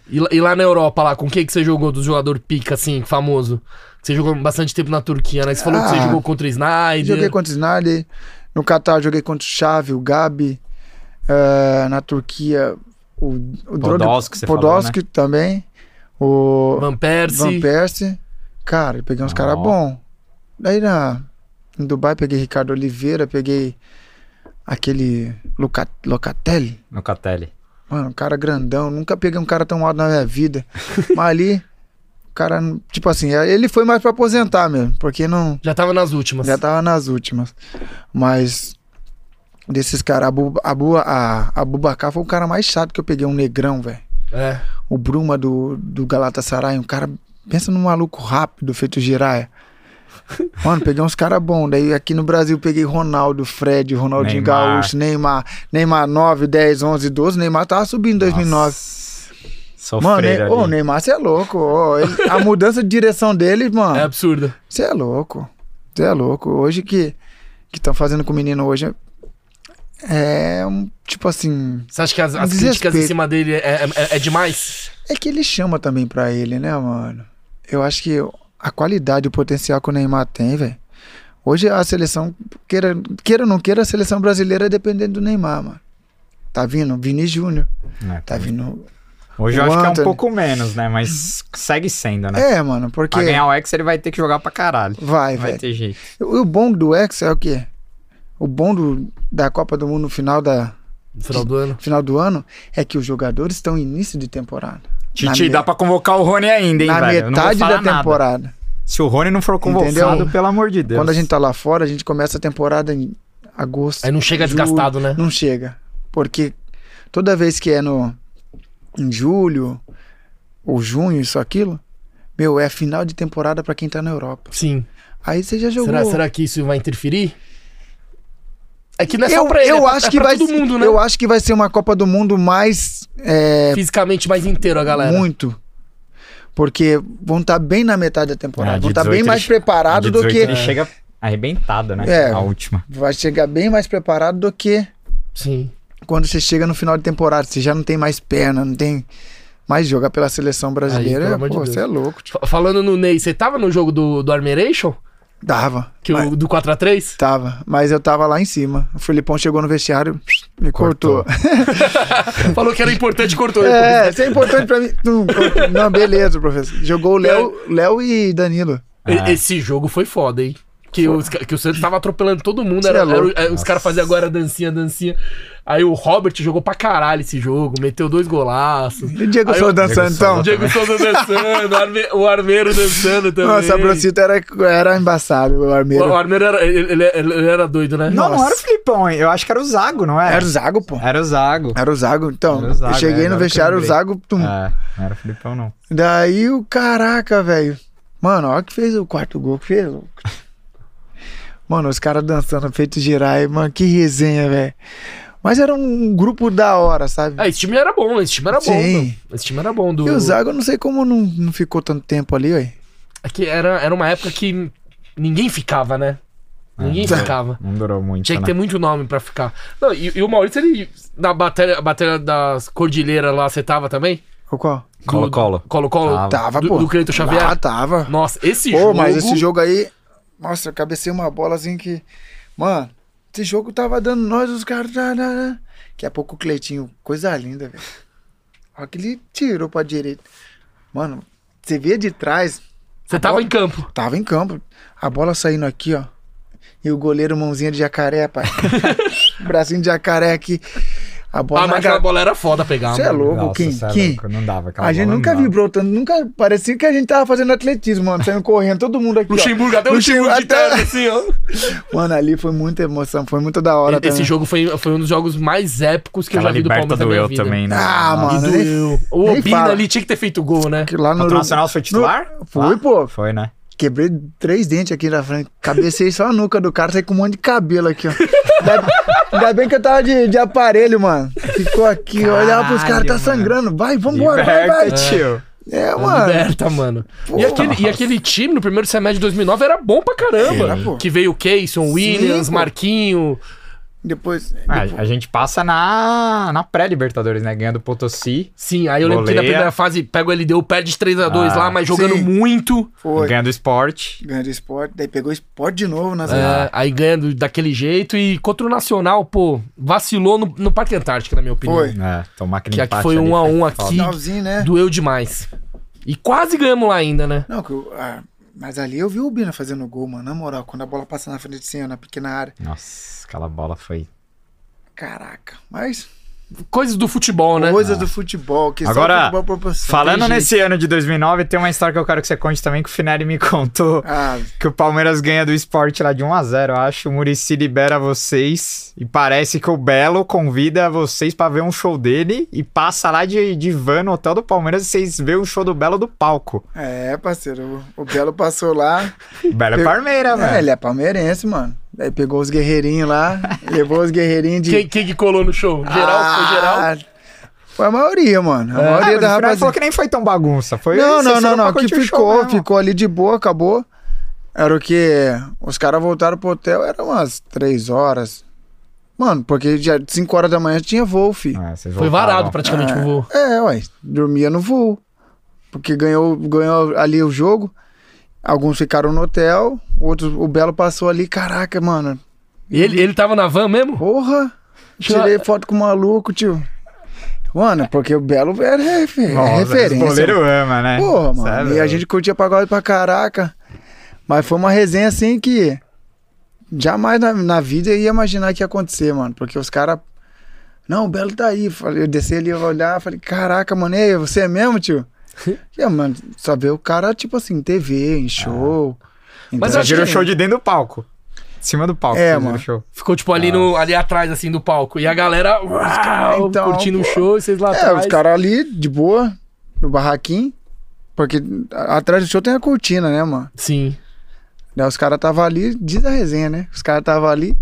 E, lá- e lá na Europa, lá, com quem que você jogou do jogador pica, assim, famoso? Que Você jogou bastante tempo na Turquia, né? Você falou que você
Ah,
jogou contra o Snyder.
Joguei contra o Snyder, no Catar joguei contra o Chave, o Gabi, eh, na Turquia, o, o Drog-
Podolski, você falou, né?
Podolski também, o
Van Persie.
Van Persie. Cara, eu peguei uns
Ó.
caras bons. Daí na, em Dubai peguei Ricardo Oliveira, peguei aquele Luca, Locatelli.
No Catelli.
Mano, um cara grandão. Nunca peguei um cara tão alto na minha vida. Mas ali, o cara, não- tipo assim, ele foi mais pra aposentar mesmo, porque não.
Já tava nas últimas.
Já tá- tava nas últimas. Mas desses caras, Abu, Abu, a, Abubakar foi o cara mais chato que eu peguei, um negrão, velho.
É.
O Bruma do, do Galatasaray, um cara. Pensa num maluco rápido, feito giraia. Mano, peguei uns caras bons. Daí aqui no Brasil peguei Ronaldo, Fred, Ronaldinho
Neymar.
Gaúcho, Neymar. Neymar 9, 10, 11, 12. Neymar tava subindo em 2009. Mano,
Sofreram
ne
ali.
ô, Neymar, você é louco. ô. Ele- a mudança de direção dele, mano.
É absurdo.
Você é louco. Você é louco. Hoje que que estão fazendo com o menino hoje é- é um tipo assim.
Você acha que as, as
Desrespeito.
críticas em cima dele é, é, é demais?
É que ele chama também pra ele, né, mano? Eu acho que a qualidade, o potencial que o Neymar tem, velho. Hoje a seleção, queira, queira ou não queira, a seleção brasileira é dependendo do Neymar, mano. Tá vindo Vini Júnior,
né?
tá vindo.
Hoje eu
o
acho que é um
Anthony.
pouco menos, né? Mas segue sendo, né?
É, mano, porque.
Pra ganhar o Hexa, ele vai ter que jogar pra caralho.
Vai,
Não vai
velho.
ter jeito.
E O bom do Hexa é o quê? O bom do- da Copa do Mundo no final, da,
No final do ano?
final do ano é que os jogadores estão em início de temporada.
Titi,
me-
dá pra convocar o Rony ainda, hein,
Na
velho? Eu não vou
metade da
falar nada.
temporada.
Se o Rony não for convocado,
Entendeu?
pelo amor de Deus.
Quando a gente tá lá fora, a gente começa a temporada em agosto.
Aí não chega
julho.
desgastado, né?
Não chega. Porque toda vez que é no em julho ou junho, isso aquilo, meu, é final de temporada pra quem tá na Europa.
Sim.
Aí você já jogou.
Será, será que isso vai interferir? É que não é só
eu,
pra ele,
eu
é pra,
acho
é
que
pra
vai
todo mundo, né?
Eu acho que vai ser uma Copa do Mundo mais é,
Fisicamente mais inteiro, a galera.
muito. Porque vão estar bem na metade da temporada.
É,
Ah,
de
vão estar
18
bem
ele
mais
che- De
preparados do
18
que.
Ele chega arrebentado, né?
É.
A última.
Vai chegar bem mais preparado do que
Sim.
quando você chega no final de temporada, você já não tem mais perna, não tem mais jogar pela seleção
Aí, pelo
brasileira,
amor de
pô,
Deus.
você é louco. tio.
Fa- Falando no Ney, você tava no jogo do, do Armeration?
Dava.
Que
mas,
o, do 4x3?
Tava, mas eu tava lá em cima. O Filipão chegou no vestiário, me cortou.
Falou que era importante, cortou.
É, isso é importante pra mim. Tum, cortou. Não, beleza, professor. Jogou o Léo, Léo e Danilo.
E-
Ah.
Esse jogo foi foda, hein? Que, os, ca- que o Santos tava atropelando todo mundo.
Cê
Era,
é
era-
louco.
era- os caras faziam agora dancinha, dancinha. Aí o Robert jogou pra caralho esse jogo, meteu dois golaços.
E o Diego
Aí
Souza
o-
dançando,
Diego Souza
então.
O Diego Souza dançando, o Arme- o Armeiro dançando também.
Nossa, a Brocita era, era embaçado, o
O
Armeiro.
o Armeiro era, ele, ele- ele era doido, né?
Não, não
Nossa.
era o Filipão, hein? Eu acho que era o Zago, não é? era?
Era o Zago, pô.
Era o Zago.
Era o Zago. Então,
Era o Zago,
eu cheguei
é, agora que
no
eu
vestiário, o
lembrei.
Zago, tum,
É, não era o Filipão, não.
Daí o caraca, velho. Mano, a hora que fez o quarto gol, que fez. o- Mano, os caras dançando, feito girar, e, mano, que resenha, velho. Mas era um grupo da hora, sabe?
Ah, esse time era bom, esse time era bom.
Sim.
meu. Esse time era bom. Do...
E o Zago, eu não sei como não, não ficou tanto tempo ali, ué.
É que era, era uma época que ninguém ficava, né? Ninguém
não.
ficava.
Não durou muito,
Tinha que
né?
ter muito nome pra ficar. Não, e, e o Maurício, ele. Na batalha, a batalha das Cordilheiras lá, você tava também?
Ou qual?
Colo-Colo.
Colo-Colo?
Tava.
Tava,
do,
pô.
do Cleiton Xavier?
Ah, tava.
Nossa, esse
Pô,
jogo.
mas esse jogo aí. Nossa, eu cabecei uma bola assim que. Mano, esse jogo tava dando nós, os caras. tá, tá, tá. Daqui a pouco o Cleitinho, coisa linda, velho. Olha que ele tirou pra direita. Mano, você via de trás,
Você tava em campo.
tava em campo. A bola saindo aqui, ó. E o goleiro, mãozinha de jacaré, pai. Bracinho de jacaré aqui. A bola.
ah, mas
na
aquela
ga-
bola era foda pegar.
Cê é
mano.
louco,
Nossa,
Kim.
cê é
Kim.
louco, Não dava, aquela
A gente
bola, não
nunca
dava.
vibrou tanto, nunca. Parecia que a gente tava fazendo atletismo, mano. Saindo correndo, todo mundo aqui. ó.
Luxemburgo, até o Luxemburgo, de
até-
terra, assim, ó.
Mano, ali foi muita emoção, foi muito da hora
Esse
também.
jogo foi, foi um dos jogos mais épicos que
Aquela
eu já vi do
liberta
Palmeiras na
do
minha
eu
vida.
também, né?
Ah,
Nossa.
E
mano, nem-
doeu. O
nem
Obina
fala.
ali tinha que ter feito gol, né?
Que lá no
Contra o
Uruguai-
Nacional foi titular?
Foi,
Lá?
pô.
Foi, né?
Quebrei três dentes aqui na frente. Cabecei só a nuca do cara, saí com um monte de cabelo aqui, ó. Ainda, ainda bem que eu tava de, de aparelho, mano. Ficou aqui, eu olhava pros caras, tá
Caralho,
sangrando. Vai, vambora, vai, vai.
Liberta, tio.
É, mano.
Liberta, mano. E
Porra,
aquele, e aquele time no primeiro semestre de 2009 era bom pra caramba.
Era, pô.
que veio o Keyson, Williams,
pô.
Marquinho.
Depois.
Ah, a gente passa na, na pré-Libertadores, né? Ganhando Potosí,
Sim, aí eu lembro que na
Goleia.
primeira fase pega o LDU, perde 3x2
Ah,
lá, mas jogando
sim.
muito.
Foi.
ganhando esporte.
Ganhou de esporte, daí pegou esporte de novo na
É, aí ganhando daquele jeito. E contra o Nacional, pô, vacilou no, no Parque Antártico, na minha opinião.
Foi.
É, tomar aquele
Que aqui
empate
foi
ali,
um a
foi
um
foda.
aqui.
Finalzinho, né?
Doeu demais. E quase ganhamos lá ainda, né?
Não, que eu- ah, mas ali eu vi o Bina fazendo gol, mano. Na moral, quando a bola passa na frente de cena, na pequena área.
Nossa, aquela bola foi...
Caraca. Mas
Coisas do futebol, né?
Coisas do futebol, que
Agora,
só o futebol proporciona.
Falando
Tem jeito.
nesse ano de 2009, tem uma história que eu quero que você conte também, que o Finelli me contou.
Ah,
Que o Palmeiras ganha do esporte lá de 1x0, eu acho. O Murici libera vocês. E parece que o Belo convida vocês pra ver um show dele. E passa lá de, de van no hotel do Palmeiras e vocês vê o show do Belo do palco.
é, parceiro. O, o Belo passou lá.
O Belo é
Eu-
Palmeira,
É,
velho.
ele é palmeirense, mano. Daí pegou os guerreirinhos lá, levou os guerreirinhos de.
Quem, quem que colou no show? Geral? Foi geral?
Ah, Foi a maioria, mano. A
Ah, mas
maioria
o
da
Finelli falou
rapaziada.
que nem foi tão bagunça. Foi
Não,
vocês
não, não,
foram pra
não. Que
curtir o show
ficou,
mesmo.
ficou ali de boa, acabou. Era o que? Os caras voltaram pro hotel, era umas três horas. Mano, porque já de 5 horas da manhã tinha voo, fi.
É, vocês
Foi
voltaram.
varado praticamente o voo.
É, ué, dormia no voo. Porque ganhou, ganhou ali o jogo. Alguns ficaram no hotel, outros, o Belo passou ali, caraca, mano.
E ele, ele tava na van mesmo?
Porra! Tirei foto com o maluco, tio. Mano, porque o Belo era refe- é
Nossa,
referência.
O goleiro ama, né?
Porra, mano.
Cê é
e a
louco.
gente curtia pagode pra caraca. Mas foi uma resenha assim que jamais na, na vida eu ia imaginar que ia acontecer, mano. Porque os caras. Não, o Belo tá aí. Falei, Eu desci ali, eu vou olhar, falei, caraca, mano, e aí, você é mesmo, tio? e, mano, só ver o cara, tipo assim, em TV, em show.
É. Mas
Você
eu acho
gira o
que-
show de dentro do palco. Em cima do palco.
É,
vocês viram
mano.
o Show.
Ficou, tipo, ali, no, ali atrás, assim, do palco. E a galera uau,
Ah, então,
curtindo o
pô.
show e vocês lá
É,
atrás.
os caras ali, de boa, no barraquinho. Porque a- atrás do show tem a cortina, né, mano?
Sim.
Daí os caras tava ali, diz a resenha, né? Os caras tava ali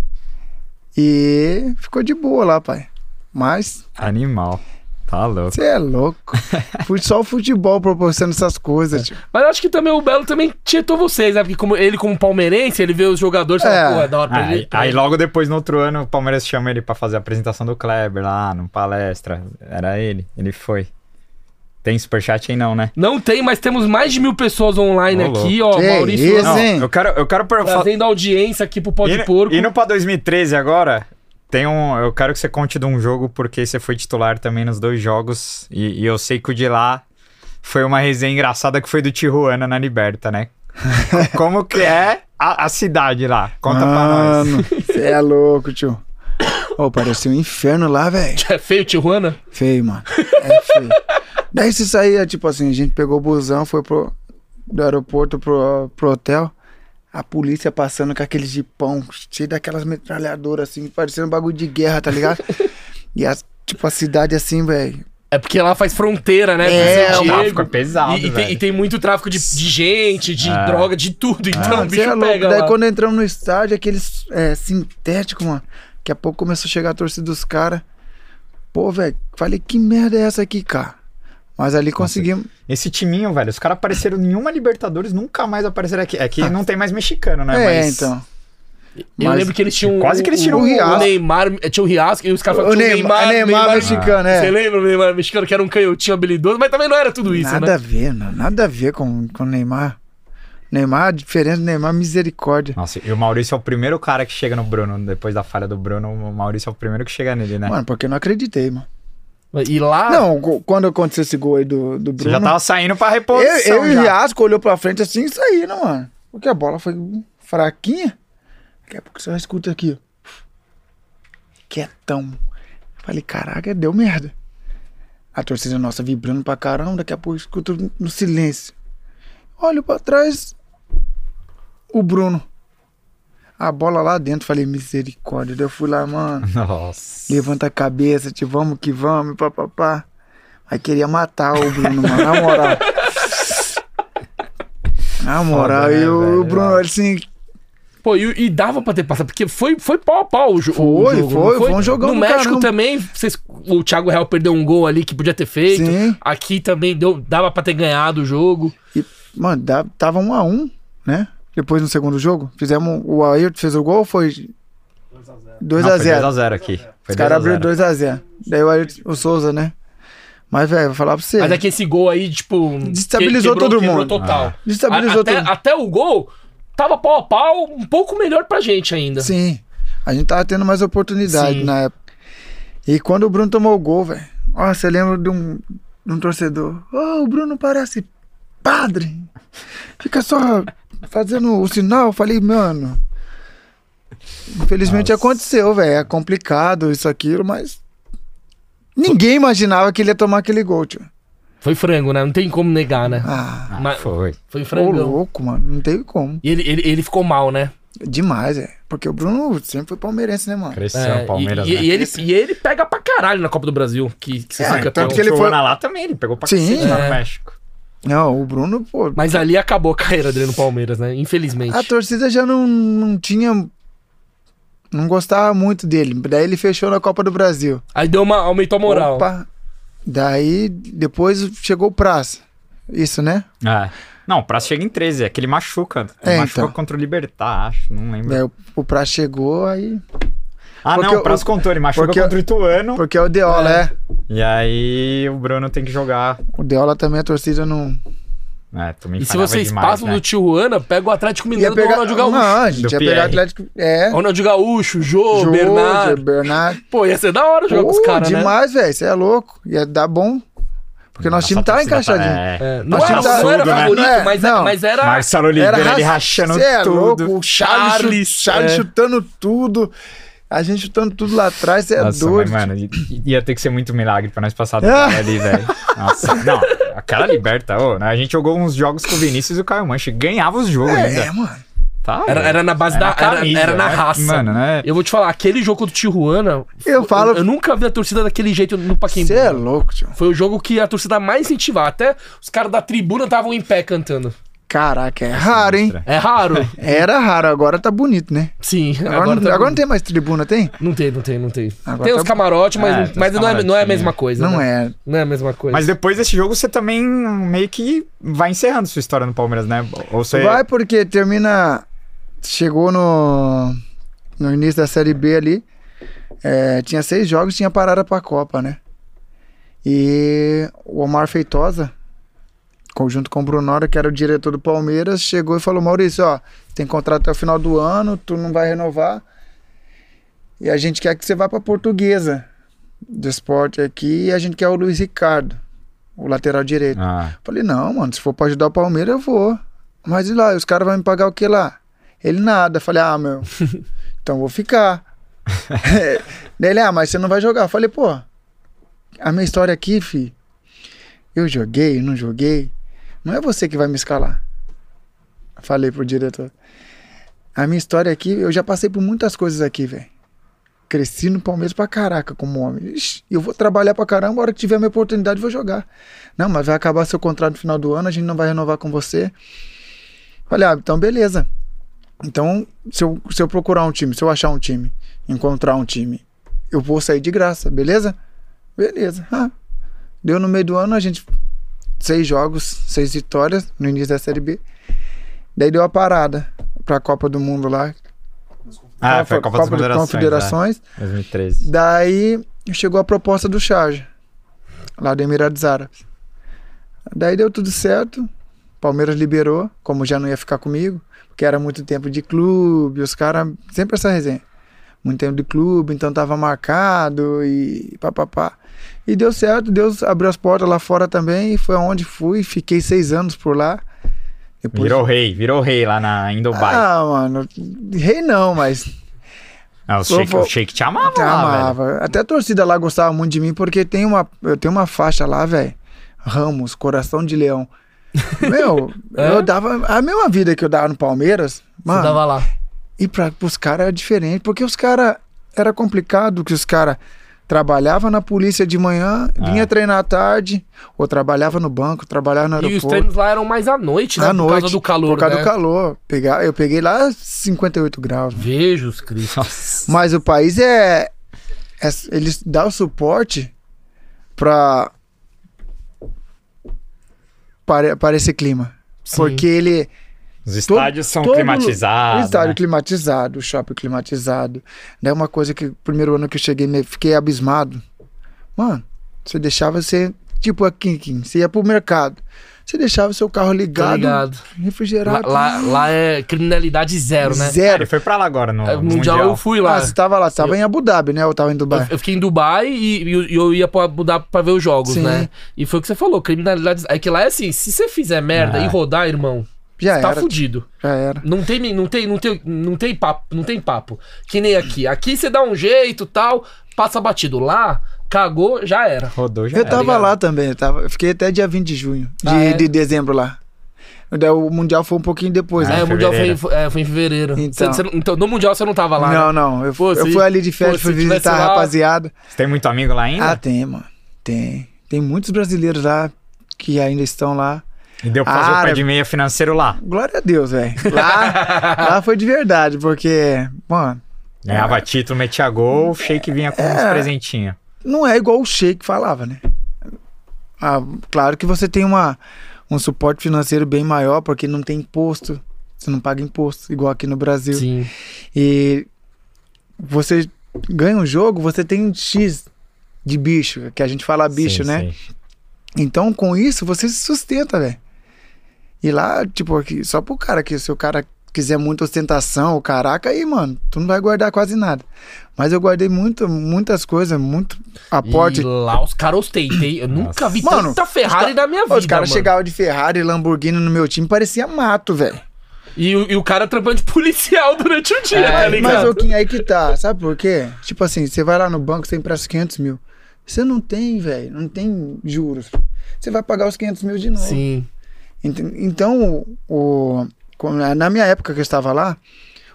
e ficou de boa lá, pai. Mas,
Animal. Tá louco.
você é louco. Fute- Só o futebol proporciona essas
É,
coisas, tipo, tio.
Mas eu acho que também o Belo também tietou vocês, né? Porque como, ele, como palmeirense, ele vê os jogadores e fala,
É.
pô, é da hora pra
Ah, Aí,
ele.
aí logo depois, no outro ano, o Palmeiras chama ele pra fazer a apresentação do Kleber lá, numa palestra. Era ele, ele foi. Tem superchat aí não, né?
Não tem, mas temos mais de mil pessoas online
Ô,
aqui, ó.
Que
Maurício
isso,
Lama
hein? Sim.
Eu quero, eu quero per- fa-
trazendo audiência aqui pro Pode
Indo-
Porco.
Indo pra 2013 agora, tem um. Eu quero que você conte de um jogo, porque você foi titular também nos dois jogos. E, e eu sei que o de lá foi uma resenha engraçada que foi do Tijuana na Liberta, né? Como que é a, a cidade lá? Conta pra nós.
Mano, você é louco, tio. Ô, parecia um inferno lá, velho.
É feio, Tijuana?
Feio, mano. É feio. Daí se saía, tipo assim, a gente pegou o busão, foi pro, do aeroporto pro, pro hotel. A polícia passando com aqueles jipão, cheio daquelas metralhadoras, assim, parecendo um bagulho de guerra, tá ligado? e as, tipo, a cidade assim, velho.
É porque lá faz fronteira, né?
É,
São
o
Diego.
tráfico é pesado,
E, e tem,
velho.
e tem muito tráfico de, de gente, de
É.
droga, de tudo. Então, o
Mano,
bicho
você é louco.
pega
Daí
lá.
quando entramos no estádio, aqueles é, sintético, mano. Daqui a pouco começou a chegar a torcida dos caras. Pô, velho, falei, que merda é essa aqui, cara? Mas ali conseguimos.
Esse timinho, velho, os caras apareceram em uma Libertadores, nunca mais apareceram aqui. É que não tem mais mexicano, né?
Ah. É,
Mas-
então.
Eu
Mas-
lembro que eles tinham.
Quase que eles tinham
o,
um riasco.
O Neymar. eh, Tinha o Riasco e os caras
O
falavam que tinha o
Neymar,
Neymar.
Neymar, mexicano, é.
Você lembra o Neymar mexicano, que era um canhotinho habilidoso, mas também não era tudo isso,
nada
né?
a ver, não, nada a ver com com o Neymar. Neymar, a diferença do Neymar, é misericórdia.
Nossa, e o Maurício é o primeiro cara que chega no Bruno. Depois da falha do Bruno, o Maurício é o primeiro que chega nele, né?
Mano, porque eu não acreditei, mano.
E lá.
Não, go- quando aconteceu esse gol aí do, do
Você
Bruno.
já tava saindo pra
eu,
reposição.
eu e
já.
o Riasco olhou pra frente assim e saíram, mano. Porque a bola foi fraquinha. Daqui a pouco você vai escuta aqui. ó. Quietão. Falei, caraca, deu merda. A torcida nossa vibrando pra caramba, daqui a pouco eu escuto no silêncio. Olho pra trás, o Bruno. A bola lá dentro, falei, misericórdia. Daí eu fui lá, mano.
Nossa.
Levanta a cabeça, te vamos que vamos, papapá. Aí queria matar o Bruno, mano, na moral. Na moral,
né,
e o
velho?
o Bruno, ele assim,
Pô, e, e dava pra ter passado, porque foi, foi pau a pau o, jo o
Foi,
jogo. não
foi, foi um jogão
No
do
México
caramba.
também, vocês, o Thiago Real perdeu um gol ali que podia ter feito.
Sim.
Aqui também deu, dava pra ter ganhado o jogo.
e, mano, dá- tava um a um, né? Depois no segundo jogo, fizemos, o Ayrton fez o gol, foi 2 a 0
2x0 aqui. Foi
Os caras abriram
2x0.
2x0. Daí o Ayrton, o Souza, né? Mas, velho, vou falar pra você.
Mas é que esse gol aí, tipo.
Destabilizou
que- quebrou-
todo
quebrou
mundo. É.
total.
Destabilizou
A- até,
todo mundo.
até o gol, tava pau a pau, um pouco melhor pra gente ainda.
Sim. A gente tava tendo mais oportunidade
Sim.
na época. E quando o Bruno tomou o gol, velho. Nossa, eu lembro de um, de um torcedor. Ô, o Bruno parece padre. Fica só fazendo o sinal. Eu falei, mano. Infelizmente
Nossa.
aconteceu, velho. É complicado isso, aquilo, mas. Ninguém imaginava que ele ia tomar aquele gol, tio.
Foi frango, né? Não tem como negar, né?
Ah,
Ah,
Mas-
foi.
Foi
ô
frangão.
louco, mano. Não teve como.
E ele, ele, ele ficou mal, né?
Demais, é. Porque o Bruno sempre foi palmeirense, né, mano?
Cresceu
É,
o Palmeiras,
e, e-
né?
e ele, e ele pega pra caralho na Copa do Brasil, que, que você
É,
sabe que é
tanto
tão-
que ele
o
foi-
Tijuana lá também, ele pegou pra
Sim.
cacete lá
É.
no México.
Não, o Bruno, pô.
Mas ali acabou a carreira dele no Palmeiras, né? Infelizmente.
A torcida já não, não tinha. Não gostava muito dele. Daí ele fechou na Copa do Brasil.
Aí deu uma. aumentou a moral.
Opa. Daí depois chegou o Praça. Isso, né?
É. Não, o Praça chega em 13, é que ele machuca. Ele
É,
machucou
então.
contra o Libertar, acho, não lembro.
Daí o, o Praça chegou, aí.
Ah,
Porque
não,
o-
Prazo contou, ele machucou
porque-
contra o Ituano.
Porque é o Deola, é.
E aí o Bruno tem que jogar.
O Deola também a torcida não.
É, tu me
E se
falhava
vocês
demais,
passam
né?
do Tijuana, pega o Atlético Mineiro do Ronaldo Gaúcho.
Não, a gente
Do
ia pegar
Pierre.
Atlético. É.
Ronaldo Gaúcho, Jô,
Jô,
Bernardo.
Bernardo.
Pô, ia ser da hora jogar com os
Pô,
caras, né?
demais, velho. Você é louco. Ia dar bom. Porque nosso
Nossa,
time
a
tava
torcida tá-
encaixadinho.
é.
É, não,
Acho
era, não era
absurdo, né?
favorito,
É,
mas,
não.
mas era.
Marcelo Oliveira, ele
raça-
rachando
Cê é
tudo.
louco, o Charles, chu-
Charles,
Charles,
é.
chutando tudo. A gente chutando tudo lá atrás, você é
Nossa,
doido.
mas, mano, i- ia ter que ser muito milagre pra nós passar
É.
daquela ali, velho. Nossa, não, aquela liberta, ô, né? A gente jogou uns jogos com o Vinícius e o Caio Manche, ganhava os jogos ainda.
é, é, mano.
Tá,
Era,
velho.
era na base da. era-
camisa,
era, na
né?
raça.
Mano, né?
Eu vou te falar, aquele jogo do Tijuana.
Eu falo-
Eu, nunca vi a torcida daquele jeito no Paquembu.
Você é louco, tio.
Foi o jogo que a torcida mais incentivava. Até os caras da tribuna estavam em pé cantando.
Caraca, é raro, hein?
mostra.
É raro.
Era raro, agora tá bonito, né?
Sim.
Agora,
Agora,
não,
tá-
agora não tem mais tribuna, tem?
Não tem, não tem, não tem.
Agora
tem
tá
os camarotes, mas,
É,
não-
tem os
mas não, é, não é a
camarotes,
mesma coisa.
Não
né?
é.
Não é a mesma coisa.
Mas depois desse jogo você também meio que vai encerrando sua história no Palmeiras, né? Ou você
Vai porque termina. Chegou no. No início da Série B ali. é, tinha seis jogos, tinha parada pra Copa, né? E o Omar Feitosa, conjunto com o Brunora, que era o diretor do Palmeiras, chegou e falou: Maurício, ó, tem contrato até o final do ano, tu não vai renovar. E a gente quer que você vá pra Portuguesa do esporte aqui e a gente quer o Luiz Ricardo, o lateral direito.
Ah,
Falei, não, mano, se for pra ajudar o Palmeiras, eu vou. Mas e lá? E Os caras vão me pagar o que lá? Ele nada. Falei, ah, meu, então vou ficar. Daí ele, ah, mas você não vai jogar. Falei, pô, a minha história aqui, fi, eu joguei, não joguei, não é você que vai me escalar. Falei pro diretor. A minha história aqui, eu já passei por muitas coisas aqui, velho. Cresci no Palmeiras pra caraca como homem. Ixi, eu vou trabalhar pra caramba, a hora que tiver a minha oportunidade, eu vou jogar. Não, mas vai acabar seu contrato no final do ano, a gente não vai renovar com você. Falei, ah, então beleza. Então, se eu, se eu procurar um time, se eu achar um time, encontrar um time, eu vou sair de graça, beleza? Beleza. Ah, deu no meio do ano, a gente. Seis jogos, seis vitórias no início da Série B. Daí deu a parada pra Copa do Mundo lá.
ah foi a Copa, das Confederações.
Confederações.
é, 2013.
Daí chegou a proposta do Charge, lá do Emirados Árabes. Daí deu tudo certo, Palmeiras liberou, como já não ia ficar comigo, porque era muito tempo de clube, os caras, sempre essa resenha. Muito tempo de clube, então tava marcado e papapá. E deu certo, Deus abriu as portas lá fora também, e foi aonde fui, fiquei seis anos por lá. Depois-
Virou rei, virou rei lá na, em Dubai.
Ah, mano, rei não, mas
Ah, o, Sheik,
vou-
o Sheik te amava,
Te
lá, velho.
amava. Tá Até a torcida lá gostava muito de mim, porque tem uma, eu tenho uma faixa lá, velho. Ramos, coração de leão. Meu,
É?
eu dava a mesma vida que eu dava no Palmeiras,
Você
mano.
tava lá.
E para os caras era diferente, porque os caras era complicado que os caras trabalhava na polícia de manhã,
É.
vinha treinar à tarde, ou trabalhava no banco, trabalhava no
E os
aeroporto.
treinos lá eram mais à noite, né?
à
por
noite,
causa do calor.
Por causa
né?
do calor. Pegar, eu peguei lá 58 graus.
Vejo os Cristo.
Nossa.
Mas o país é. é- eles dão o suporte pra. Para, para esse clima.
Sim. Ah,
Porque ele. é
Os estádios são
todo-
climatizados.
estádio
né?
climatizado, shopping climatizado. Daí uma coisa que, primeiro ano que eu cheguei, me- fiquei abismado. Mano, você deixava você. Tipo a Kinkin, você ia pro mercado. Você deixava o seu carro
Tá
ligado,
ligado? Lá,
refrigerado.
lá, lá é criminalidade zero, né?
Ah,
Zero.
ele foi pra lá agora no
É,
no
mundial,
Mundial.
eu fui lá.
Ah, você tava lá, você tava em Abu Dhabi, né? Ou tava em Dubai?
Eu- Eu fiquei em Dubai e, e eu- e eu ia pra Abu Dhabi pra ver os jogos,
Sim.
né? E foi o que você falou, criminalidade. É que lá é assim, se você fizer merda
Ah.
e rodar, irmão,
É. Já
você tá
era.
fudido.
Já era.
Não tem, mi- não tem, não tem, não tem papo, não tem papo. Que nem aqui. Aqui você dá um jeito, tal, passa batido. Lá, cagou, já era.
Rodou já.
Eu
era.
tava
Tá ligado?
lá também, eu, tava, eu fiquei até dia 20 de junho, de,
Ah, é?
de dezembro lá. Daí O Mundial foi um pouquinho depois,
é,
né?
o Mundial foi, em-
fevereiro.
foi- é, foi em fevereiro. Cê- cê não- Então.
Então.
no Mundial você não tava lá. né?
não, não, eu,
Pô,
eu
se-
fui ali de
pô,
férias,
se
fui
tivesse
visitar
lá-
a rapaziada.
Você tem muito amigo lá ainda?
Ah, tem, mano, tem. Tem muitos brasileiros lá que ainda estão lá.
e deu pra fazer o pé
árabe.
de meia financeiro lá.
Glória a Deus, velho. Lá, lá foi de verdade, porque, mano, É.
Ganhava título, metia gol, o Sheik vinha com uns presentinhos.
não é igual o Sheik falava, né? Ah, claro que você tem uma, um suporte financeiro bem maior, porque não tem imposto. Você não paga imposto, igual aqui no Brasil.
Sim.
E você ganha um jogo, você tem X de bicho, que a gente fala bicho,
Sim,
né?
sim.
Então, com isso, você se sustenta, velho. E lá, tipo, aqui, só pro cara que se o cara quiser muita ostentação, o caraca, aí, mano, tu não vai guardar quase nada. Mas eu guardei muito, muitas coisas, muito aporte.
E lá os caras ostentei. Eu nunca vi
Mano,
tanta Ferrari
os
na minha vida.
Os caras
mano.
chegavam de Ferrari, Lamborghini no meu time, parecia mato, velho.
E, o- e o cara trampando de policial durante o dia,
É,
tá
Mas, mas
ligado?
ô, Kim, aí que tá, sabe por quê? Tipo assim, você vai lá no banco, você empresta 500 mil. Você não tem, velho, não tem juros. Você vai pagar os 500 mil de novo.
Sim.
Ent- Então, o, com- na minha época que eu estava lá,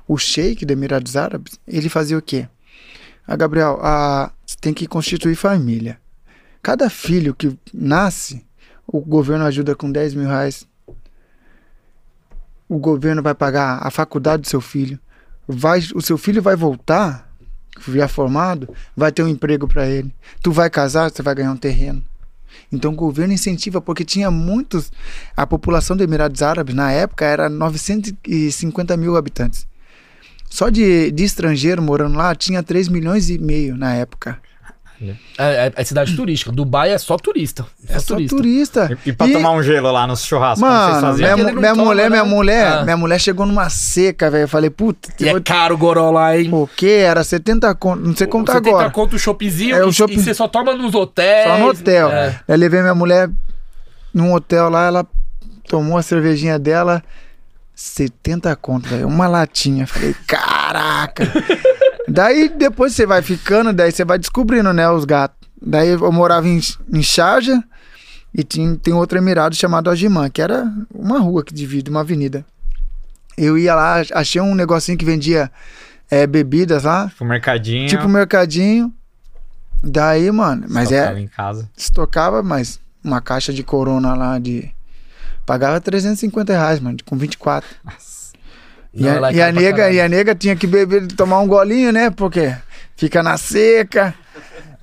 o sheik do Emirados Árabes, ele fazia o quê? Ah, Gabriel, ah, você tem que constituir família. Cada filho que nasce, o governo ajuda com 10 mil reais. O governo vai pagar a faculdade do seu filho. Vai, o seu filho vai voltar, já formado, vai ter um emprego para ele. Tu vai casar, você vai ganhar um terreno. Então o governo incentiva, porque tinha muitos. A população do Emirados Árabes, na época, era 950 mil habitantes. Só de, de estrangeiro morando lá, tinha 3 milhões e meio na época.
É, é- é cidade turística. Dubai é só turista. É,
Só turista.
E, e pra tomar um gelo lá nos churrascos, como vocês
Mano,
faziam?
minha,
Ele
mu-
não
minha
toma,
mulher,
né?
minha mulher,
Ah.
minha mulher chegou numa seca, velho. Eu falei, puta,
E é
eu-
caro o goró lá, hein?
o quê? Era 70 conto, não sei quanto
você
agora.
conta o shoppingzinho
É,
e,
o shopping-
e você só toma nos hotéis.
Só no hotel.
É.
Aí levei minha mulher num hotel lá, ela tomou a cervejinha dela, 70 conto, velho. Uma latinha. Falei, caraca! daí depois você vai ficando, daí você vai descobrindo, né, os gatos. Daí eu morava em, em Charja e tinha, tem outro emirado chamado Agimã, que era uma rua que divide, uma avenida. Eu ia lá, achei um negocinho que vendia eh, bebidas lá,
Tipo, mercadinho.
tipo mercadinho. Daí, mano, mas
só
é,
tava em casa.
estocava mais uma caixa de corona lá de. Pagava 350 reais, mano, com 24. E
Não,
a,
ela é
e, a
cara pra
nega,
caralho.
e a nega tinha que beber, tomar um golinho, né? Porque fica na seca.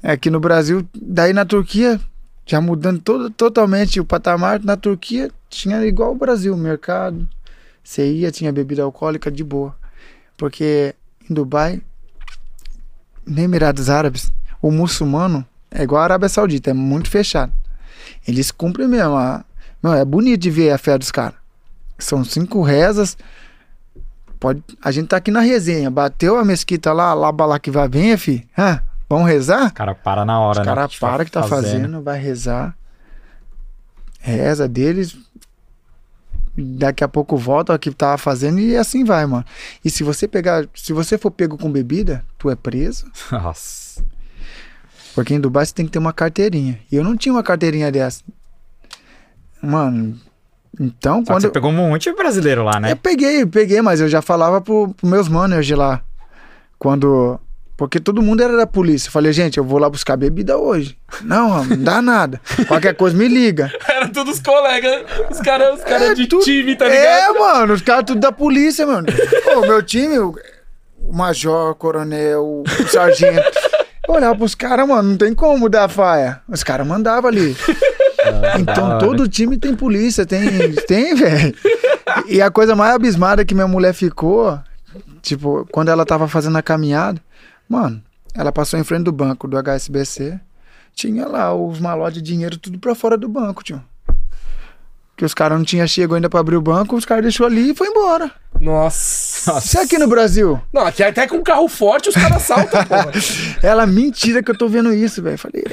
Aqui no Brasil. Daí na Turquia, já mudando todo, totalmente o patamar, na Turquia tinha igual o Brasil, mercado. Você ia, tinha bebida alcoólica de boa. Porque em Dubai, nem Emirados Árabes, o muçulmano é igual a Arábia Saudita, é muito fechado. Eles cumprem mesmo. A... Não, é bonito de ver a fé dos caras. São cinco rezas. Pode... A gente tá aqui na resenha. Bateu a mesquita lá, lá balá que vai bem, fi. Hã? Vamos rezar?
O cara para na hora,
Os
né?
cara
que
para que tá fazendo, vai rezar. Reza deles. Daqui a pouco volta ao que tava fazendo e assim vai, mano. E se você pegar, se você for pego com bebida, tu é preso.
Nossa.
Porque em Dubai você tem que ter uma carteirinha. E eu não tinha uma carteirinha dessa. Mano, então
Só que
quando. É.
você
eu-
pegou um monte de brasileiro lá, né?
Eu peguei, peguei, mas eu já falava pro, pros meus managers de lá. Quando. Porque todo mundo era da polícia. Eu falei, gente, eu vou lá buscar bebida hoje. Não, não dá nada. Qualquer coisa me liga.
Era todos os colegas. Os caras os cara
É,
de
tu-
time, tá ligado?
É, mano, os caras tudo da polícia, mano. Ô, meu time, o o major, o coronel, o sargento. Eu olhava pros caras, mano, não tem como dar faia. Os caras mandavam ali.
da
Então
hora.
todo time tem polícia, tem, tem, velho. E a coisa mais abismada que minha mulher ficou, tipo, quando ela tava fazendo a caminhada, mano, ela passou em frente do banco do HSBC, tinha lá os malotes de dinheiro tudo pra fora do banco, tio. Que os caras não tinham chego ainda pra abrir o banco, os caras deixou ali e foi embora.
Nossa.
Isso é aqui no Brasil.
Não, aqui é até com um carro forte os caras saltam, porra.
Ela, mentira que eu tô vendo isso, velho. Falei,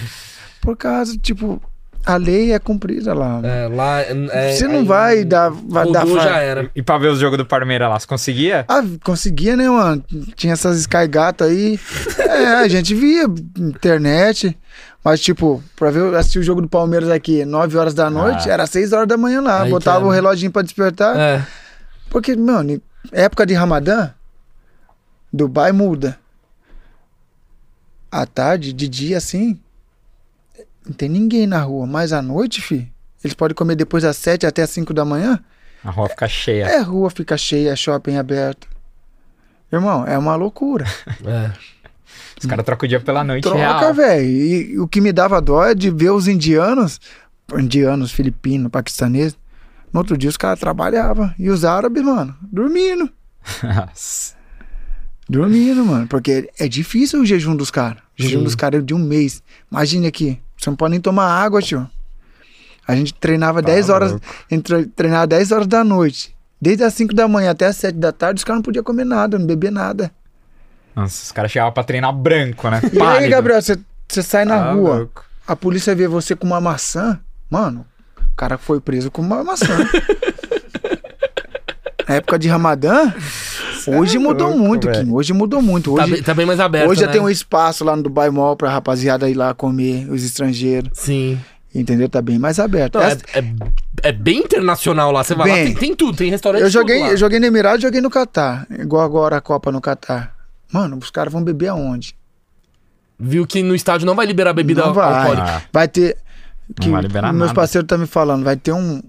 por causa, tipo, a lei é cumprida lá.
É, lá. é-
Você
é-
não
aí-
vai dar, vai
Rodou,
dar fa-
já era.
E pra ver os jogos do Palmeiras lá, você conseguia?
Ah, conseguia, né, mano? Tinha essas Sky Gato aí. É, a gente via internet. Mas, tipo, pra ver, assistir o jogo do Palmeiras aqui 9 horas da noite,
Ah.
era 6 horas da manhã lá.
Aí
Botava
que é,
o
né?
reloginho pra despertar.
É.
Porque, mano, época de Ramadã, Dubai muda. À tarde, de dia, assim, não tem ninguém na rua. Mas à noite, fi, eles podem comer depois das 7 até as 5 da manhã.
A rua fica cheia.
É rua, fica cheia, é shopping aberto. Irmão, é uma loucura.
É.
Os caras trocam o dia pela noite
Troca,
real.
velho. E o que me dava dó é de ver os indianos, indianos, filipinos, paquistaneses. No outro dia os caras trabalhavam. E os árabes, mano, dormindo.
Nossa.
Dormindo, mano. Porque é difícil o jejum dos caras. O jejum
Sim.
dos caras é de um mês. Imagine aqui. Você não pode nem tomar água, tio. A gente
Ah,
treinava 10 horas.
tá louco.
A gente tre- treinava 10 horas da noite. Desde as 5 da manhã até as 7 da tarde, os caras não podiam comer nada, não beber nada.
Nossa, os caras chegavam pra treinar branco, né?
E aí,
Pálido.
Gabriel, você você sai na
Tá
rua,
louco.
a polícia vê você com uma maçã, mano, o cara foi preso com uma maçã. Na época de Ramadã, hoje mudou
é louco,
muito,
velho.
Kim. Hoje mudou muito.
Tá,
Hoje,
bem, tá bem mais aberto,
Hoje
né?
já tem um espaço lá no Dubai Mall pra rapaziada ir lá comer, os estrangeiros.
Sim.
Entendeu? Tá bem mais aberto.
Não, é,
Essa-
é, é bem internacional lá. Você vai lá,
Bem.
tem, tem tudo, tem restaurante
eu,
de
joguei,
tudo lá.
eu joguei no Emirados, joguei no Catar. Igual agora a Copa no Catar. Mano, os caras vão beber aonde?
Viu que no estádio não vai liberar bebida
Não vai.
alcoólica.
Ah,
Vai ter. Que
vai liberar
meus
nada.
parceiros estão me falando, vai ter um,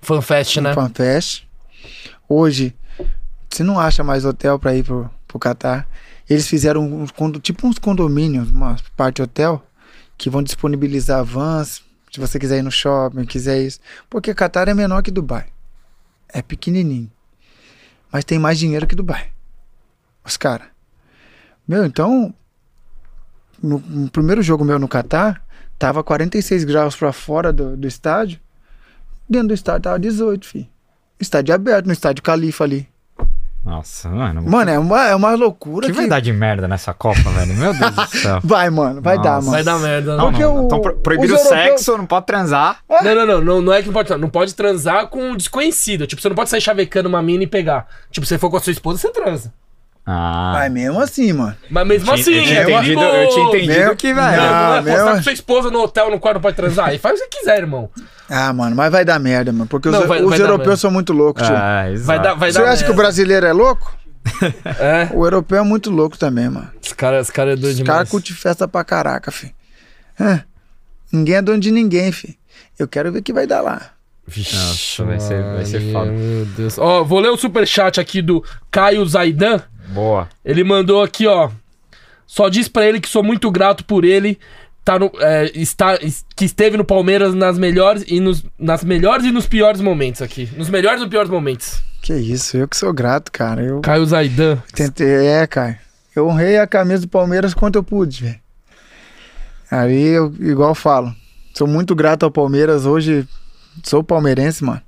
Fanfest, né?
um fanfest. Hoje, você não acha mais hotel pra ir pro, pro Catar. Eles fizeram uns condo- tipo uns condomínios, uma parte hotel, que vão disponibilizar vans, se você quiser ir no shopping, quiser isso. Porque Catar é menor que Dubai. É pequenininho. Mas tem mais dinheiro que Dubai. Os caras. Meu, então, no, no primeiro jogo meu no Catar, tava 46 graus pra fora do, do estádio. Dentro do estádio tava 18, filho. Estádio aberto, no estádio Califa ali.
Nossa, mano.
Mano, é uma, é uma loucura.
que vai dar de merda nessa Copa, velho? Meu Deus do céu.
Vai, mano, vai
Nossa.
dar, mano.
Vai dar merda, né?
Não,
Porque
não, não.
o-
Então pro- proibir o
os europeus-
sexo, não pode transar.
Não, não, não, não, não é que importa. Não pode transar com um desconhecido. Tipo, você não pode sair chavecando uma mina e pegar. Tipo, se você for com a sua esposa, você transa.
Ah.
Mas mesmo assim, mano.
Mas mesmo
Eu tinha-
assim,
eu
é
tinha entendido, eu
perigoso.
tinha entendido
Meu-
que,
Não,
velho.
Ah,
não é, pô,
meu-
você tá com sua esposa no hotel, no quarto, não pode transar. Aí faz o que quiser, irmão.
Ah, mano, mas vai dar merda, mano. Porque os-
Não,
os,
vai- vai dar merda.
europeus são muito loucos, tio.
Ah,
Vai
exato.
dar, vai
Você
dar
acha que o
merda.
brasileiro é louco?
É,
O europeu é muito louco também, mano.
os caras cara é doido
Os caras
demais.
curtem festa pra caraca, fi. É. Ninguém é dono de ninguém, fi. Eu quero ver o que vai dar lá.
Vixe,
Nossa, vai ser- vai ser
Maria,
foda.
Meu Deus. Ó, vou ler o superchat aqui do Caio Zaidan.
Boa.
Ele mandou aqui, ó. Só diz pra ele que sou muito grato por ele. Tá no, é, está, es- que esteve no Palmeiras nas melhores e nos, nas melhores e nos piores momentos aqui. Nos melhores e nos piores momentos.
Que isso, eu que sou grato, cara. Eu
Caio Zaidan.
tentei, é, cara. Eu honrei a camisa do Palmeiras quanto eu pude, velho. Aí eu, igual eu falo, sou muito grato ao Palmeiras. Hoje sou palmeirense, mano.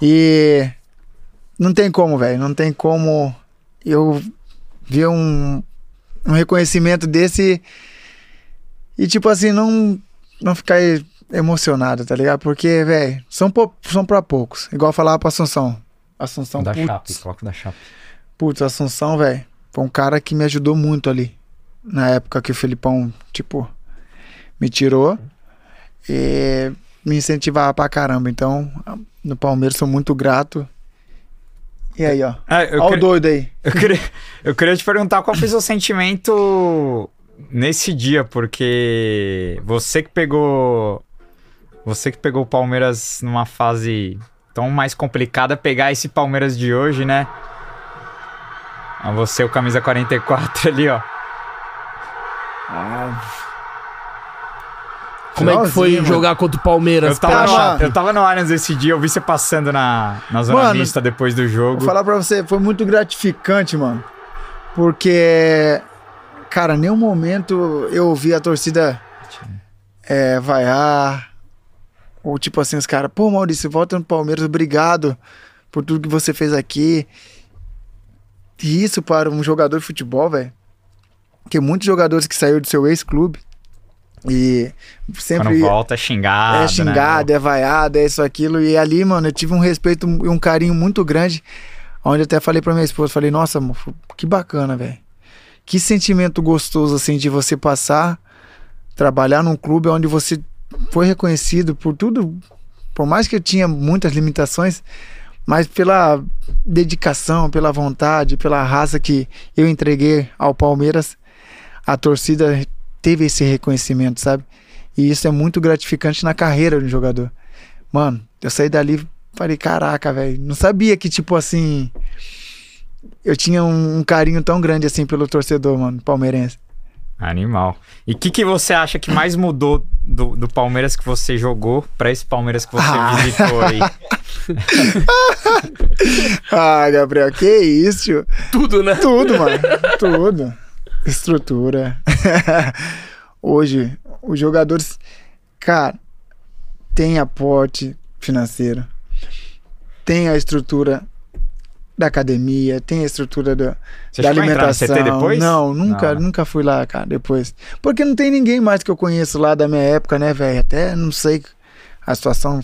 E não tem como, velho. Não tem como eu ver um, um reconhecimento desse e, tipo assim, não, não ficar e- emocionado, tá ligado? Porque, velho, são, pou- são pra poucos. Igual eu falava pra Assunção. Assunção,
da
putz,
Chape, coloca da Chape.
Putz, Assunção, velho, foi um cara que me ajudou muito ali. Na época que o Felipão, tipo, me tirou. E me incentivava pra caramba. Então, no Palmeiras, sou muito grato. E aí, ó.
Ah,
É,
eu,
Ó o
queria-
doido aí.
eu queria, eu queria te perguntar qual foi seu sentimento nesse dia, porque você que pegou. Você que pegou o Palmeiras numa fase tão mais complicada, pegar esse Palmeiras de hoje, né? Ah, Você, o camisa 44 ali, ó.
Como é que foi
Finalzinho,
jogar contra o Palmeiras? Tá
Eu tava,
Pela-
no,
Chape.
eu tava no Allianz esse dia, eu vi você passando na, na zona
Mano,
mista depois do jogo.
Vou falar pra você, foi muito gratificante, mano. Porque, cara, nenhum momento eu ouvi a torcida é, vaiar. Ou tipo assim, os caras, pô, Maurício, volta no Palmeiras, obrigado por tudo que você fez aqui. E isso para um jogador de futebol, velho. Tem muitos jogadores que saíram do seu ex-clube e
Quando
sempre
volta, é xingado.
é xingado, é vaiado, é isso, aquilo. E ali, mano, eu tive um respeito e um carinho muito grande. Onde eu até falei pra minha esposa, falei, nossa, amor, que bacana, velho. Que sentimento gostoso, assim, de você passar, trabalhar num clube onde você foi reconhecido por tudo, por mais que eu tinha muitas limitações, mas pela dedicação, pela vontade, pela raça que eu entreguei ao Palmeiras, a torcida teve esse reconhecimento, sabe? E isso é muito gratificante na carreira do jogador. Mano, eu saí dali falei, caraca, velho, não sabia que, tipo assim, eu tinha um, um carinho tão grande assim pelo torcedor, mano, palmeirense.
Animal. E o que, que você acha que mais mudou do, do Palmeiras que você jogou pra esse Palmeiras que você
Ah.
visitou aí?
ah, Gabriel, que isso, tio.
Tudo, né?
Tudo, mano. Tudo. Estrutura. Hoje, os jogadores, cara, tem aporte financeiro, tem a estrutura da academia, tem a estrutura da,
Você
da
chegou a entrar no
alimentação.
CT depois?
Não, nunca,
Não, né?
nunca fui lá, cara, depois. Porque não tem ninguém mais que eu conheço lá da minha época, né, velho? Até não sei a situação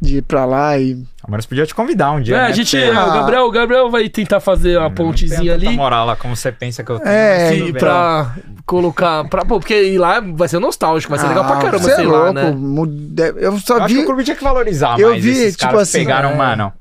de ir pra lá e
A Maris podia te convidar um dia.
É, a
né?
gente,
Porque
é, o Gabriel, o Gabriel vai tentar fazer uma
não tá
pontezinha
tenho tanta
ali
moral lá, como você pensa que eu tenho.
É,
mas
que-
tudo bem.
pra colocar, pra, pô, porque ir lá vai ser nostálgico, vai ser legal pra
Ah,
caramba,
você é
sei lá,
louco,
né?
mu- de- Eu
Eu
só
acho
vi.
que o clube tinha que valorizar
Eu
mais
vi,
esses
tipo
caras que
assim,
pegaram,
é.
mano.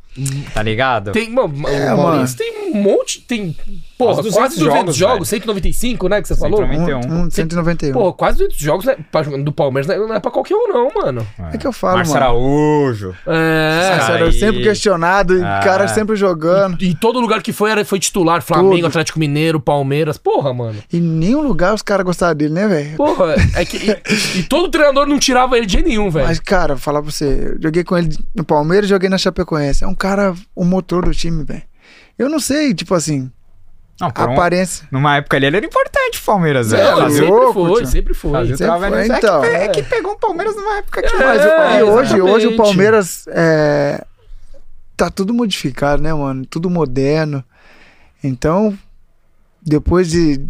Tá ligado?
Tem, mano,
É,
o Maurício tem um monte, tem, porra,
Quase 200
quase 200 jogos,
jogos, velho.
195, né, que você falou?
190.
Um, um, 191.
Pô, quase 200 jogos né, pra- do Palmeiras né, não é pra qualquer um não, mano.
é que eu falo,
Márcio
mano.
Araújo.
É,
Esses
Nossa,
caras
era
aí.
sempre questionado, e
Ah.
cara sempre jogando.
em todo lugar que foi, era, foi titular, Flamengo,
Tudo.
Atlético Mineiro, Palmeiras, porra, mano.
Em nenhum lugar os caras gostaram dele, né, velho?
Porra, é que. E, e todo treinador não tirava ele de jeito nenhum, velho.
Mas, cara, falar pra você, eu joguei com ele no Palmeiras, joguei na Chapecoense. É um cara, o motor do time, velho. Eu não sei, tipo assim,
Não,
a
por um-
aparência.
Numa época ali ele era importante o Palmeiras,
É,
velho.
ele
mas
Fazia-
sempre
louco,
foi,
tio.
sempre foi.
fazia o
sempre
trabalho
foi,
necessário.
então.
É que pe- é
É.
que pegou o Palmeiras numa época que.
É.
Mas o-
É,
e
né?
hoje, hoje
exatamente.
o Palmeiras é, tá tudo modificado, né, mano? Tudo moderno. Então, depois de,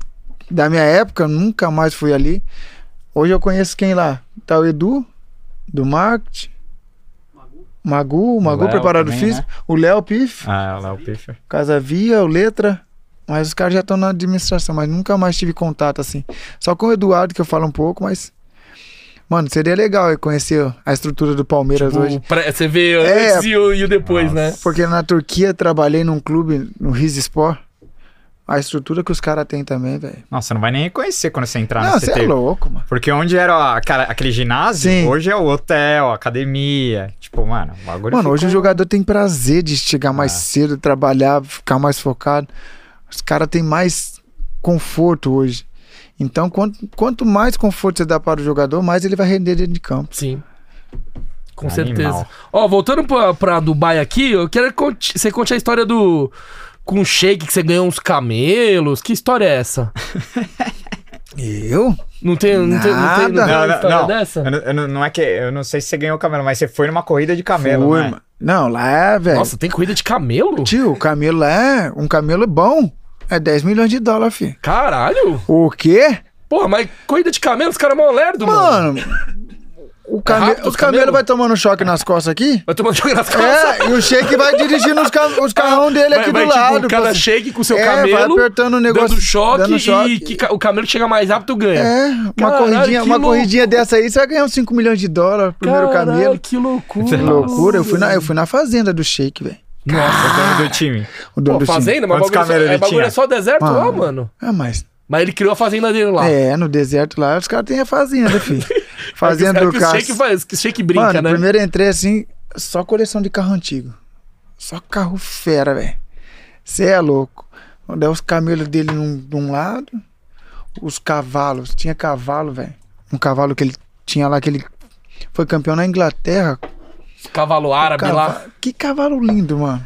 da minha época, nunca mais fui ali. Hoje eu conheço quem lá? Tá o Edu, do marketing. Magu, o Magu
Léo
preparado
também,
físico, o Léo Pif,
Ah, lá o Piffer.
Casavia, o Letra, mas os caras já estão na administração, mas nunca mais tive contato assim. Só com o Eduardo que eu falo um pouco, mas mano, seria legal eu conhecer a estrutura do Palmeiras
Tipo,
hoje.
pra- você vê
É.
antes e o, e o depois, né?
Porque na Turquia trabalhei num clube, no Riz Sport. A estrutura que os caras têm também, velho.
Nossa, você não vai nem reconhecer quando você entrar
Não,
Tá na
você é
CT.
louco, mano.
Porque onde era aquela- aquele ginásio,
Sim.
hoje é o hotel, a academia. Tipo, mano, o bagulho.
Mano, hoje
ficou-
o jogador tem prazer de chegar mais
Ah.
cedo, trabalhar, ficar mais focado. Os caras têm mais conforto hoje. Então, quanto, quanto mais conforto você dá para o jogador, mais ele vai render dentro de campo.
Sim. Com
Animal.
certeza. Ó, voltando pra, pra Dubai aqui, eu quero que conte- você conte a história do. Com o shake que você ganhou uns camelos. Que história é essa?
Eu?
Não tem, não tem, não tem, não tem
Nada.
uma
Não, não,
história
não.
dessa?
Eu não- eu não, não é que. Eu não sei se você ganhou o camelo, mas você foi numa corrida de camelo.
Fui,
né?
mano. Não, lá é, velho.
Nossa, tem corrida de camelo?
Tio, o camelo lá é um camelo bom. É 10 milhões de dólares, filho.
Caralho!
O quê?
Porra, mas corrida de camelo, os caras é mó lerdo, mano.
Mano, o, came...
É rápido os
os camelo
camelo?
vai tomando choque nas costas aqui?
Vai tomando jogo nas costas.
É, e o Sheik vai dirigindo os, ca... os carrão dele aqui
vai, vai,
do
tipo,
lado.
cada
pô.
shake com o seu
É, vai
camelo.
apertando o negócio,
Dando choque,
dando
e
choque.
que ca- o camelo que chega mais rápido ganha.
É, uma
Caralho,
corridinha,
que
uma
louco.
corridinha dessa aí, você vai ganhar uns 5 milhões de dólares, primeiro
Caralho,
camelo.
que loucura.
Que
Que loucura, eu fui, na, eu fui na fazenda do Sheik, velho.
Nossa,
O dono do time.
O dono
pô,
do time.
fazenda, mas o
Quantos
bagulho, é só, é,
camelos ele
bagulho
tinha?
é só deserto lá,
Mano.
mano.
Ah, mas.
Mas ele criou a fazenda dele lá.
É, no deserto lá, os caras têm a fazenda, filho.
é
Fazenda
que,
do
o
cara.
shake faz, que o shake brinca,
Mano,
né?
primeiro eu entrei assim, só coleção de carro antigo. Só carro fera, velho. Você é louco. Daí os camelos dele num, de um lado, os cavalos. Tinha cavalo, velho. Um cavalo que ele tinha lá, que ele foi campeão na Inglaterra.
Cavalo árabe
Cava-
lá.
Que cavalo lindo, mano.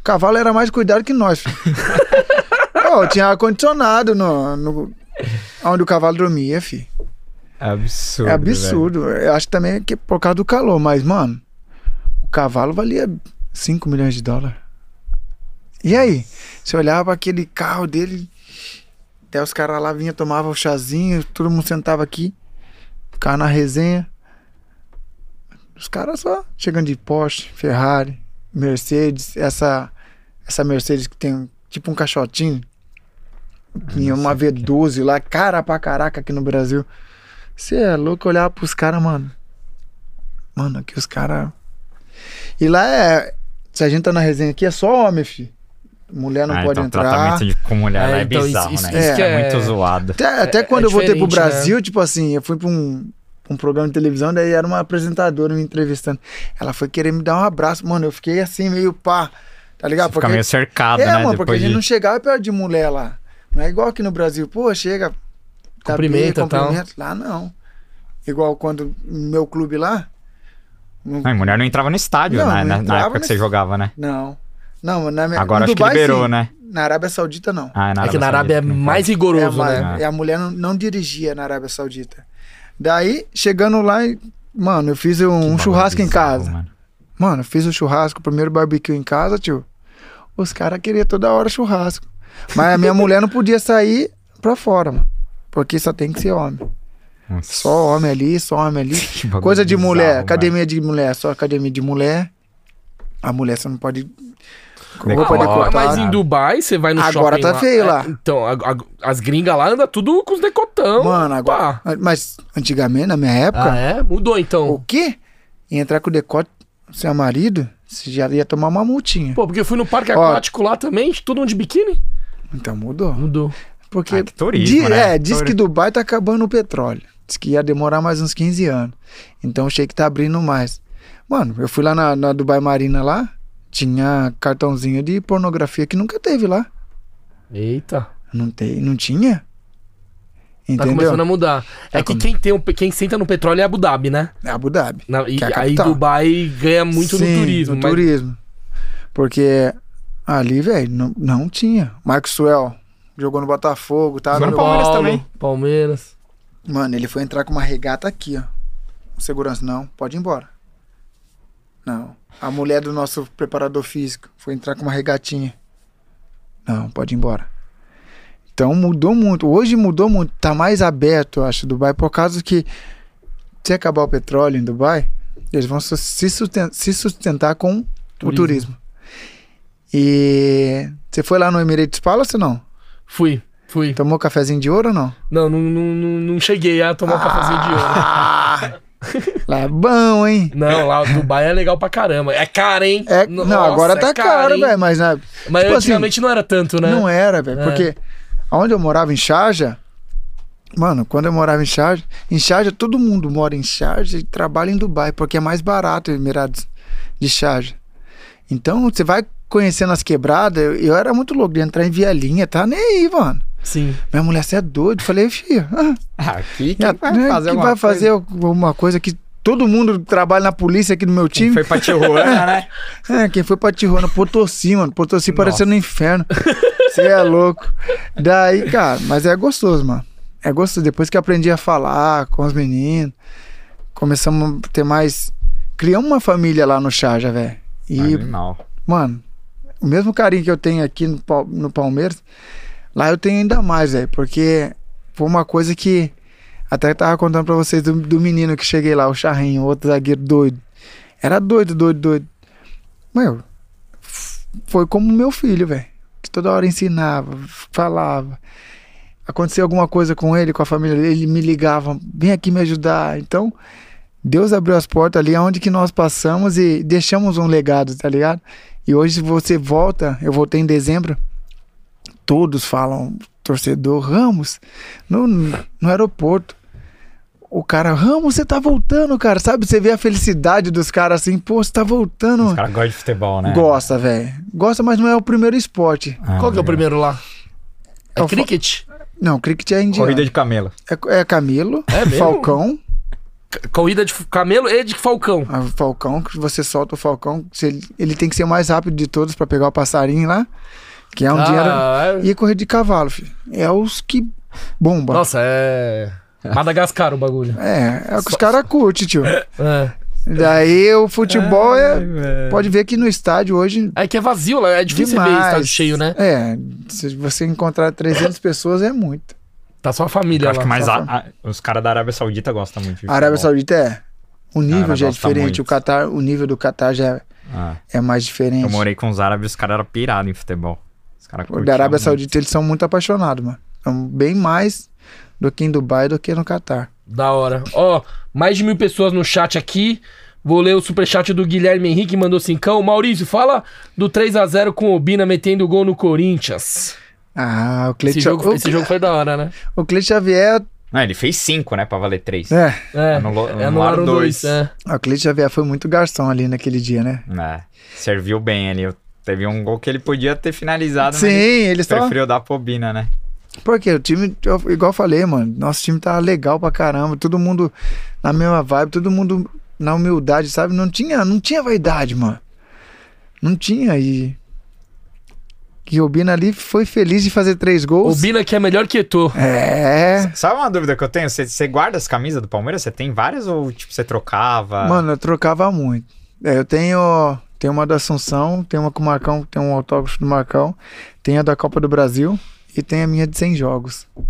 O cavalo era mais cuidado que nós. filho. Ó, tinha ar-condicionado no, no, onde o cavalo dormia, fi.
Absurdo.
É absurdo. Eu acho também que é por causa do calor, mas, mano, o cavalo valia 5 milhões de dólares. E aí? Você olhava pra aquele carro dele, até os caras lá vinham, tomavam o chazinho, todo mundo sentava aqui, ficava na resenha. Os caras só chegando de Porsche, Ferrari, Mercedes, essa, essa Mercedes que tem tipo um caixotinho.
Ah,
Tinha uma
é.
V12 lá, cara pra caraca aqui no Brasil. Você é louco olhar pros caras, mano. Mano, aqui os caras. E lá é. Se a gente tá na resenha aqui, é só homem, fi. Mulher não
Ah,
pode
então,
entrar.
tratamento de, com mulher
É,
lá é
então, isso-
bizarro,
isso-
né?
isso
Isso
que
é,
é-
muito zoado.
Até, até
é-
quando
é
eu voltei pro
diferente, né?
Brasil, tipo assim, eu fui pra um, um programa de televisão, daí era uma apresentadora me entrevistando. Ela foi querer me dar um abraço, mano. Eu fiquei assim, meio pá. Tá ligado?
Fica meio cercado,
é,
né?
mano, porque a
Depois
gente
de...
não chegava perto de mulher lá. Não é igual aqui no Brasil. Pô, chega. tá
Cumprimenta,
bem,
tal.
cumprimenta. Lá não. Igual quando no meu clube lá.
Não, e mulher não entrava no estádio
Não,
né?
não
na, na
entrava
época que
no-
você jogava, né?
Não. Não, na minha
Agora
no
acho que
Dubai,
liberou,
sim.
né?
Na Arábia Saudita, não.
Ah, na
É que na Arábia é
Saudita, né?
mais
É,
rigoroso,
uma-
né?
é, a mulher não, não dirigia na Arábia Saudita. Daí, chegando lá, e- mano, eu fiz um churrasco em
Bizarro,
casa.
mano.
Mano, eu fiz o churrasco, o primeiro barbecue em casa, tio. Os caras queriam toda hora churrasco. Mas a minha mulher não podia sair pra fora, mano. Porque só tem que ser homem.
Nossa,
Só homem ali, só homem ali.
que bagulho
Coisa de
bizarro,
mulher,
mano.
academia de mulher, só academia de mulher. A mulher você não pode.
Decolar.
Roupa
Ah,
decotada.
mas em Dubai, você vai no
Agora
shopping
tá feio lá.
É, Então, a- a- as gringas lá andam tudo com os decotão.
Mano, agora.
então, pá.
Mas antigamente, na minha época,
Ah, é? Mudou, então.
o quê? E entrar com o decote, você é marido, você já ia tomar uma multinha.
Pô, porque eu fui no parque
Ó.
aquático lá também, todo mundo de biquíni.
Então mudou.
Mudou.
Porque.
Ah, que turismo,
di-
né?
É, diz
Turi-
que Dubai tá acabando o petróleo. Diz que ia demorar mais uns 15 anos. Então achei que tá abrindo mais. Mano, eu fui lá na, na Dubai Marina lá, tinha cartãozinho de pornografia que nunca teve lá.
Eita.
Não, tem, não tinha?
Tá
Entendeu? Tá
começando a mudar. é que
come-
quem, tem um, pe- quem senta no petróleo é Abu Dhabi, né?
Abu Dhabi.
Na- e
Que é a
aí
capital.
Dubai ganha muito
Sim,
no turismo.
No
mas-
turismo. Porque ali, velho, não, não tinha. Maxwell jogou no Botafogo, tá?
Jogou no
Meu-
Palmeiras
Paulo,
também.
Palmeiras.
Mano, ele foi entrar com uma regata aqui, ó. Segurança, não, pode ir embora. Não. A mulher do nosso preparador físico foi entrar com uma regatinha. Não, pode ir embora. Então mudou muito. Hoje mudou muito. Tá mais aberto, eu acho, Dubai, por causa que se acabar o petróleo em Dubai, eles vão su- se susten- se sustentar com o
Turismo.
turismo. E você foi lá no Emirates Palace ou não?
Fui, fui.
Tomou cafezinho de ouro ou não?
Não, não, não, não- não cheguei a tomar um cafezinho de
Ah.
ouro.
Lá é bom, hein?
Não, lá Dubai é legal pra caramba. É caro, hein?
É, não,
Nossa,
agora
é
tá caro,
hein?
velho, mas na-
Mas
Tipo assim,
antigamente não era tanto, né?
não era, velho,
É.
porque onde eu morava em Charja, mano, quando eu morava em Charja, em Charja todo mundo mora em Charja e trabalha em Dubai, porque é mais barato Emirados de Charja. Então, você vai conhecendo as quebradas, eu, eu era muito louco de entrar em Vielinha, tá nem aí, mano.
Sim.
Minha mulher, você é doido. Eu Falei, filho, ah,
Ah, Aqui que
né,
vai fazer
que
alguma
vai
coisa?
fazer alguma coisa que todo mundo trabalha na polícia aqui no meu time?
Foi pra Tijuana, né?
É, quem foi pra Tijuana, Potosí, mano. Potosí
Nossa.
parecendo um inferno. Você é louco. Daí, cara, mas é gostoso, mano. É gostoso. Depois que eu aprendi a falar com os meninos, começamos a ter mais. Criamos uma família lá no Charja, velho. E,
Animal.
mano, o mesmo carinho que eu tenho aqui no, Pal- no Palmeiras, lá eu tenho ainda mais, velho. Porque foi uma coisa que. Até tava contando pra vocês do, do menino que cheguei lá, o Charrinho, outro zagueiro doido. Era doido, doido, doido. Meu, f- foi como meu filho, velho. Que toda hora ensinava, falava. Acontecia alguma coisa com ele, com a família dele, ele me ligava, vem aqui me ajudar. Então, Deus abriu as portas ali aonde que nós passamos e deixamos um legado, tá ligado? E hoje você volta, eu voltei em dezembro, todos falam, torcedor, Ramos, no, no aeroporto. O cara, Ramos, você tá voltando, cara. Sabe, você vê a felicidade dos caras assim, pô, você tá voltando.
Os caras gostam de futebol,
É.
né?
Gosta, velho. Gosta, mas não é o primeiro esporte.
Ah,
Qual que é o
legal.
primeiro lá? É
Eu fa-
cricket?
Não, cricket é indiano.
Corrida de camelo.
É, é Camilo,
É mesmo?
Falcão.
C- Corrida de f- camelo e de falcão.
Ah, o Falcão, que você solta o Falcão. se ele, ele tem que ser o mais rápido de todos pra pegar o passarinho lá. Que é um dinheiro.
Ah, é-
E corrida de cavalo, filho. É os que bomba.
Nossa, é... Madagascar o bagulho.
É, é o que os caras curtem, tio.
É.
Daí o futebol é.
velho.
Pode ver que no estádio hoje.
É que é vazio lá, é difícil você ver
demais.
estádio cheio, né?
É, se você encontrar 300 pessoas é muito.
Tá só a família
Eu acho
lá.
que mais
só
a- a- os caras da Arábia Saudita gostam muito. de
A Arábia
futebol.
Saudita é. O nível
Cara,
já é
gosta
diferente.
muito.
O, Qatar, o nível do Catar já é-
Ah,
é mais diferente.
eu morei com os árabes, os caras eram pirados em futebol. Os caras
O
curtiam
da Arábia
muito.
Saudita, eles são muito apaixonados, mano. São bem mais do que em Dubai do que no Catar.
Da hora. Ó, mais de mil pessoas no chat aqui. Vou ler o superchat do Guilherme Henrique, mandou cincão. Maurício, fala do 3 a 0 com o Obina metendo gol no Corinthians.
Ah, o Cleiton
Esse jogo,
o,
esse jogo foi da hora, né?
o Cleiton Xavier.
Não, ele fez cinco, né? Pra valer três.
É,
É,
Anulou-
é,
anularam
anularam dois.
dois.
é.
o Cleiton Xavier foi muito garçom ali naquele dia, né?
É, serviu bem ali. Eu- Teve um gol que ele podia ter finalizado,
Sim,
mas ele
eles só.
preferiu dar pobina, né?
Porque o time, eu- igual eu falei, mano, nosso time tava legal pra caramba, todo mundo na mesma vibe, todo mundo na humildade, sabe? Não tinha, não tinha vaidade, mano. Não tinha. E que o Bina ali foi feliz de fazer três
O
gols.
Bina que é melhor que Eto'o.
É.
Sabe uma dúvida que eu tenho? Você, você guarda as camisas do Palmeiras? Você tem várias ou, tipo, você trocava?
Mano, eu trocava muito. É, eu tenho, tenho uma da Assunção, tenho uma com o Marcão, tem um autógrafo do Marcão, tenho a da Copa do Brasil e tem a minha de 100 jogos.
O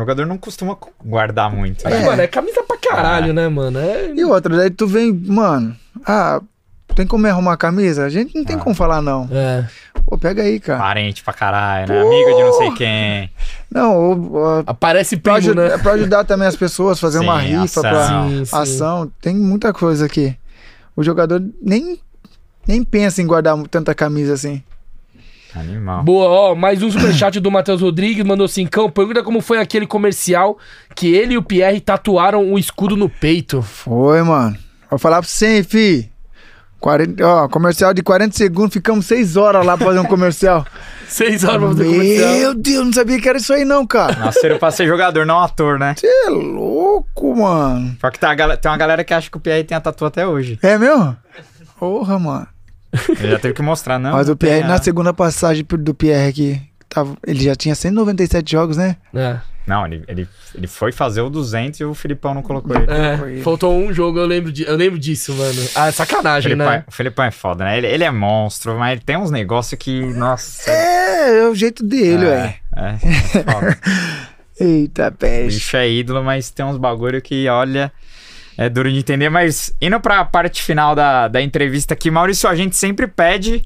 jogador não costuma cu- guardar muito.
Mas,
né?
É.
mano, é camisa pra caralho, né, mano? É...
E outra, daí tu vem, mano, ah, tem como me arrumar a camisa? A gente não tem
Ah.
como falar não.
É.
Pô, pega aí, cara.
Parente pra caralho, né? Amigo de não sei quem.
Não, ou, ou,
Aparece
pra,
Ah. primo,
aju-
né?
pra ajudar também as pessoas, fazer
Sim,
uma rifa, pra,
ação.
Sim, sim.
ação, tem muita coisa aqui. O jogador nem, nem pensa em guardar tanta camisa assim.
Animal.
Boa, ó, mais um superchat do Matheus Rodrigues, mandou cincão. Pergunta como foi aquele comercial que ele e o Pierre tatuaram o escudo no peito.
Foi, mano. Vou falar pra você, hein, fi. 40, ó, comercial de 40 segundos, ficamos 6 horas lá pra fazer um comercial.
Seis horas pra fazer um comercial.
Meu Deus, não sabia que era isso aí não, cara.
Nasceram pra ser jogador, não ator, né?
Você é louco, mano.
Só que tá a gal- tem uma galera que acha que o Pierre tem a tatu até hoje.
É mesmo? Porra, mano.
Ele já teve que mostrar, não?
Mas o
tem
Pierre,
a-
na segunda passagem pro- do Pierre aqui, tava, ele já tinha 197 jogos, né?
É,
Não, ele, ele, ele foi fazer o 200 e o Filipão não colocou ele.
é,
Foi ele.
faltou um jogo, eu lembro, de- eu lembro disso, mano. Ah,
O
sacanagem,
Filipão,
né?
o Filipão é foda, né? Ele, ele é monstro, mas ele tem uns negócios que, nossa...
É, é o jeito dele, ué.
É, é foda.
Eita,
O
peste.
é. bicho é ídolo, mas tem uns bagulho que, olha, é duro de entender. Mas indo pra parte final da, da entrevista aqui, Maurício, a gente sempre pede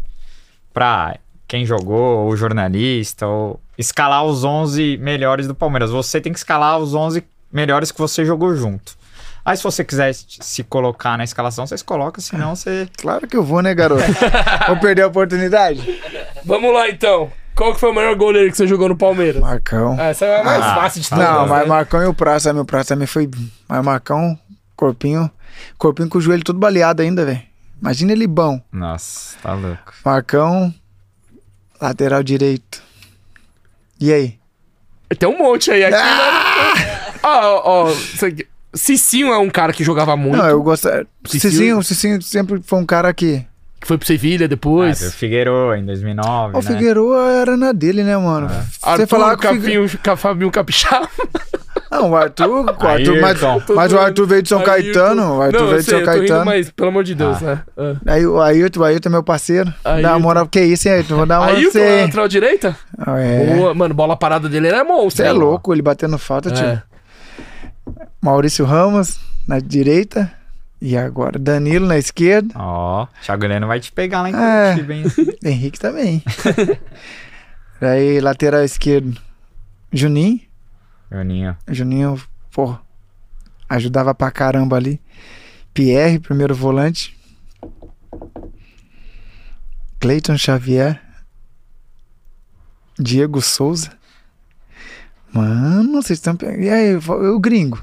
pra quem jogou, ou jornalista, ou escalar os 11 melhores do Palmeiras. Você tem que escalar os 11 melhores que você jogou junto. Aí se você quiser se colocar na escalação, você se coloca, senão você...
Claro que eu vou, né, garoto? vou perder a oportunidade?
Vamos lá, então. Qual que foi o melhor goleiro que você jogou no Palmeiras?
Marcão.
Essa é a mais
Ah,
fácil de todas,
Não, mas
né?
Marcão e o Praça, meu Praça também foi. Mas Marcão, corpinho. Corpinho com o joelho todo baleado ainda, velho. Imagina ele bom.
Nossa, tá louco.
Marcão, lateral direito. E aí?
Tem um monte aí. Aqui,
Ah!
né? Ó, ó, isso aqui. Cicinho é um cara que jogava muito,
Não, eu gosto.
Cicinho-
Cicinho, Cicinho sempre foi um cara que.
que foi pro Sevilha
Ah,
depois.
o Figueiredo em 2009,
O
né?
Figueiroa era na dele, né, mano? Você
É. Arthur,
falava que o Figue-
Capinho, Ca- Fabinho Capixaba.
Não, o Arthur. o Arthur mas,
Ayrton.
mas o Arthur veio de São Caetano. O Arthur
então. Não, eu
veio de
sei,
São
eu tô rindo,
Caetano.
mas pelo amor de Deus, né? Ah.
Aí o Ayrton, o Ayrton é meu parceiro. Dá
Ayrton.
uma moral, que isso, hein, Ayrton? Vou dar uma
Aí
pra
o
você,
é
hein?
lateral direita?
É.
Boa, mano, bola parada dele era monstro.
Você é
hein?
louco, tá ele batendo falta, tio.
É.
Maurício Ramos na direita. E agora Danilo na esquerda.
Ó, Thiago Heleno vai te pegar lá em
É.
Curitiba, hein?
Henrique também. Aí, lateral esquerdo, Juninho.
Juninho.
Juninho, pô, ajudava pra caramba ali. Pierre, primeiro volante. Cleiton Xavier. Diego Souza. Mano, vocês estão pegando. E aí, o gringo?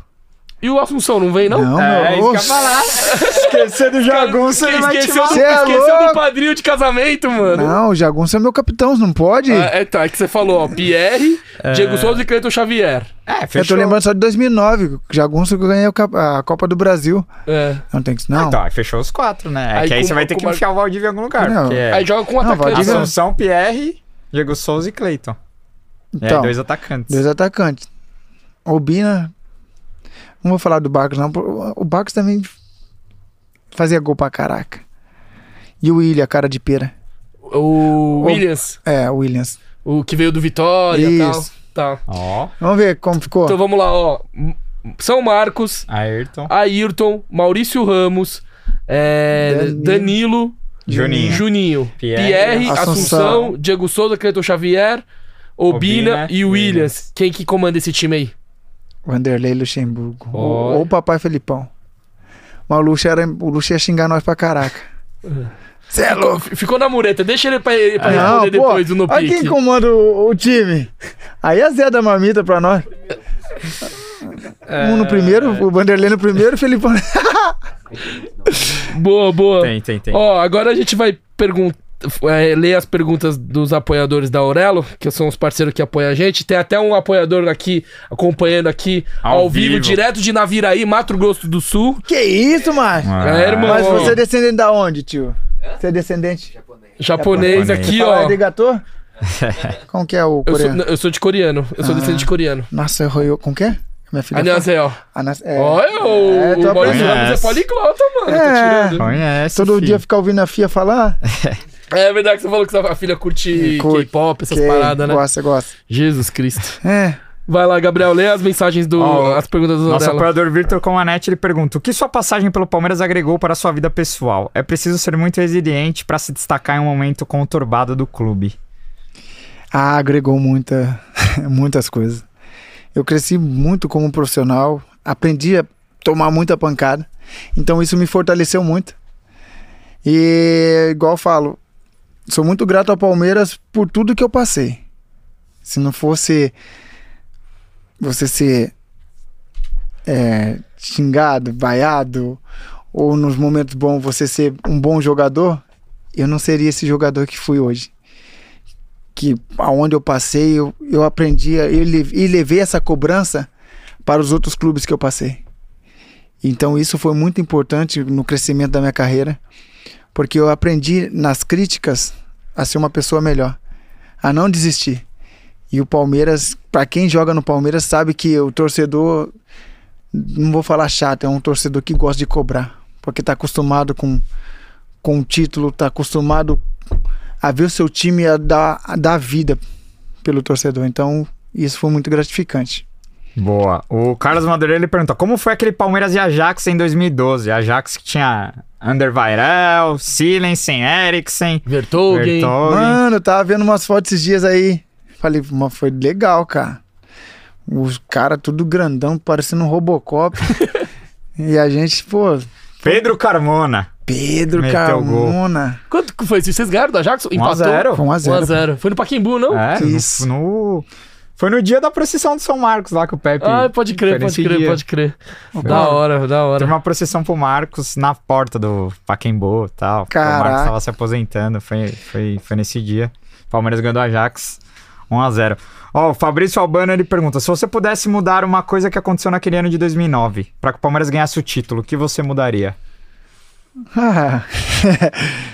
E o Assunção não vem, não?
é, isso que eu ia
oxe.
falar. Esquecer do jagunço, ele vai te
esqueceu, do,
matar.
Cê é
esqueceu do
louco?
padrinho de casamento,
né?
mano.
Não, o Jagunço é meu capitão, não pode?
Ah, é, tá, é que você falou, ó, Pierre, Diego Souza e Cleiton Xavier.
É,
eu tô lembrando só de 2009, que o Jagunço que eu ganhei o cap- a Copa do Brasil.
É.
Não tem que... Não,
Então, aí fechou os quatro, né? É
Aí
que aí
com-
você vai ter
com
que
uma-
enfiar o Valdívia em algum lugar.
Não.
Porque é
Aí joga com um
Não,
atacante.
Valdívia-
né?
Assunção, Pierre, Diego Souza e Cleiton. E aí
Então.
É, dois atacantes.
dois atacantes. O Bina... Não vou falar do Barcos, não. por- O Barcos também fazia gol pra caraca. E o William, cara de pera.
O Williams,
É, o Williams.
o que veio do Vitória e tal.
Isso.
Tá.
Ó,
Vamos ver como ficou.
Então vamos lá, ó. M- São Marcos,
Ayrton,
Ah, Ayrton, Maurício Ramos, é,
Danilo.
Danilo,
Juninho.
Juninho,
Pierre,
Pierre,
Assunção,
Assunção, Diego Souza, Cleiton Xavier, Obina,
Obina,
e Williams.
Williams.
Quem que comanda esse time aí?
Vanderlei Luxemburgo.
Ó.
Ou o Papai Felipão. Mas o Luxo, era, o Luxo ia xingar nós pra caraca. Você é louco.
F- Ficou na mureta, deixa ele pra, ele pra
Não,
responder depois o no
pô, olha Ah, quem
pique.
comanda o, o time. Aí a Zé da Mamita pra nós.
É.
Um no primeiro, o Vanderlei no primeiro, o Felipão.
Boa, boa.
tem, tem, tem.
Ó, agora a gente vai perguntar. é, ler as perguntas dos apoiadores da Aurelo, que são os parceiros que apoiam a gente. Tem até um apoiador aqui, acompanhando aqui ao,
Ao
vivo,
vivo.
direto de Naviraí, Mato Grosso do Sul.
que isso, macho?
Ah,
Galera, irmão,
Mas você é descendente da onde, tio? Você é descendente?
japonês
Japonês.
aqui,
Fala,
ó.
arigatô? Como que é o
Eu sou,
coreano?
não, eu sou de coreano. Eu sou descendente de coreano.
Nossa, Hoyo. Como que Ah. é? Minha filha. fala-
Anel
Anas- é.
Olha,
É,
o,
tô
o Boris
aprendendo.
Ramos é poliglota, mano.
É.
Tá tirando.
Conhece,
Todo
filho.
dia ficar ouvindo a Fia falar?
É verdade que você falou que sua filha curte
Curte.
K-pop, essas
Que
paradas, né?
Gosta, gosta.
Jesus Cristo.
É.
Vai lá, Gabriel, lê as mensagens do.
Ó,
as perguntas do
Nosso
Zorella.
apoiador Victor Comanete ele pergunta: O que sua passagem pelo Palmeiras agregou para a sua vida pessoal? É preciso ser muito resiliente para se destacar em um momento conturbado do clube.
Ah, agregou muita, muitas coisas. Eu cresci muito como profissional, aprendi a tomar muita pancada, então isso me fortaleceu muito. E, igual eu falo, sou muito grato ao Palmeiras por tudo que eu passei. Se não fosse você ser é, xingado, vaiado, ou nos momentos bons você ser um bom jogador, eu não seria esse jogador que fui hoje que aonde eu passei, eu, eu aprendi a- eu le- e levei essa cobrança para os outros clubes que eu passei. Então isso foi muito importante no crescimento da minha carreira, porque eu aprendi nas críticas a ser uma pessoa melhor, a não desistir. E o Palmeiras, para quem joga no Palmeiras, sabe que o torcedor não vou falar chato, é um torcedor que gosta de cobrar, porque tá acostumado com com o título, tá acostumado a ver o seu time a dar, a dar vida pelo torcedor. Então, isso foi muito gratificante.
Boa. O Carlos Madureira ele pergunta: Como foi aquele Palmeiras e Ajax em 2012? Ajax que tinha Undervairel, Silensen, Eriksen,
Vertogen.
Vertonghen.
Mano, eu tava vendo umas fotos esses dias aí. Falei, "Mano, foi legal, cara. Os caras tudo grandão, parecendo um Robocop. e a gente, pô,
Pedro Carmona.
Pedro
Meteu o gol.
Carmona.
Quanto que foi isso? Vocês ganharam da
Um
Jackson? Empatou?
1x0.
Foi 1x0.
1x0. Foi no Paquimbu, não?
É,
Que
no-
isso.
no- Foi no dia da procissão de São Marcos lá que o Pepe.
Ah, pode
Foi
crer, pode
nesse
crer,
dia.
pode crer. Da hora, da
Teve
hora.
uma procissão pro Marcos na porta do Paquembu e tal. porque O Marcos
Caraca.
tava se aposentando, foi, foi, foi nesse dia. Palmeiras ganhou do Ajax 1x0. Ó, o Fabrício Albano ele pergunta: se você pudesse mudar uma coisa que aconteceu naquele ano de 2009, pra que o Palmeiras ganhasse o título, o que você mudaria?
Ah.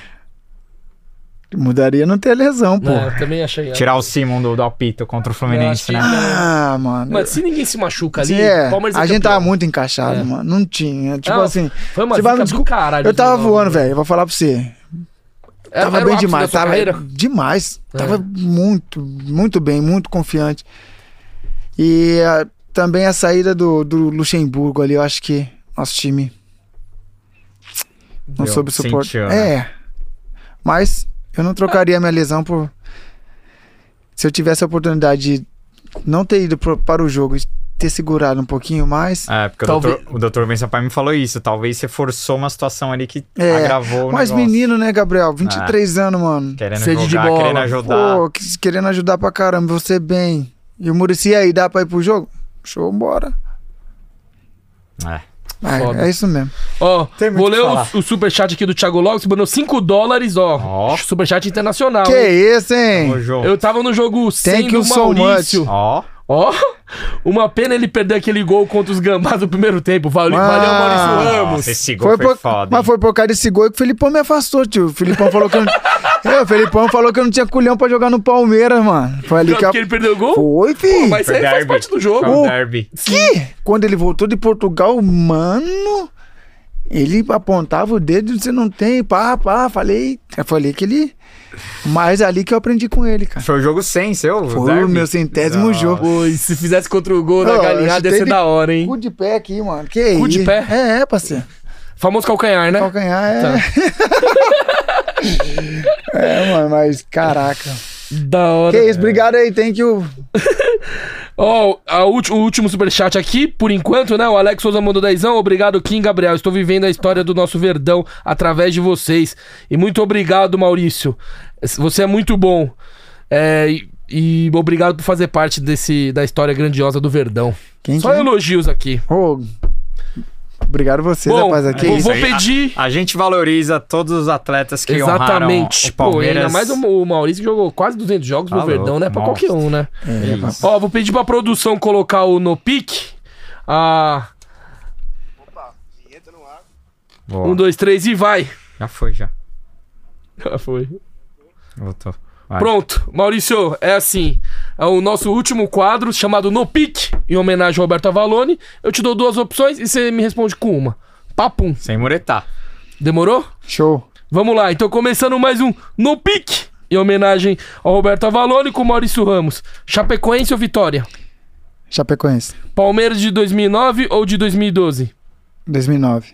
Mudaria não ter lesão, pô.
É, também achei.
Tirar o Simon do, do apito contra o Fluminense,
Eu
né?
acho
Ah, mano.
Mas se ninguém se machuca ali,
Sim, é.
Palmeiras é
a gente
campeão.
tava muito encaixado,
É.
mano. Não tinha. Tipo
Não,
assim,
Foi uma
Você
zica
vai-
do caralho.
eu tava
mano.
voando, velho. Eu vou falar pra você.
Era- era
tava
né? É, o
bem
ápice da
demais.
sua
Tava
carreira?
demais.
É.
Tava muito, muito bem, muito confiante. E ah, também a saída do, do Luxemburgo ali, eu acho que nosso time não
Deu,
soube suporte.
sentiu, né?
É. Mas eu não trocaria minha lesão por. Se eu tivesse a oportunidade de não ter ido pro- para o jogo e ter segurado um pouquinho mais.
É, porque
Talvez-
o doutor, o doutor Benção Pai me falou isso. Talvez você forçou uma situação ali que
É,
agravou o
Mas
um negócio. É.
menino, né, Gabriel? 23 anos, mano.
Querendo
Sede de
jogar,
bola.
querendo ajudar.
Pô, que- querendo ajudar pra caramba, você é bem. E o Murici aí, dá pra ir pro jogo? Show, bora.
É.
Foda.
É, é isso mesmo.
Ó,
Tem muito
vou
o que
ler
falar.
o, o superchat aqui do Thiago Lopes, mandou 5 dólares, ó.
Ó.
Superchat internacional.
que
hein?
isso,
Ô,
hein?
João.
Eu tava no jogo 100
you
do
so
Maurício.
Ó.
Ó, uma pena ele perder aquele gol contra os gambás do primeiro tempo. Valeu,
Ah.
valeu Maurício Ramos.
Nossa, esse gol foi,
por-
foda. hein?
mas foi por causa desse gol que o Felipão me afastou, tio. O Felipão falou que eu não... É, o Felipão falou que eu não tinha culhão pra jogar no Palmeiras, mano. Foi ali
Não,
que eu...
Porque ele perdeu o gol?
Foi,
Pô,
fi.
mas isso
Foi
aí faz
derby.
parte do
Foi
jogo.
um derby.
Que? Quando ele voltou de Portugal, mano... Ele apontava o dedo, você não tem, pá, pá, falei. Eu falei que ele... Mas é ali que eu aprendi com ele, cara.
Foi o jogo 100, seu?
Foi o
derby?
meu centésimo
Nossa.
jogo.
Pô, e se fizesse contra o gol da
Ó,
galinhada, ia
chutei
ser
de-
da hora, hein?
Cu de pé aqui, mano. Que
Cu de
isso?
pé?
É, é, parceiro.
Famoso calcanhar, né?
Calcanhar é. é, mano, mas caraca.
Da hora.
Que isso, obrigado aí, tem que o.
Ó, a ulti- o último superchat aqui, por enquanto, né? O Alex Souza mandou dezão. Obrigado, Kim Gabriel. Estou vivendo a história do nosso Verdão através de vocês. E muito obrigado, Maurício. Você é muito bom. É, e, e obrigado por fazer parte desse, da história grandiosa do Verdão.
Quem que
Só
é?
elogios aqui.
Ô, Obrigado vocês,
Bom,
rapaz. Aqui.
vou,
isso
vou
aí.
pedir.
A gente valoriza todos os atletas que
Exatamente.
honraram o
Pô, e
Palmeiras.
ainda mais um o, o Maurício que jogou quase 200 jogos no
Tá
Verdão,
louco,
né? Pra
monstro.
qualquer um, né?
É,
Que isso.
Ó, vou pedir pra produção colocar o no pique. Ah,
Boa.
um, dois, três e vai.
Já foi, já.
Já Ah, foi.
Voltou. Vai.
Pronto, Maurício, é assim. É o nosso último quadro, chamado No Pique, em homenagem ao Roberto Avalone. Eu te dou duas opções e você me responde com uma. Papum.
Sem muretar.
Demorou?
Show.
Vamos lá, então começando mais um No Pique, em homenagem ao Roberto Avalone com Maurício Ramos. Chapecoense ou Vitória?
Chapecoense.
Palmeiras de 2009 ou de 2012?
2009.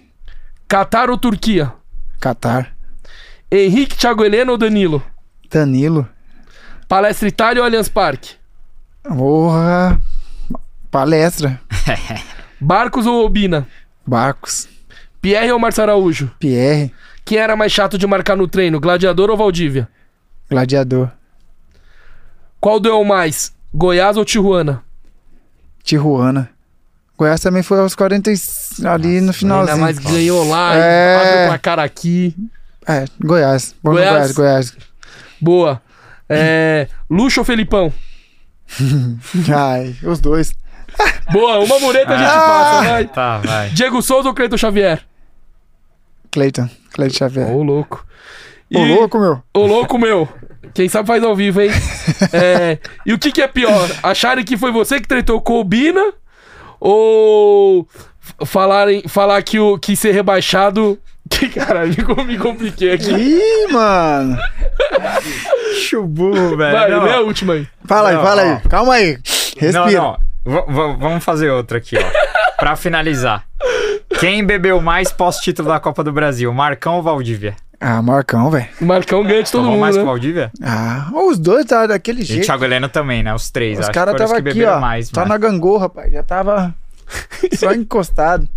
Catar ou Turquia?
Catar.
Henrique, Thiago Heleno ou Danilo?
Danilo.
Palestra Itália ou Allianz Parque?
Porra. Palestra.
Barcos ou Obina?
Barcos.
Pierre ou Márcio Araújo?
Pierre.
Quem era mais chato de marcar no treino, Gladiador ou Valdívia?
Gladiador.
Qual doeu mais, Goiás ou Tijuana?
Tijuana. Goiás também foi aos 40 e- ali no finalzinho.
Ainda mais ganhou lá,
É.
abriu com a cara aqui.
É, Goiás. Bom
Goiás.
Goiás. Goiás,
Boa. É, Luxo ou Felipão?
Ai, os dois.
Boa, uma mureta a gente passa, vai.
Tá, vai.
Diego Souza ou Cleiton Xavier?
Cleiton. Cleiton Xavier.
Ô, louco.
Ô,
E-
louco, meu.
Ô, louco meu. Quem sabe faz ao vivo, hein? É, e o que, que é pior? Acharem que foi você que tretou com o Bina? Ou f- falarem, falar que, o, que ser rebaixado. Que caralho, me com- me compliquei aqui.
Ih, mano.
Chubu, velho.
Vai,
É, Não,
lê a última aí.
Fala aí,
Não,
fala
ó.
aí. Calma aí. Respira.
Não, não. V- v- vamos fazer outra aqui, ó. pra finalizar. Quem bebeu mais pós-título da Copa do Brasil? Marcão ou Valdívia?
Ah, Marcão, velho.
O Marcão ganha de todo
Tomou mais
mundo.
que o
Né?
Valdívia?
Ah, os dois tá daquele
E o
jeito.
Thiago Heleno também, né? Os três.
Os
acho
caras
que foram
tava
os que
aqui,
beberam
ó.
mais. né?
tá
mano.
na gangorra, rapaz. Já tava só encostado.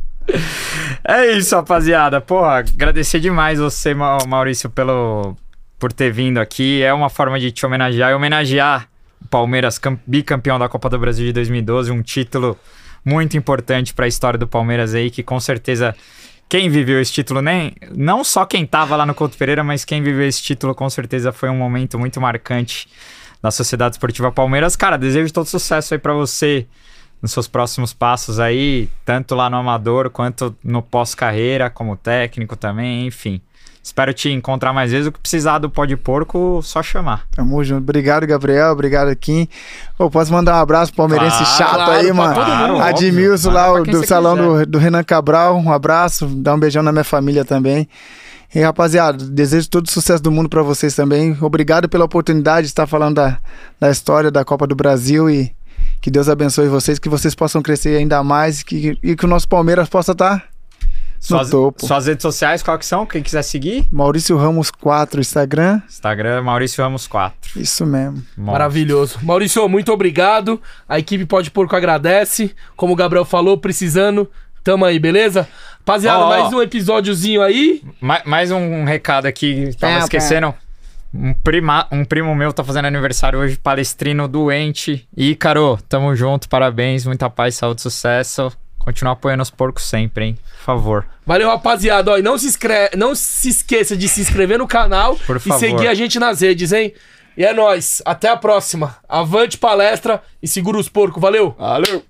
É isso, rapaziada. Porra, agradecer demais você, Ma- Maurício, pelo por ter vindo aqui. É uma forma de te homenagear e homenagear o Palmeiras cam- bicampeão da Copa do Brasil de 2012, um título muito importante pra história do Palmeiras aí, que com certeza quem viveu esse título nem não só quem tava lá no Couto Pereira, mas quem viveu esse título com certeza foi um momento muito marcante da Sociedade Esportiva Palmeiras. Cara, desejo todo sucesso aí pra você nos seus próximos passos aí, tanto lá no amador quanto no pós-carreira, como técnico também, enfim. Espero te encontrar mais vezes. O que precisar do pó de porco, só chamar.
Tamo junto. Obrigado, Gabriel. Obrigado, Kim. Ô, posso mandar um abraço pro palmeirense
Claro,
chato aí,
pra
mano?
todo mundo,
óbvio.
Admilson
Manda
lá,
pra
o
quem
do
você
salão
quiser.
do, do Renan Cabral. Um abraço. Dá um beijão na minha família também. E, rapaziada, desejo todo o sucesso do mundo pra vocês também. Obrigado pela oportunidade de estar falando da, da história da Copa do Brasil e que Deus abençoe vocês, que vocês possam crescer ainda mais e que, e que o nosso Palmeiras possa tá estar
Suas,
topo.
suas redes sociais, qual que são? Quem quiser seguir?
Maurício Ramos 4, Instagram.
Instagram, Maurício Ramos 4.
Isso mesmo.
Maravilhoso. Maurício, muito obrigado. A equipe Pode Porco agradece. Como o Gabriel falou, precisando, tamo aí, beleza? Rapaziada,
Ó, ó.
mais um episódiozinho aí.
Ma- mais um recado aqui, tava
Pé,
esquecendo. Um, prima, um primo meu tá fazendo aniversário hoje, palestrino doente. Ícaro, tamo junto, parabéns, muita paz, saúde, sucesso. Continua apoiando os porcos sempre, hein? Por favor.
Valeu, rapaziada. Ó, e não se, inscre... não se esqueça de se inscrever no canal
Por
e
favor.
seguir a gente nas redes, hein? E é nóis. Até a próxima. Avante palestra e segura os porcos. Valeu!
Valeu!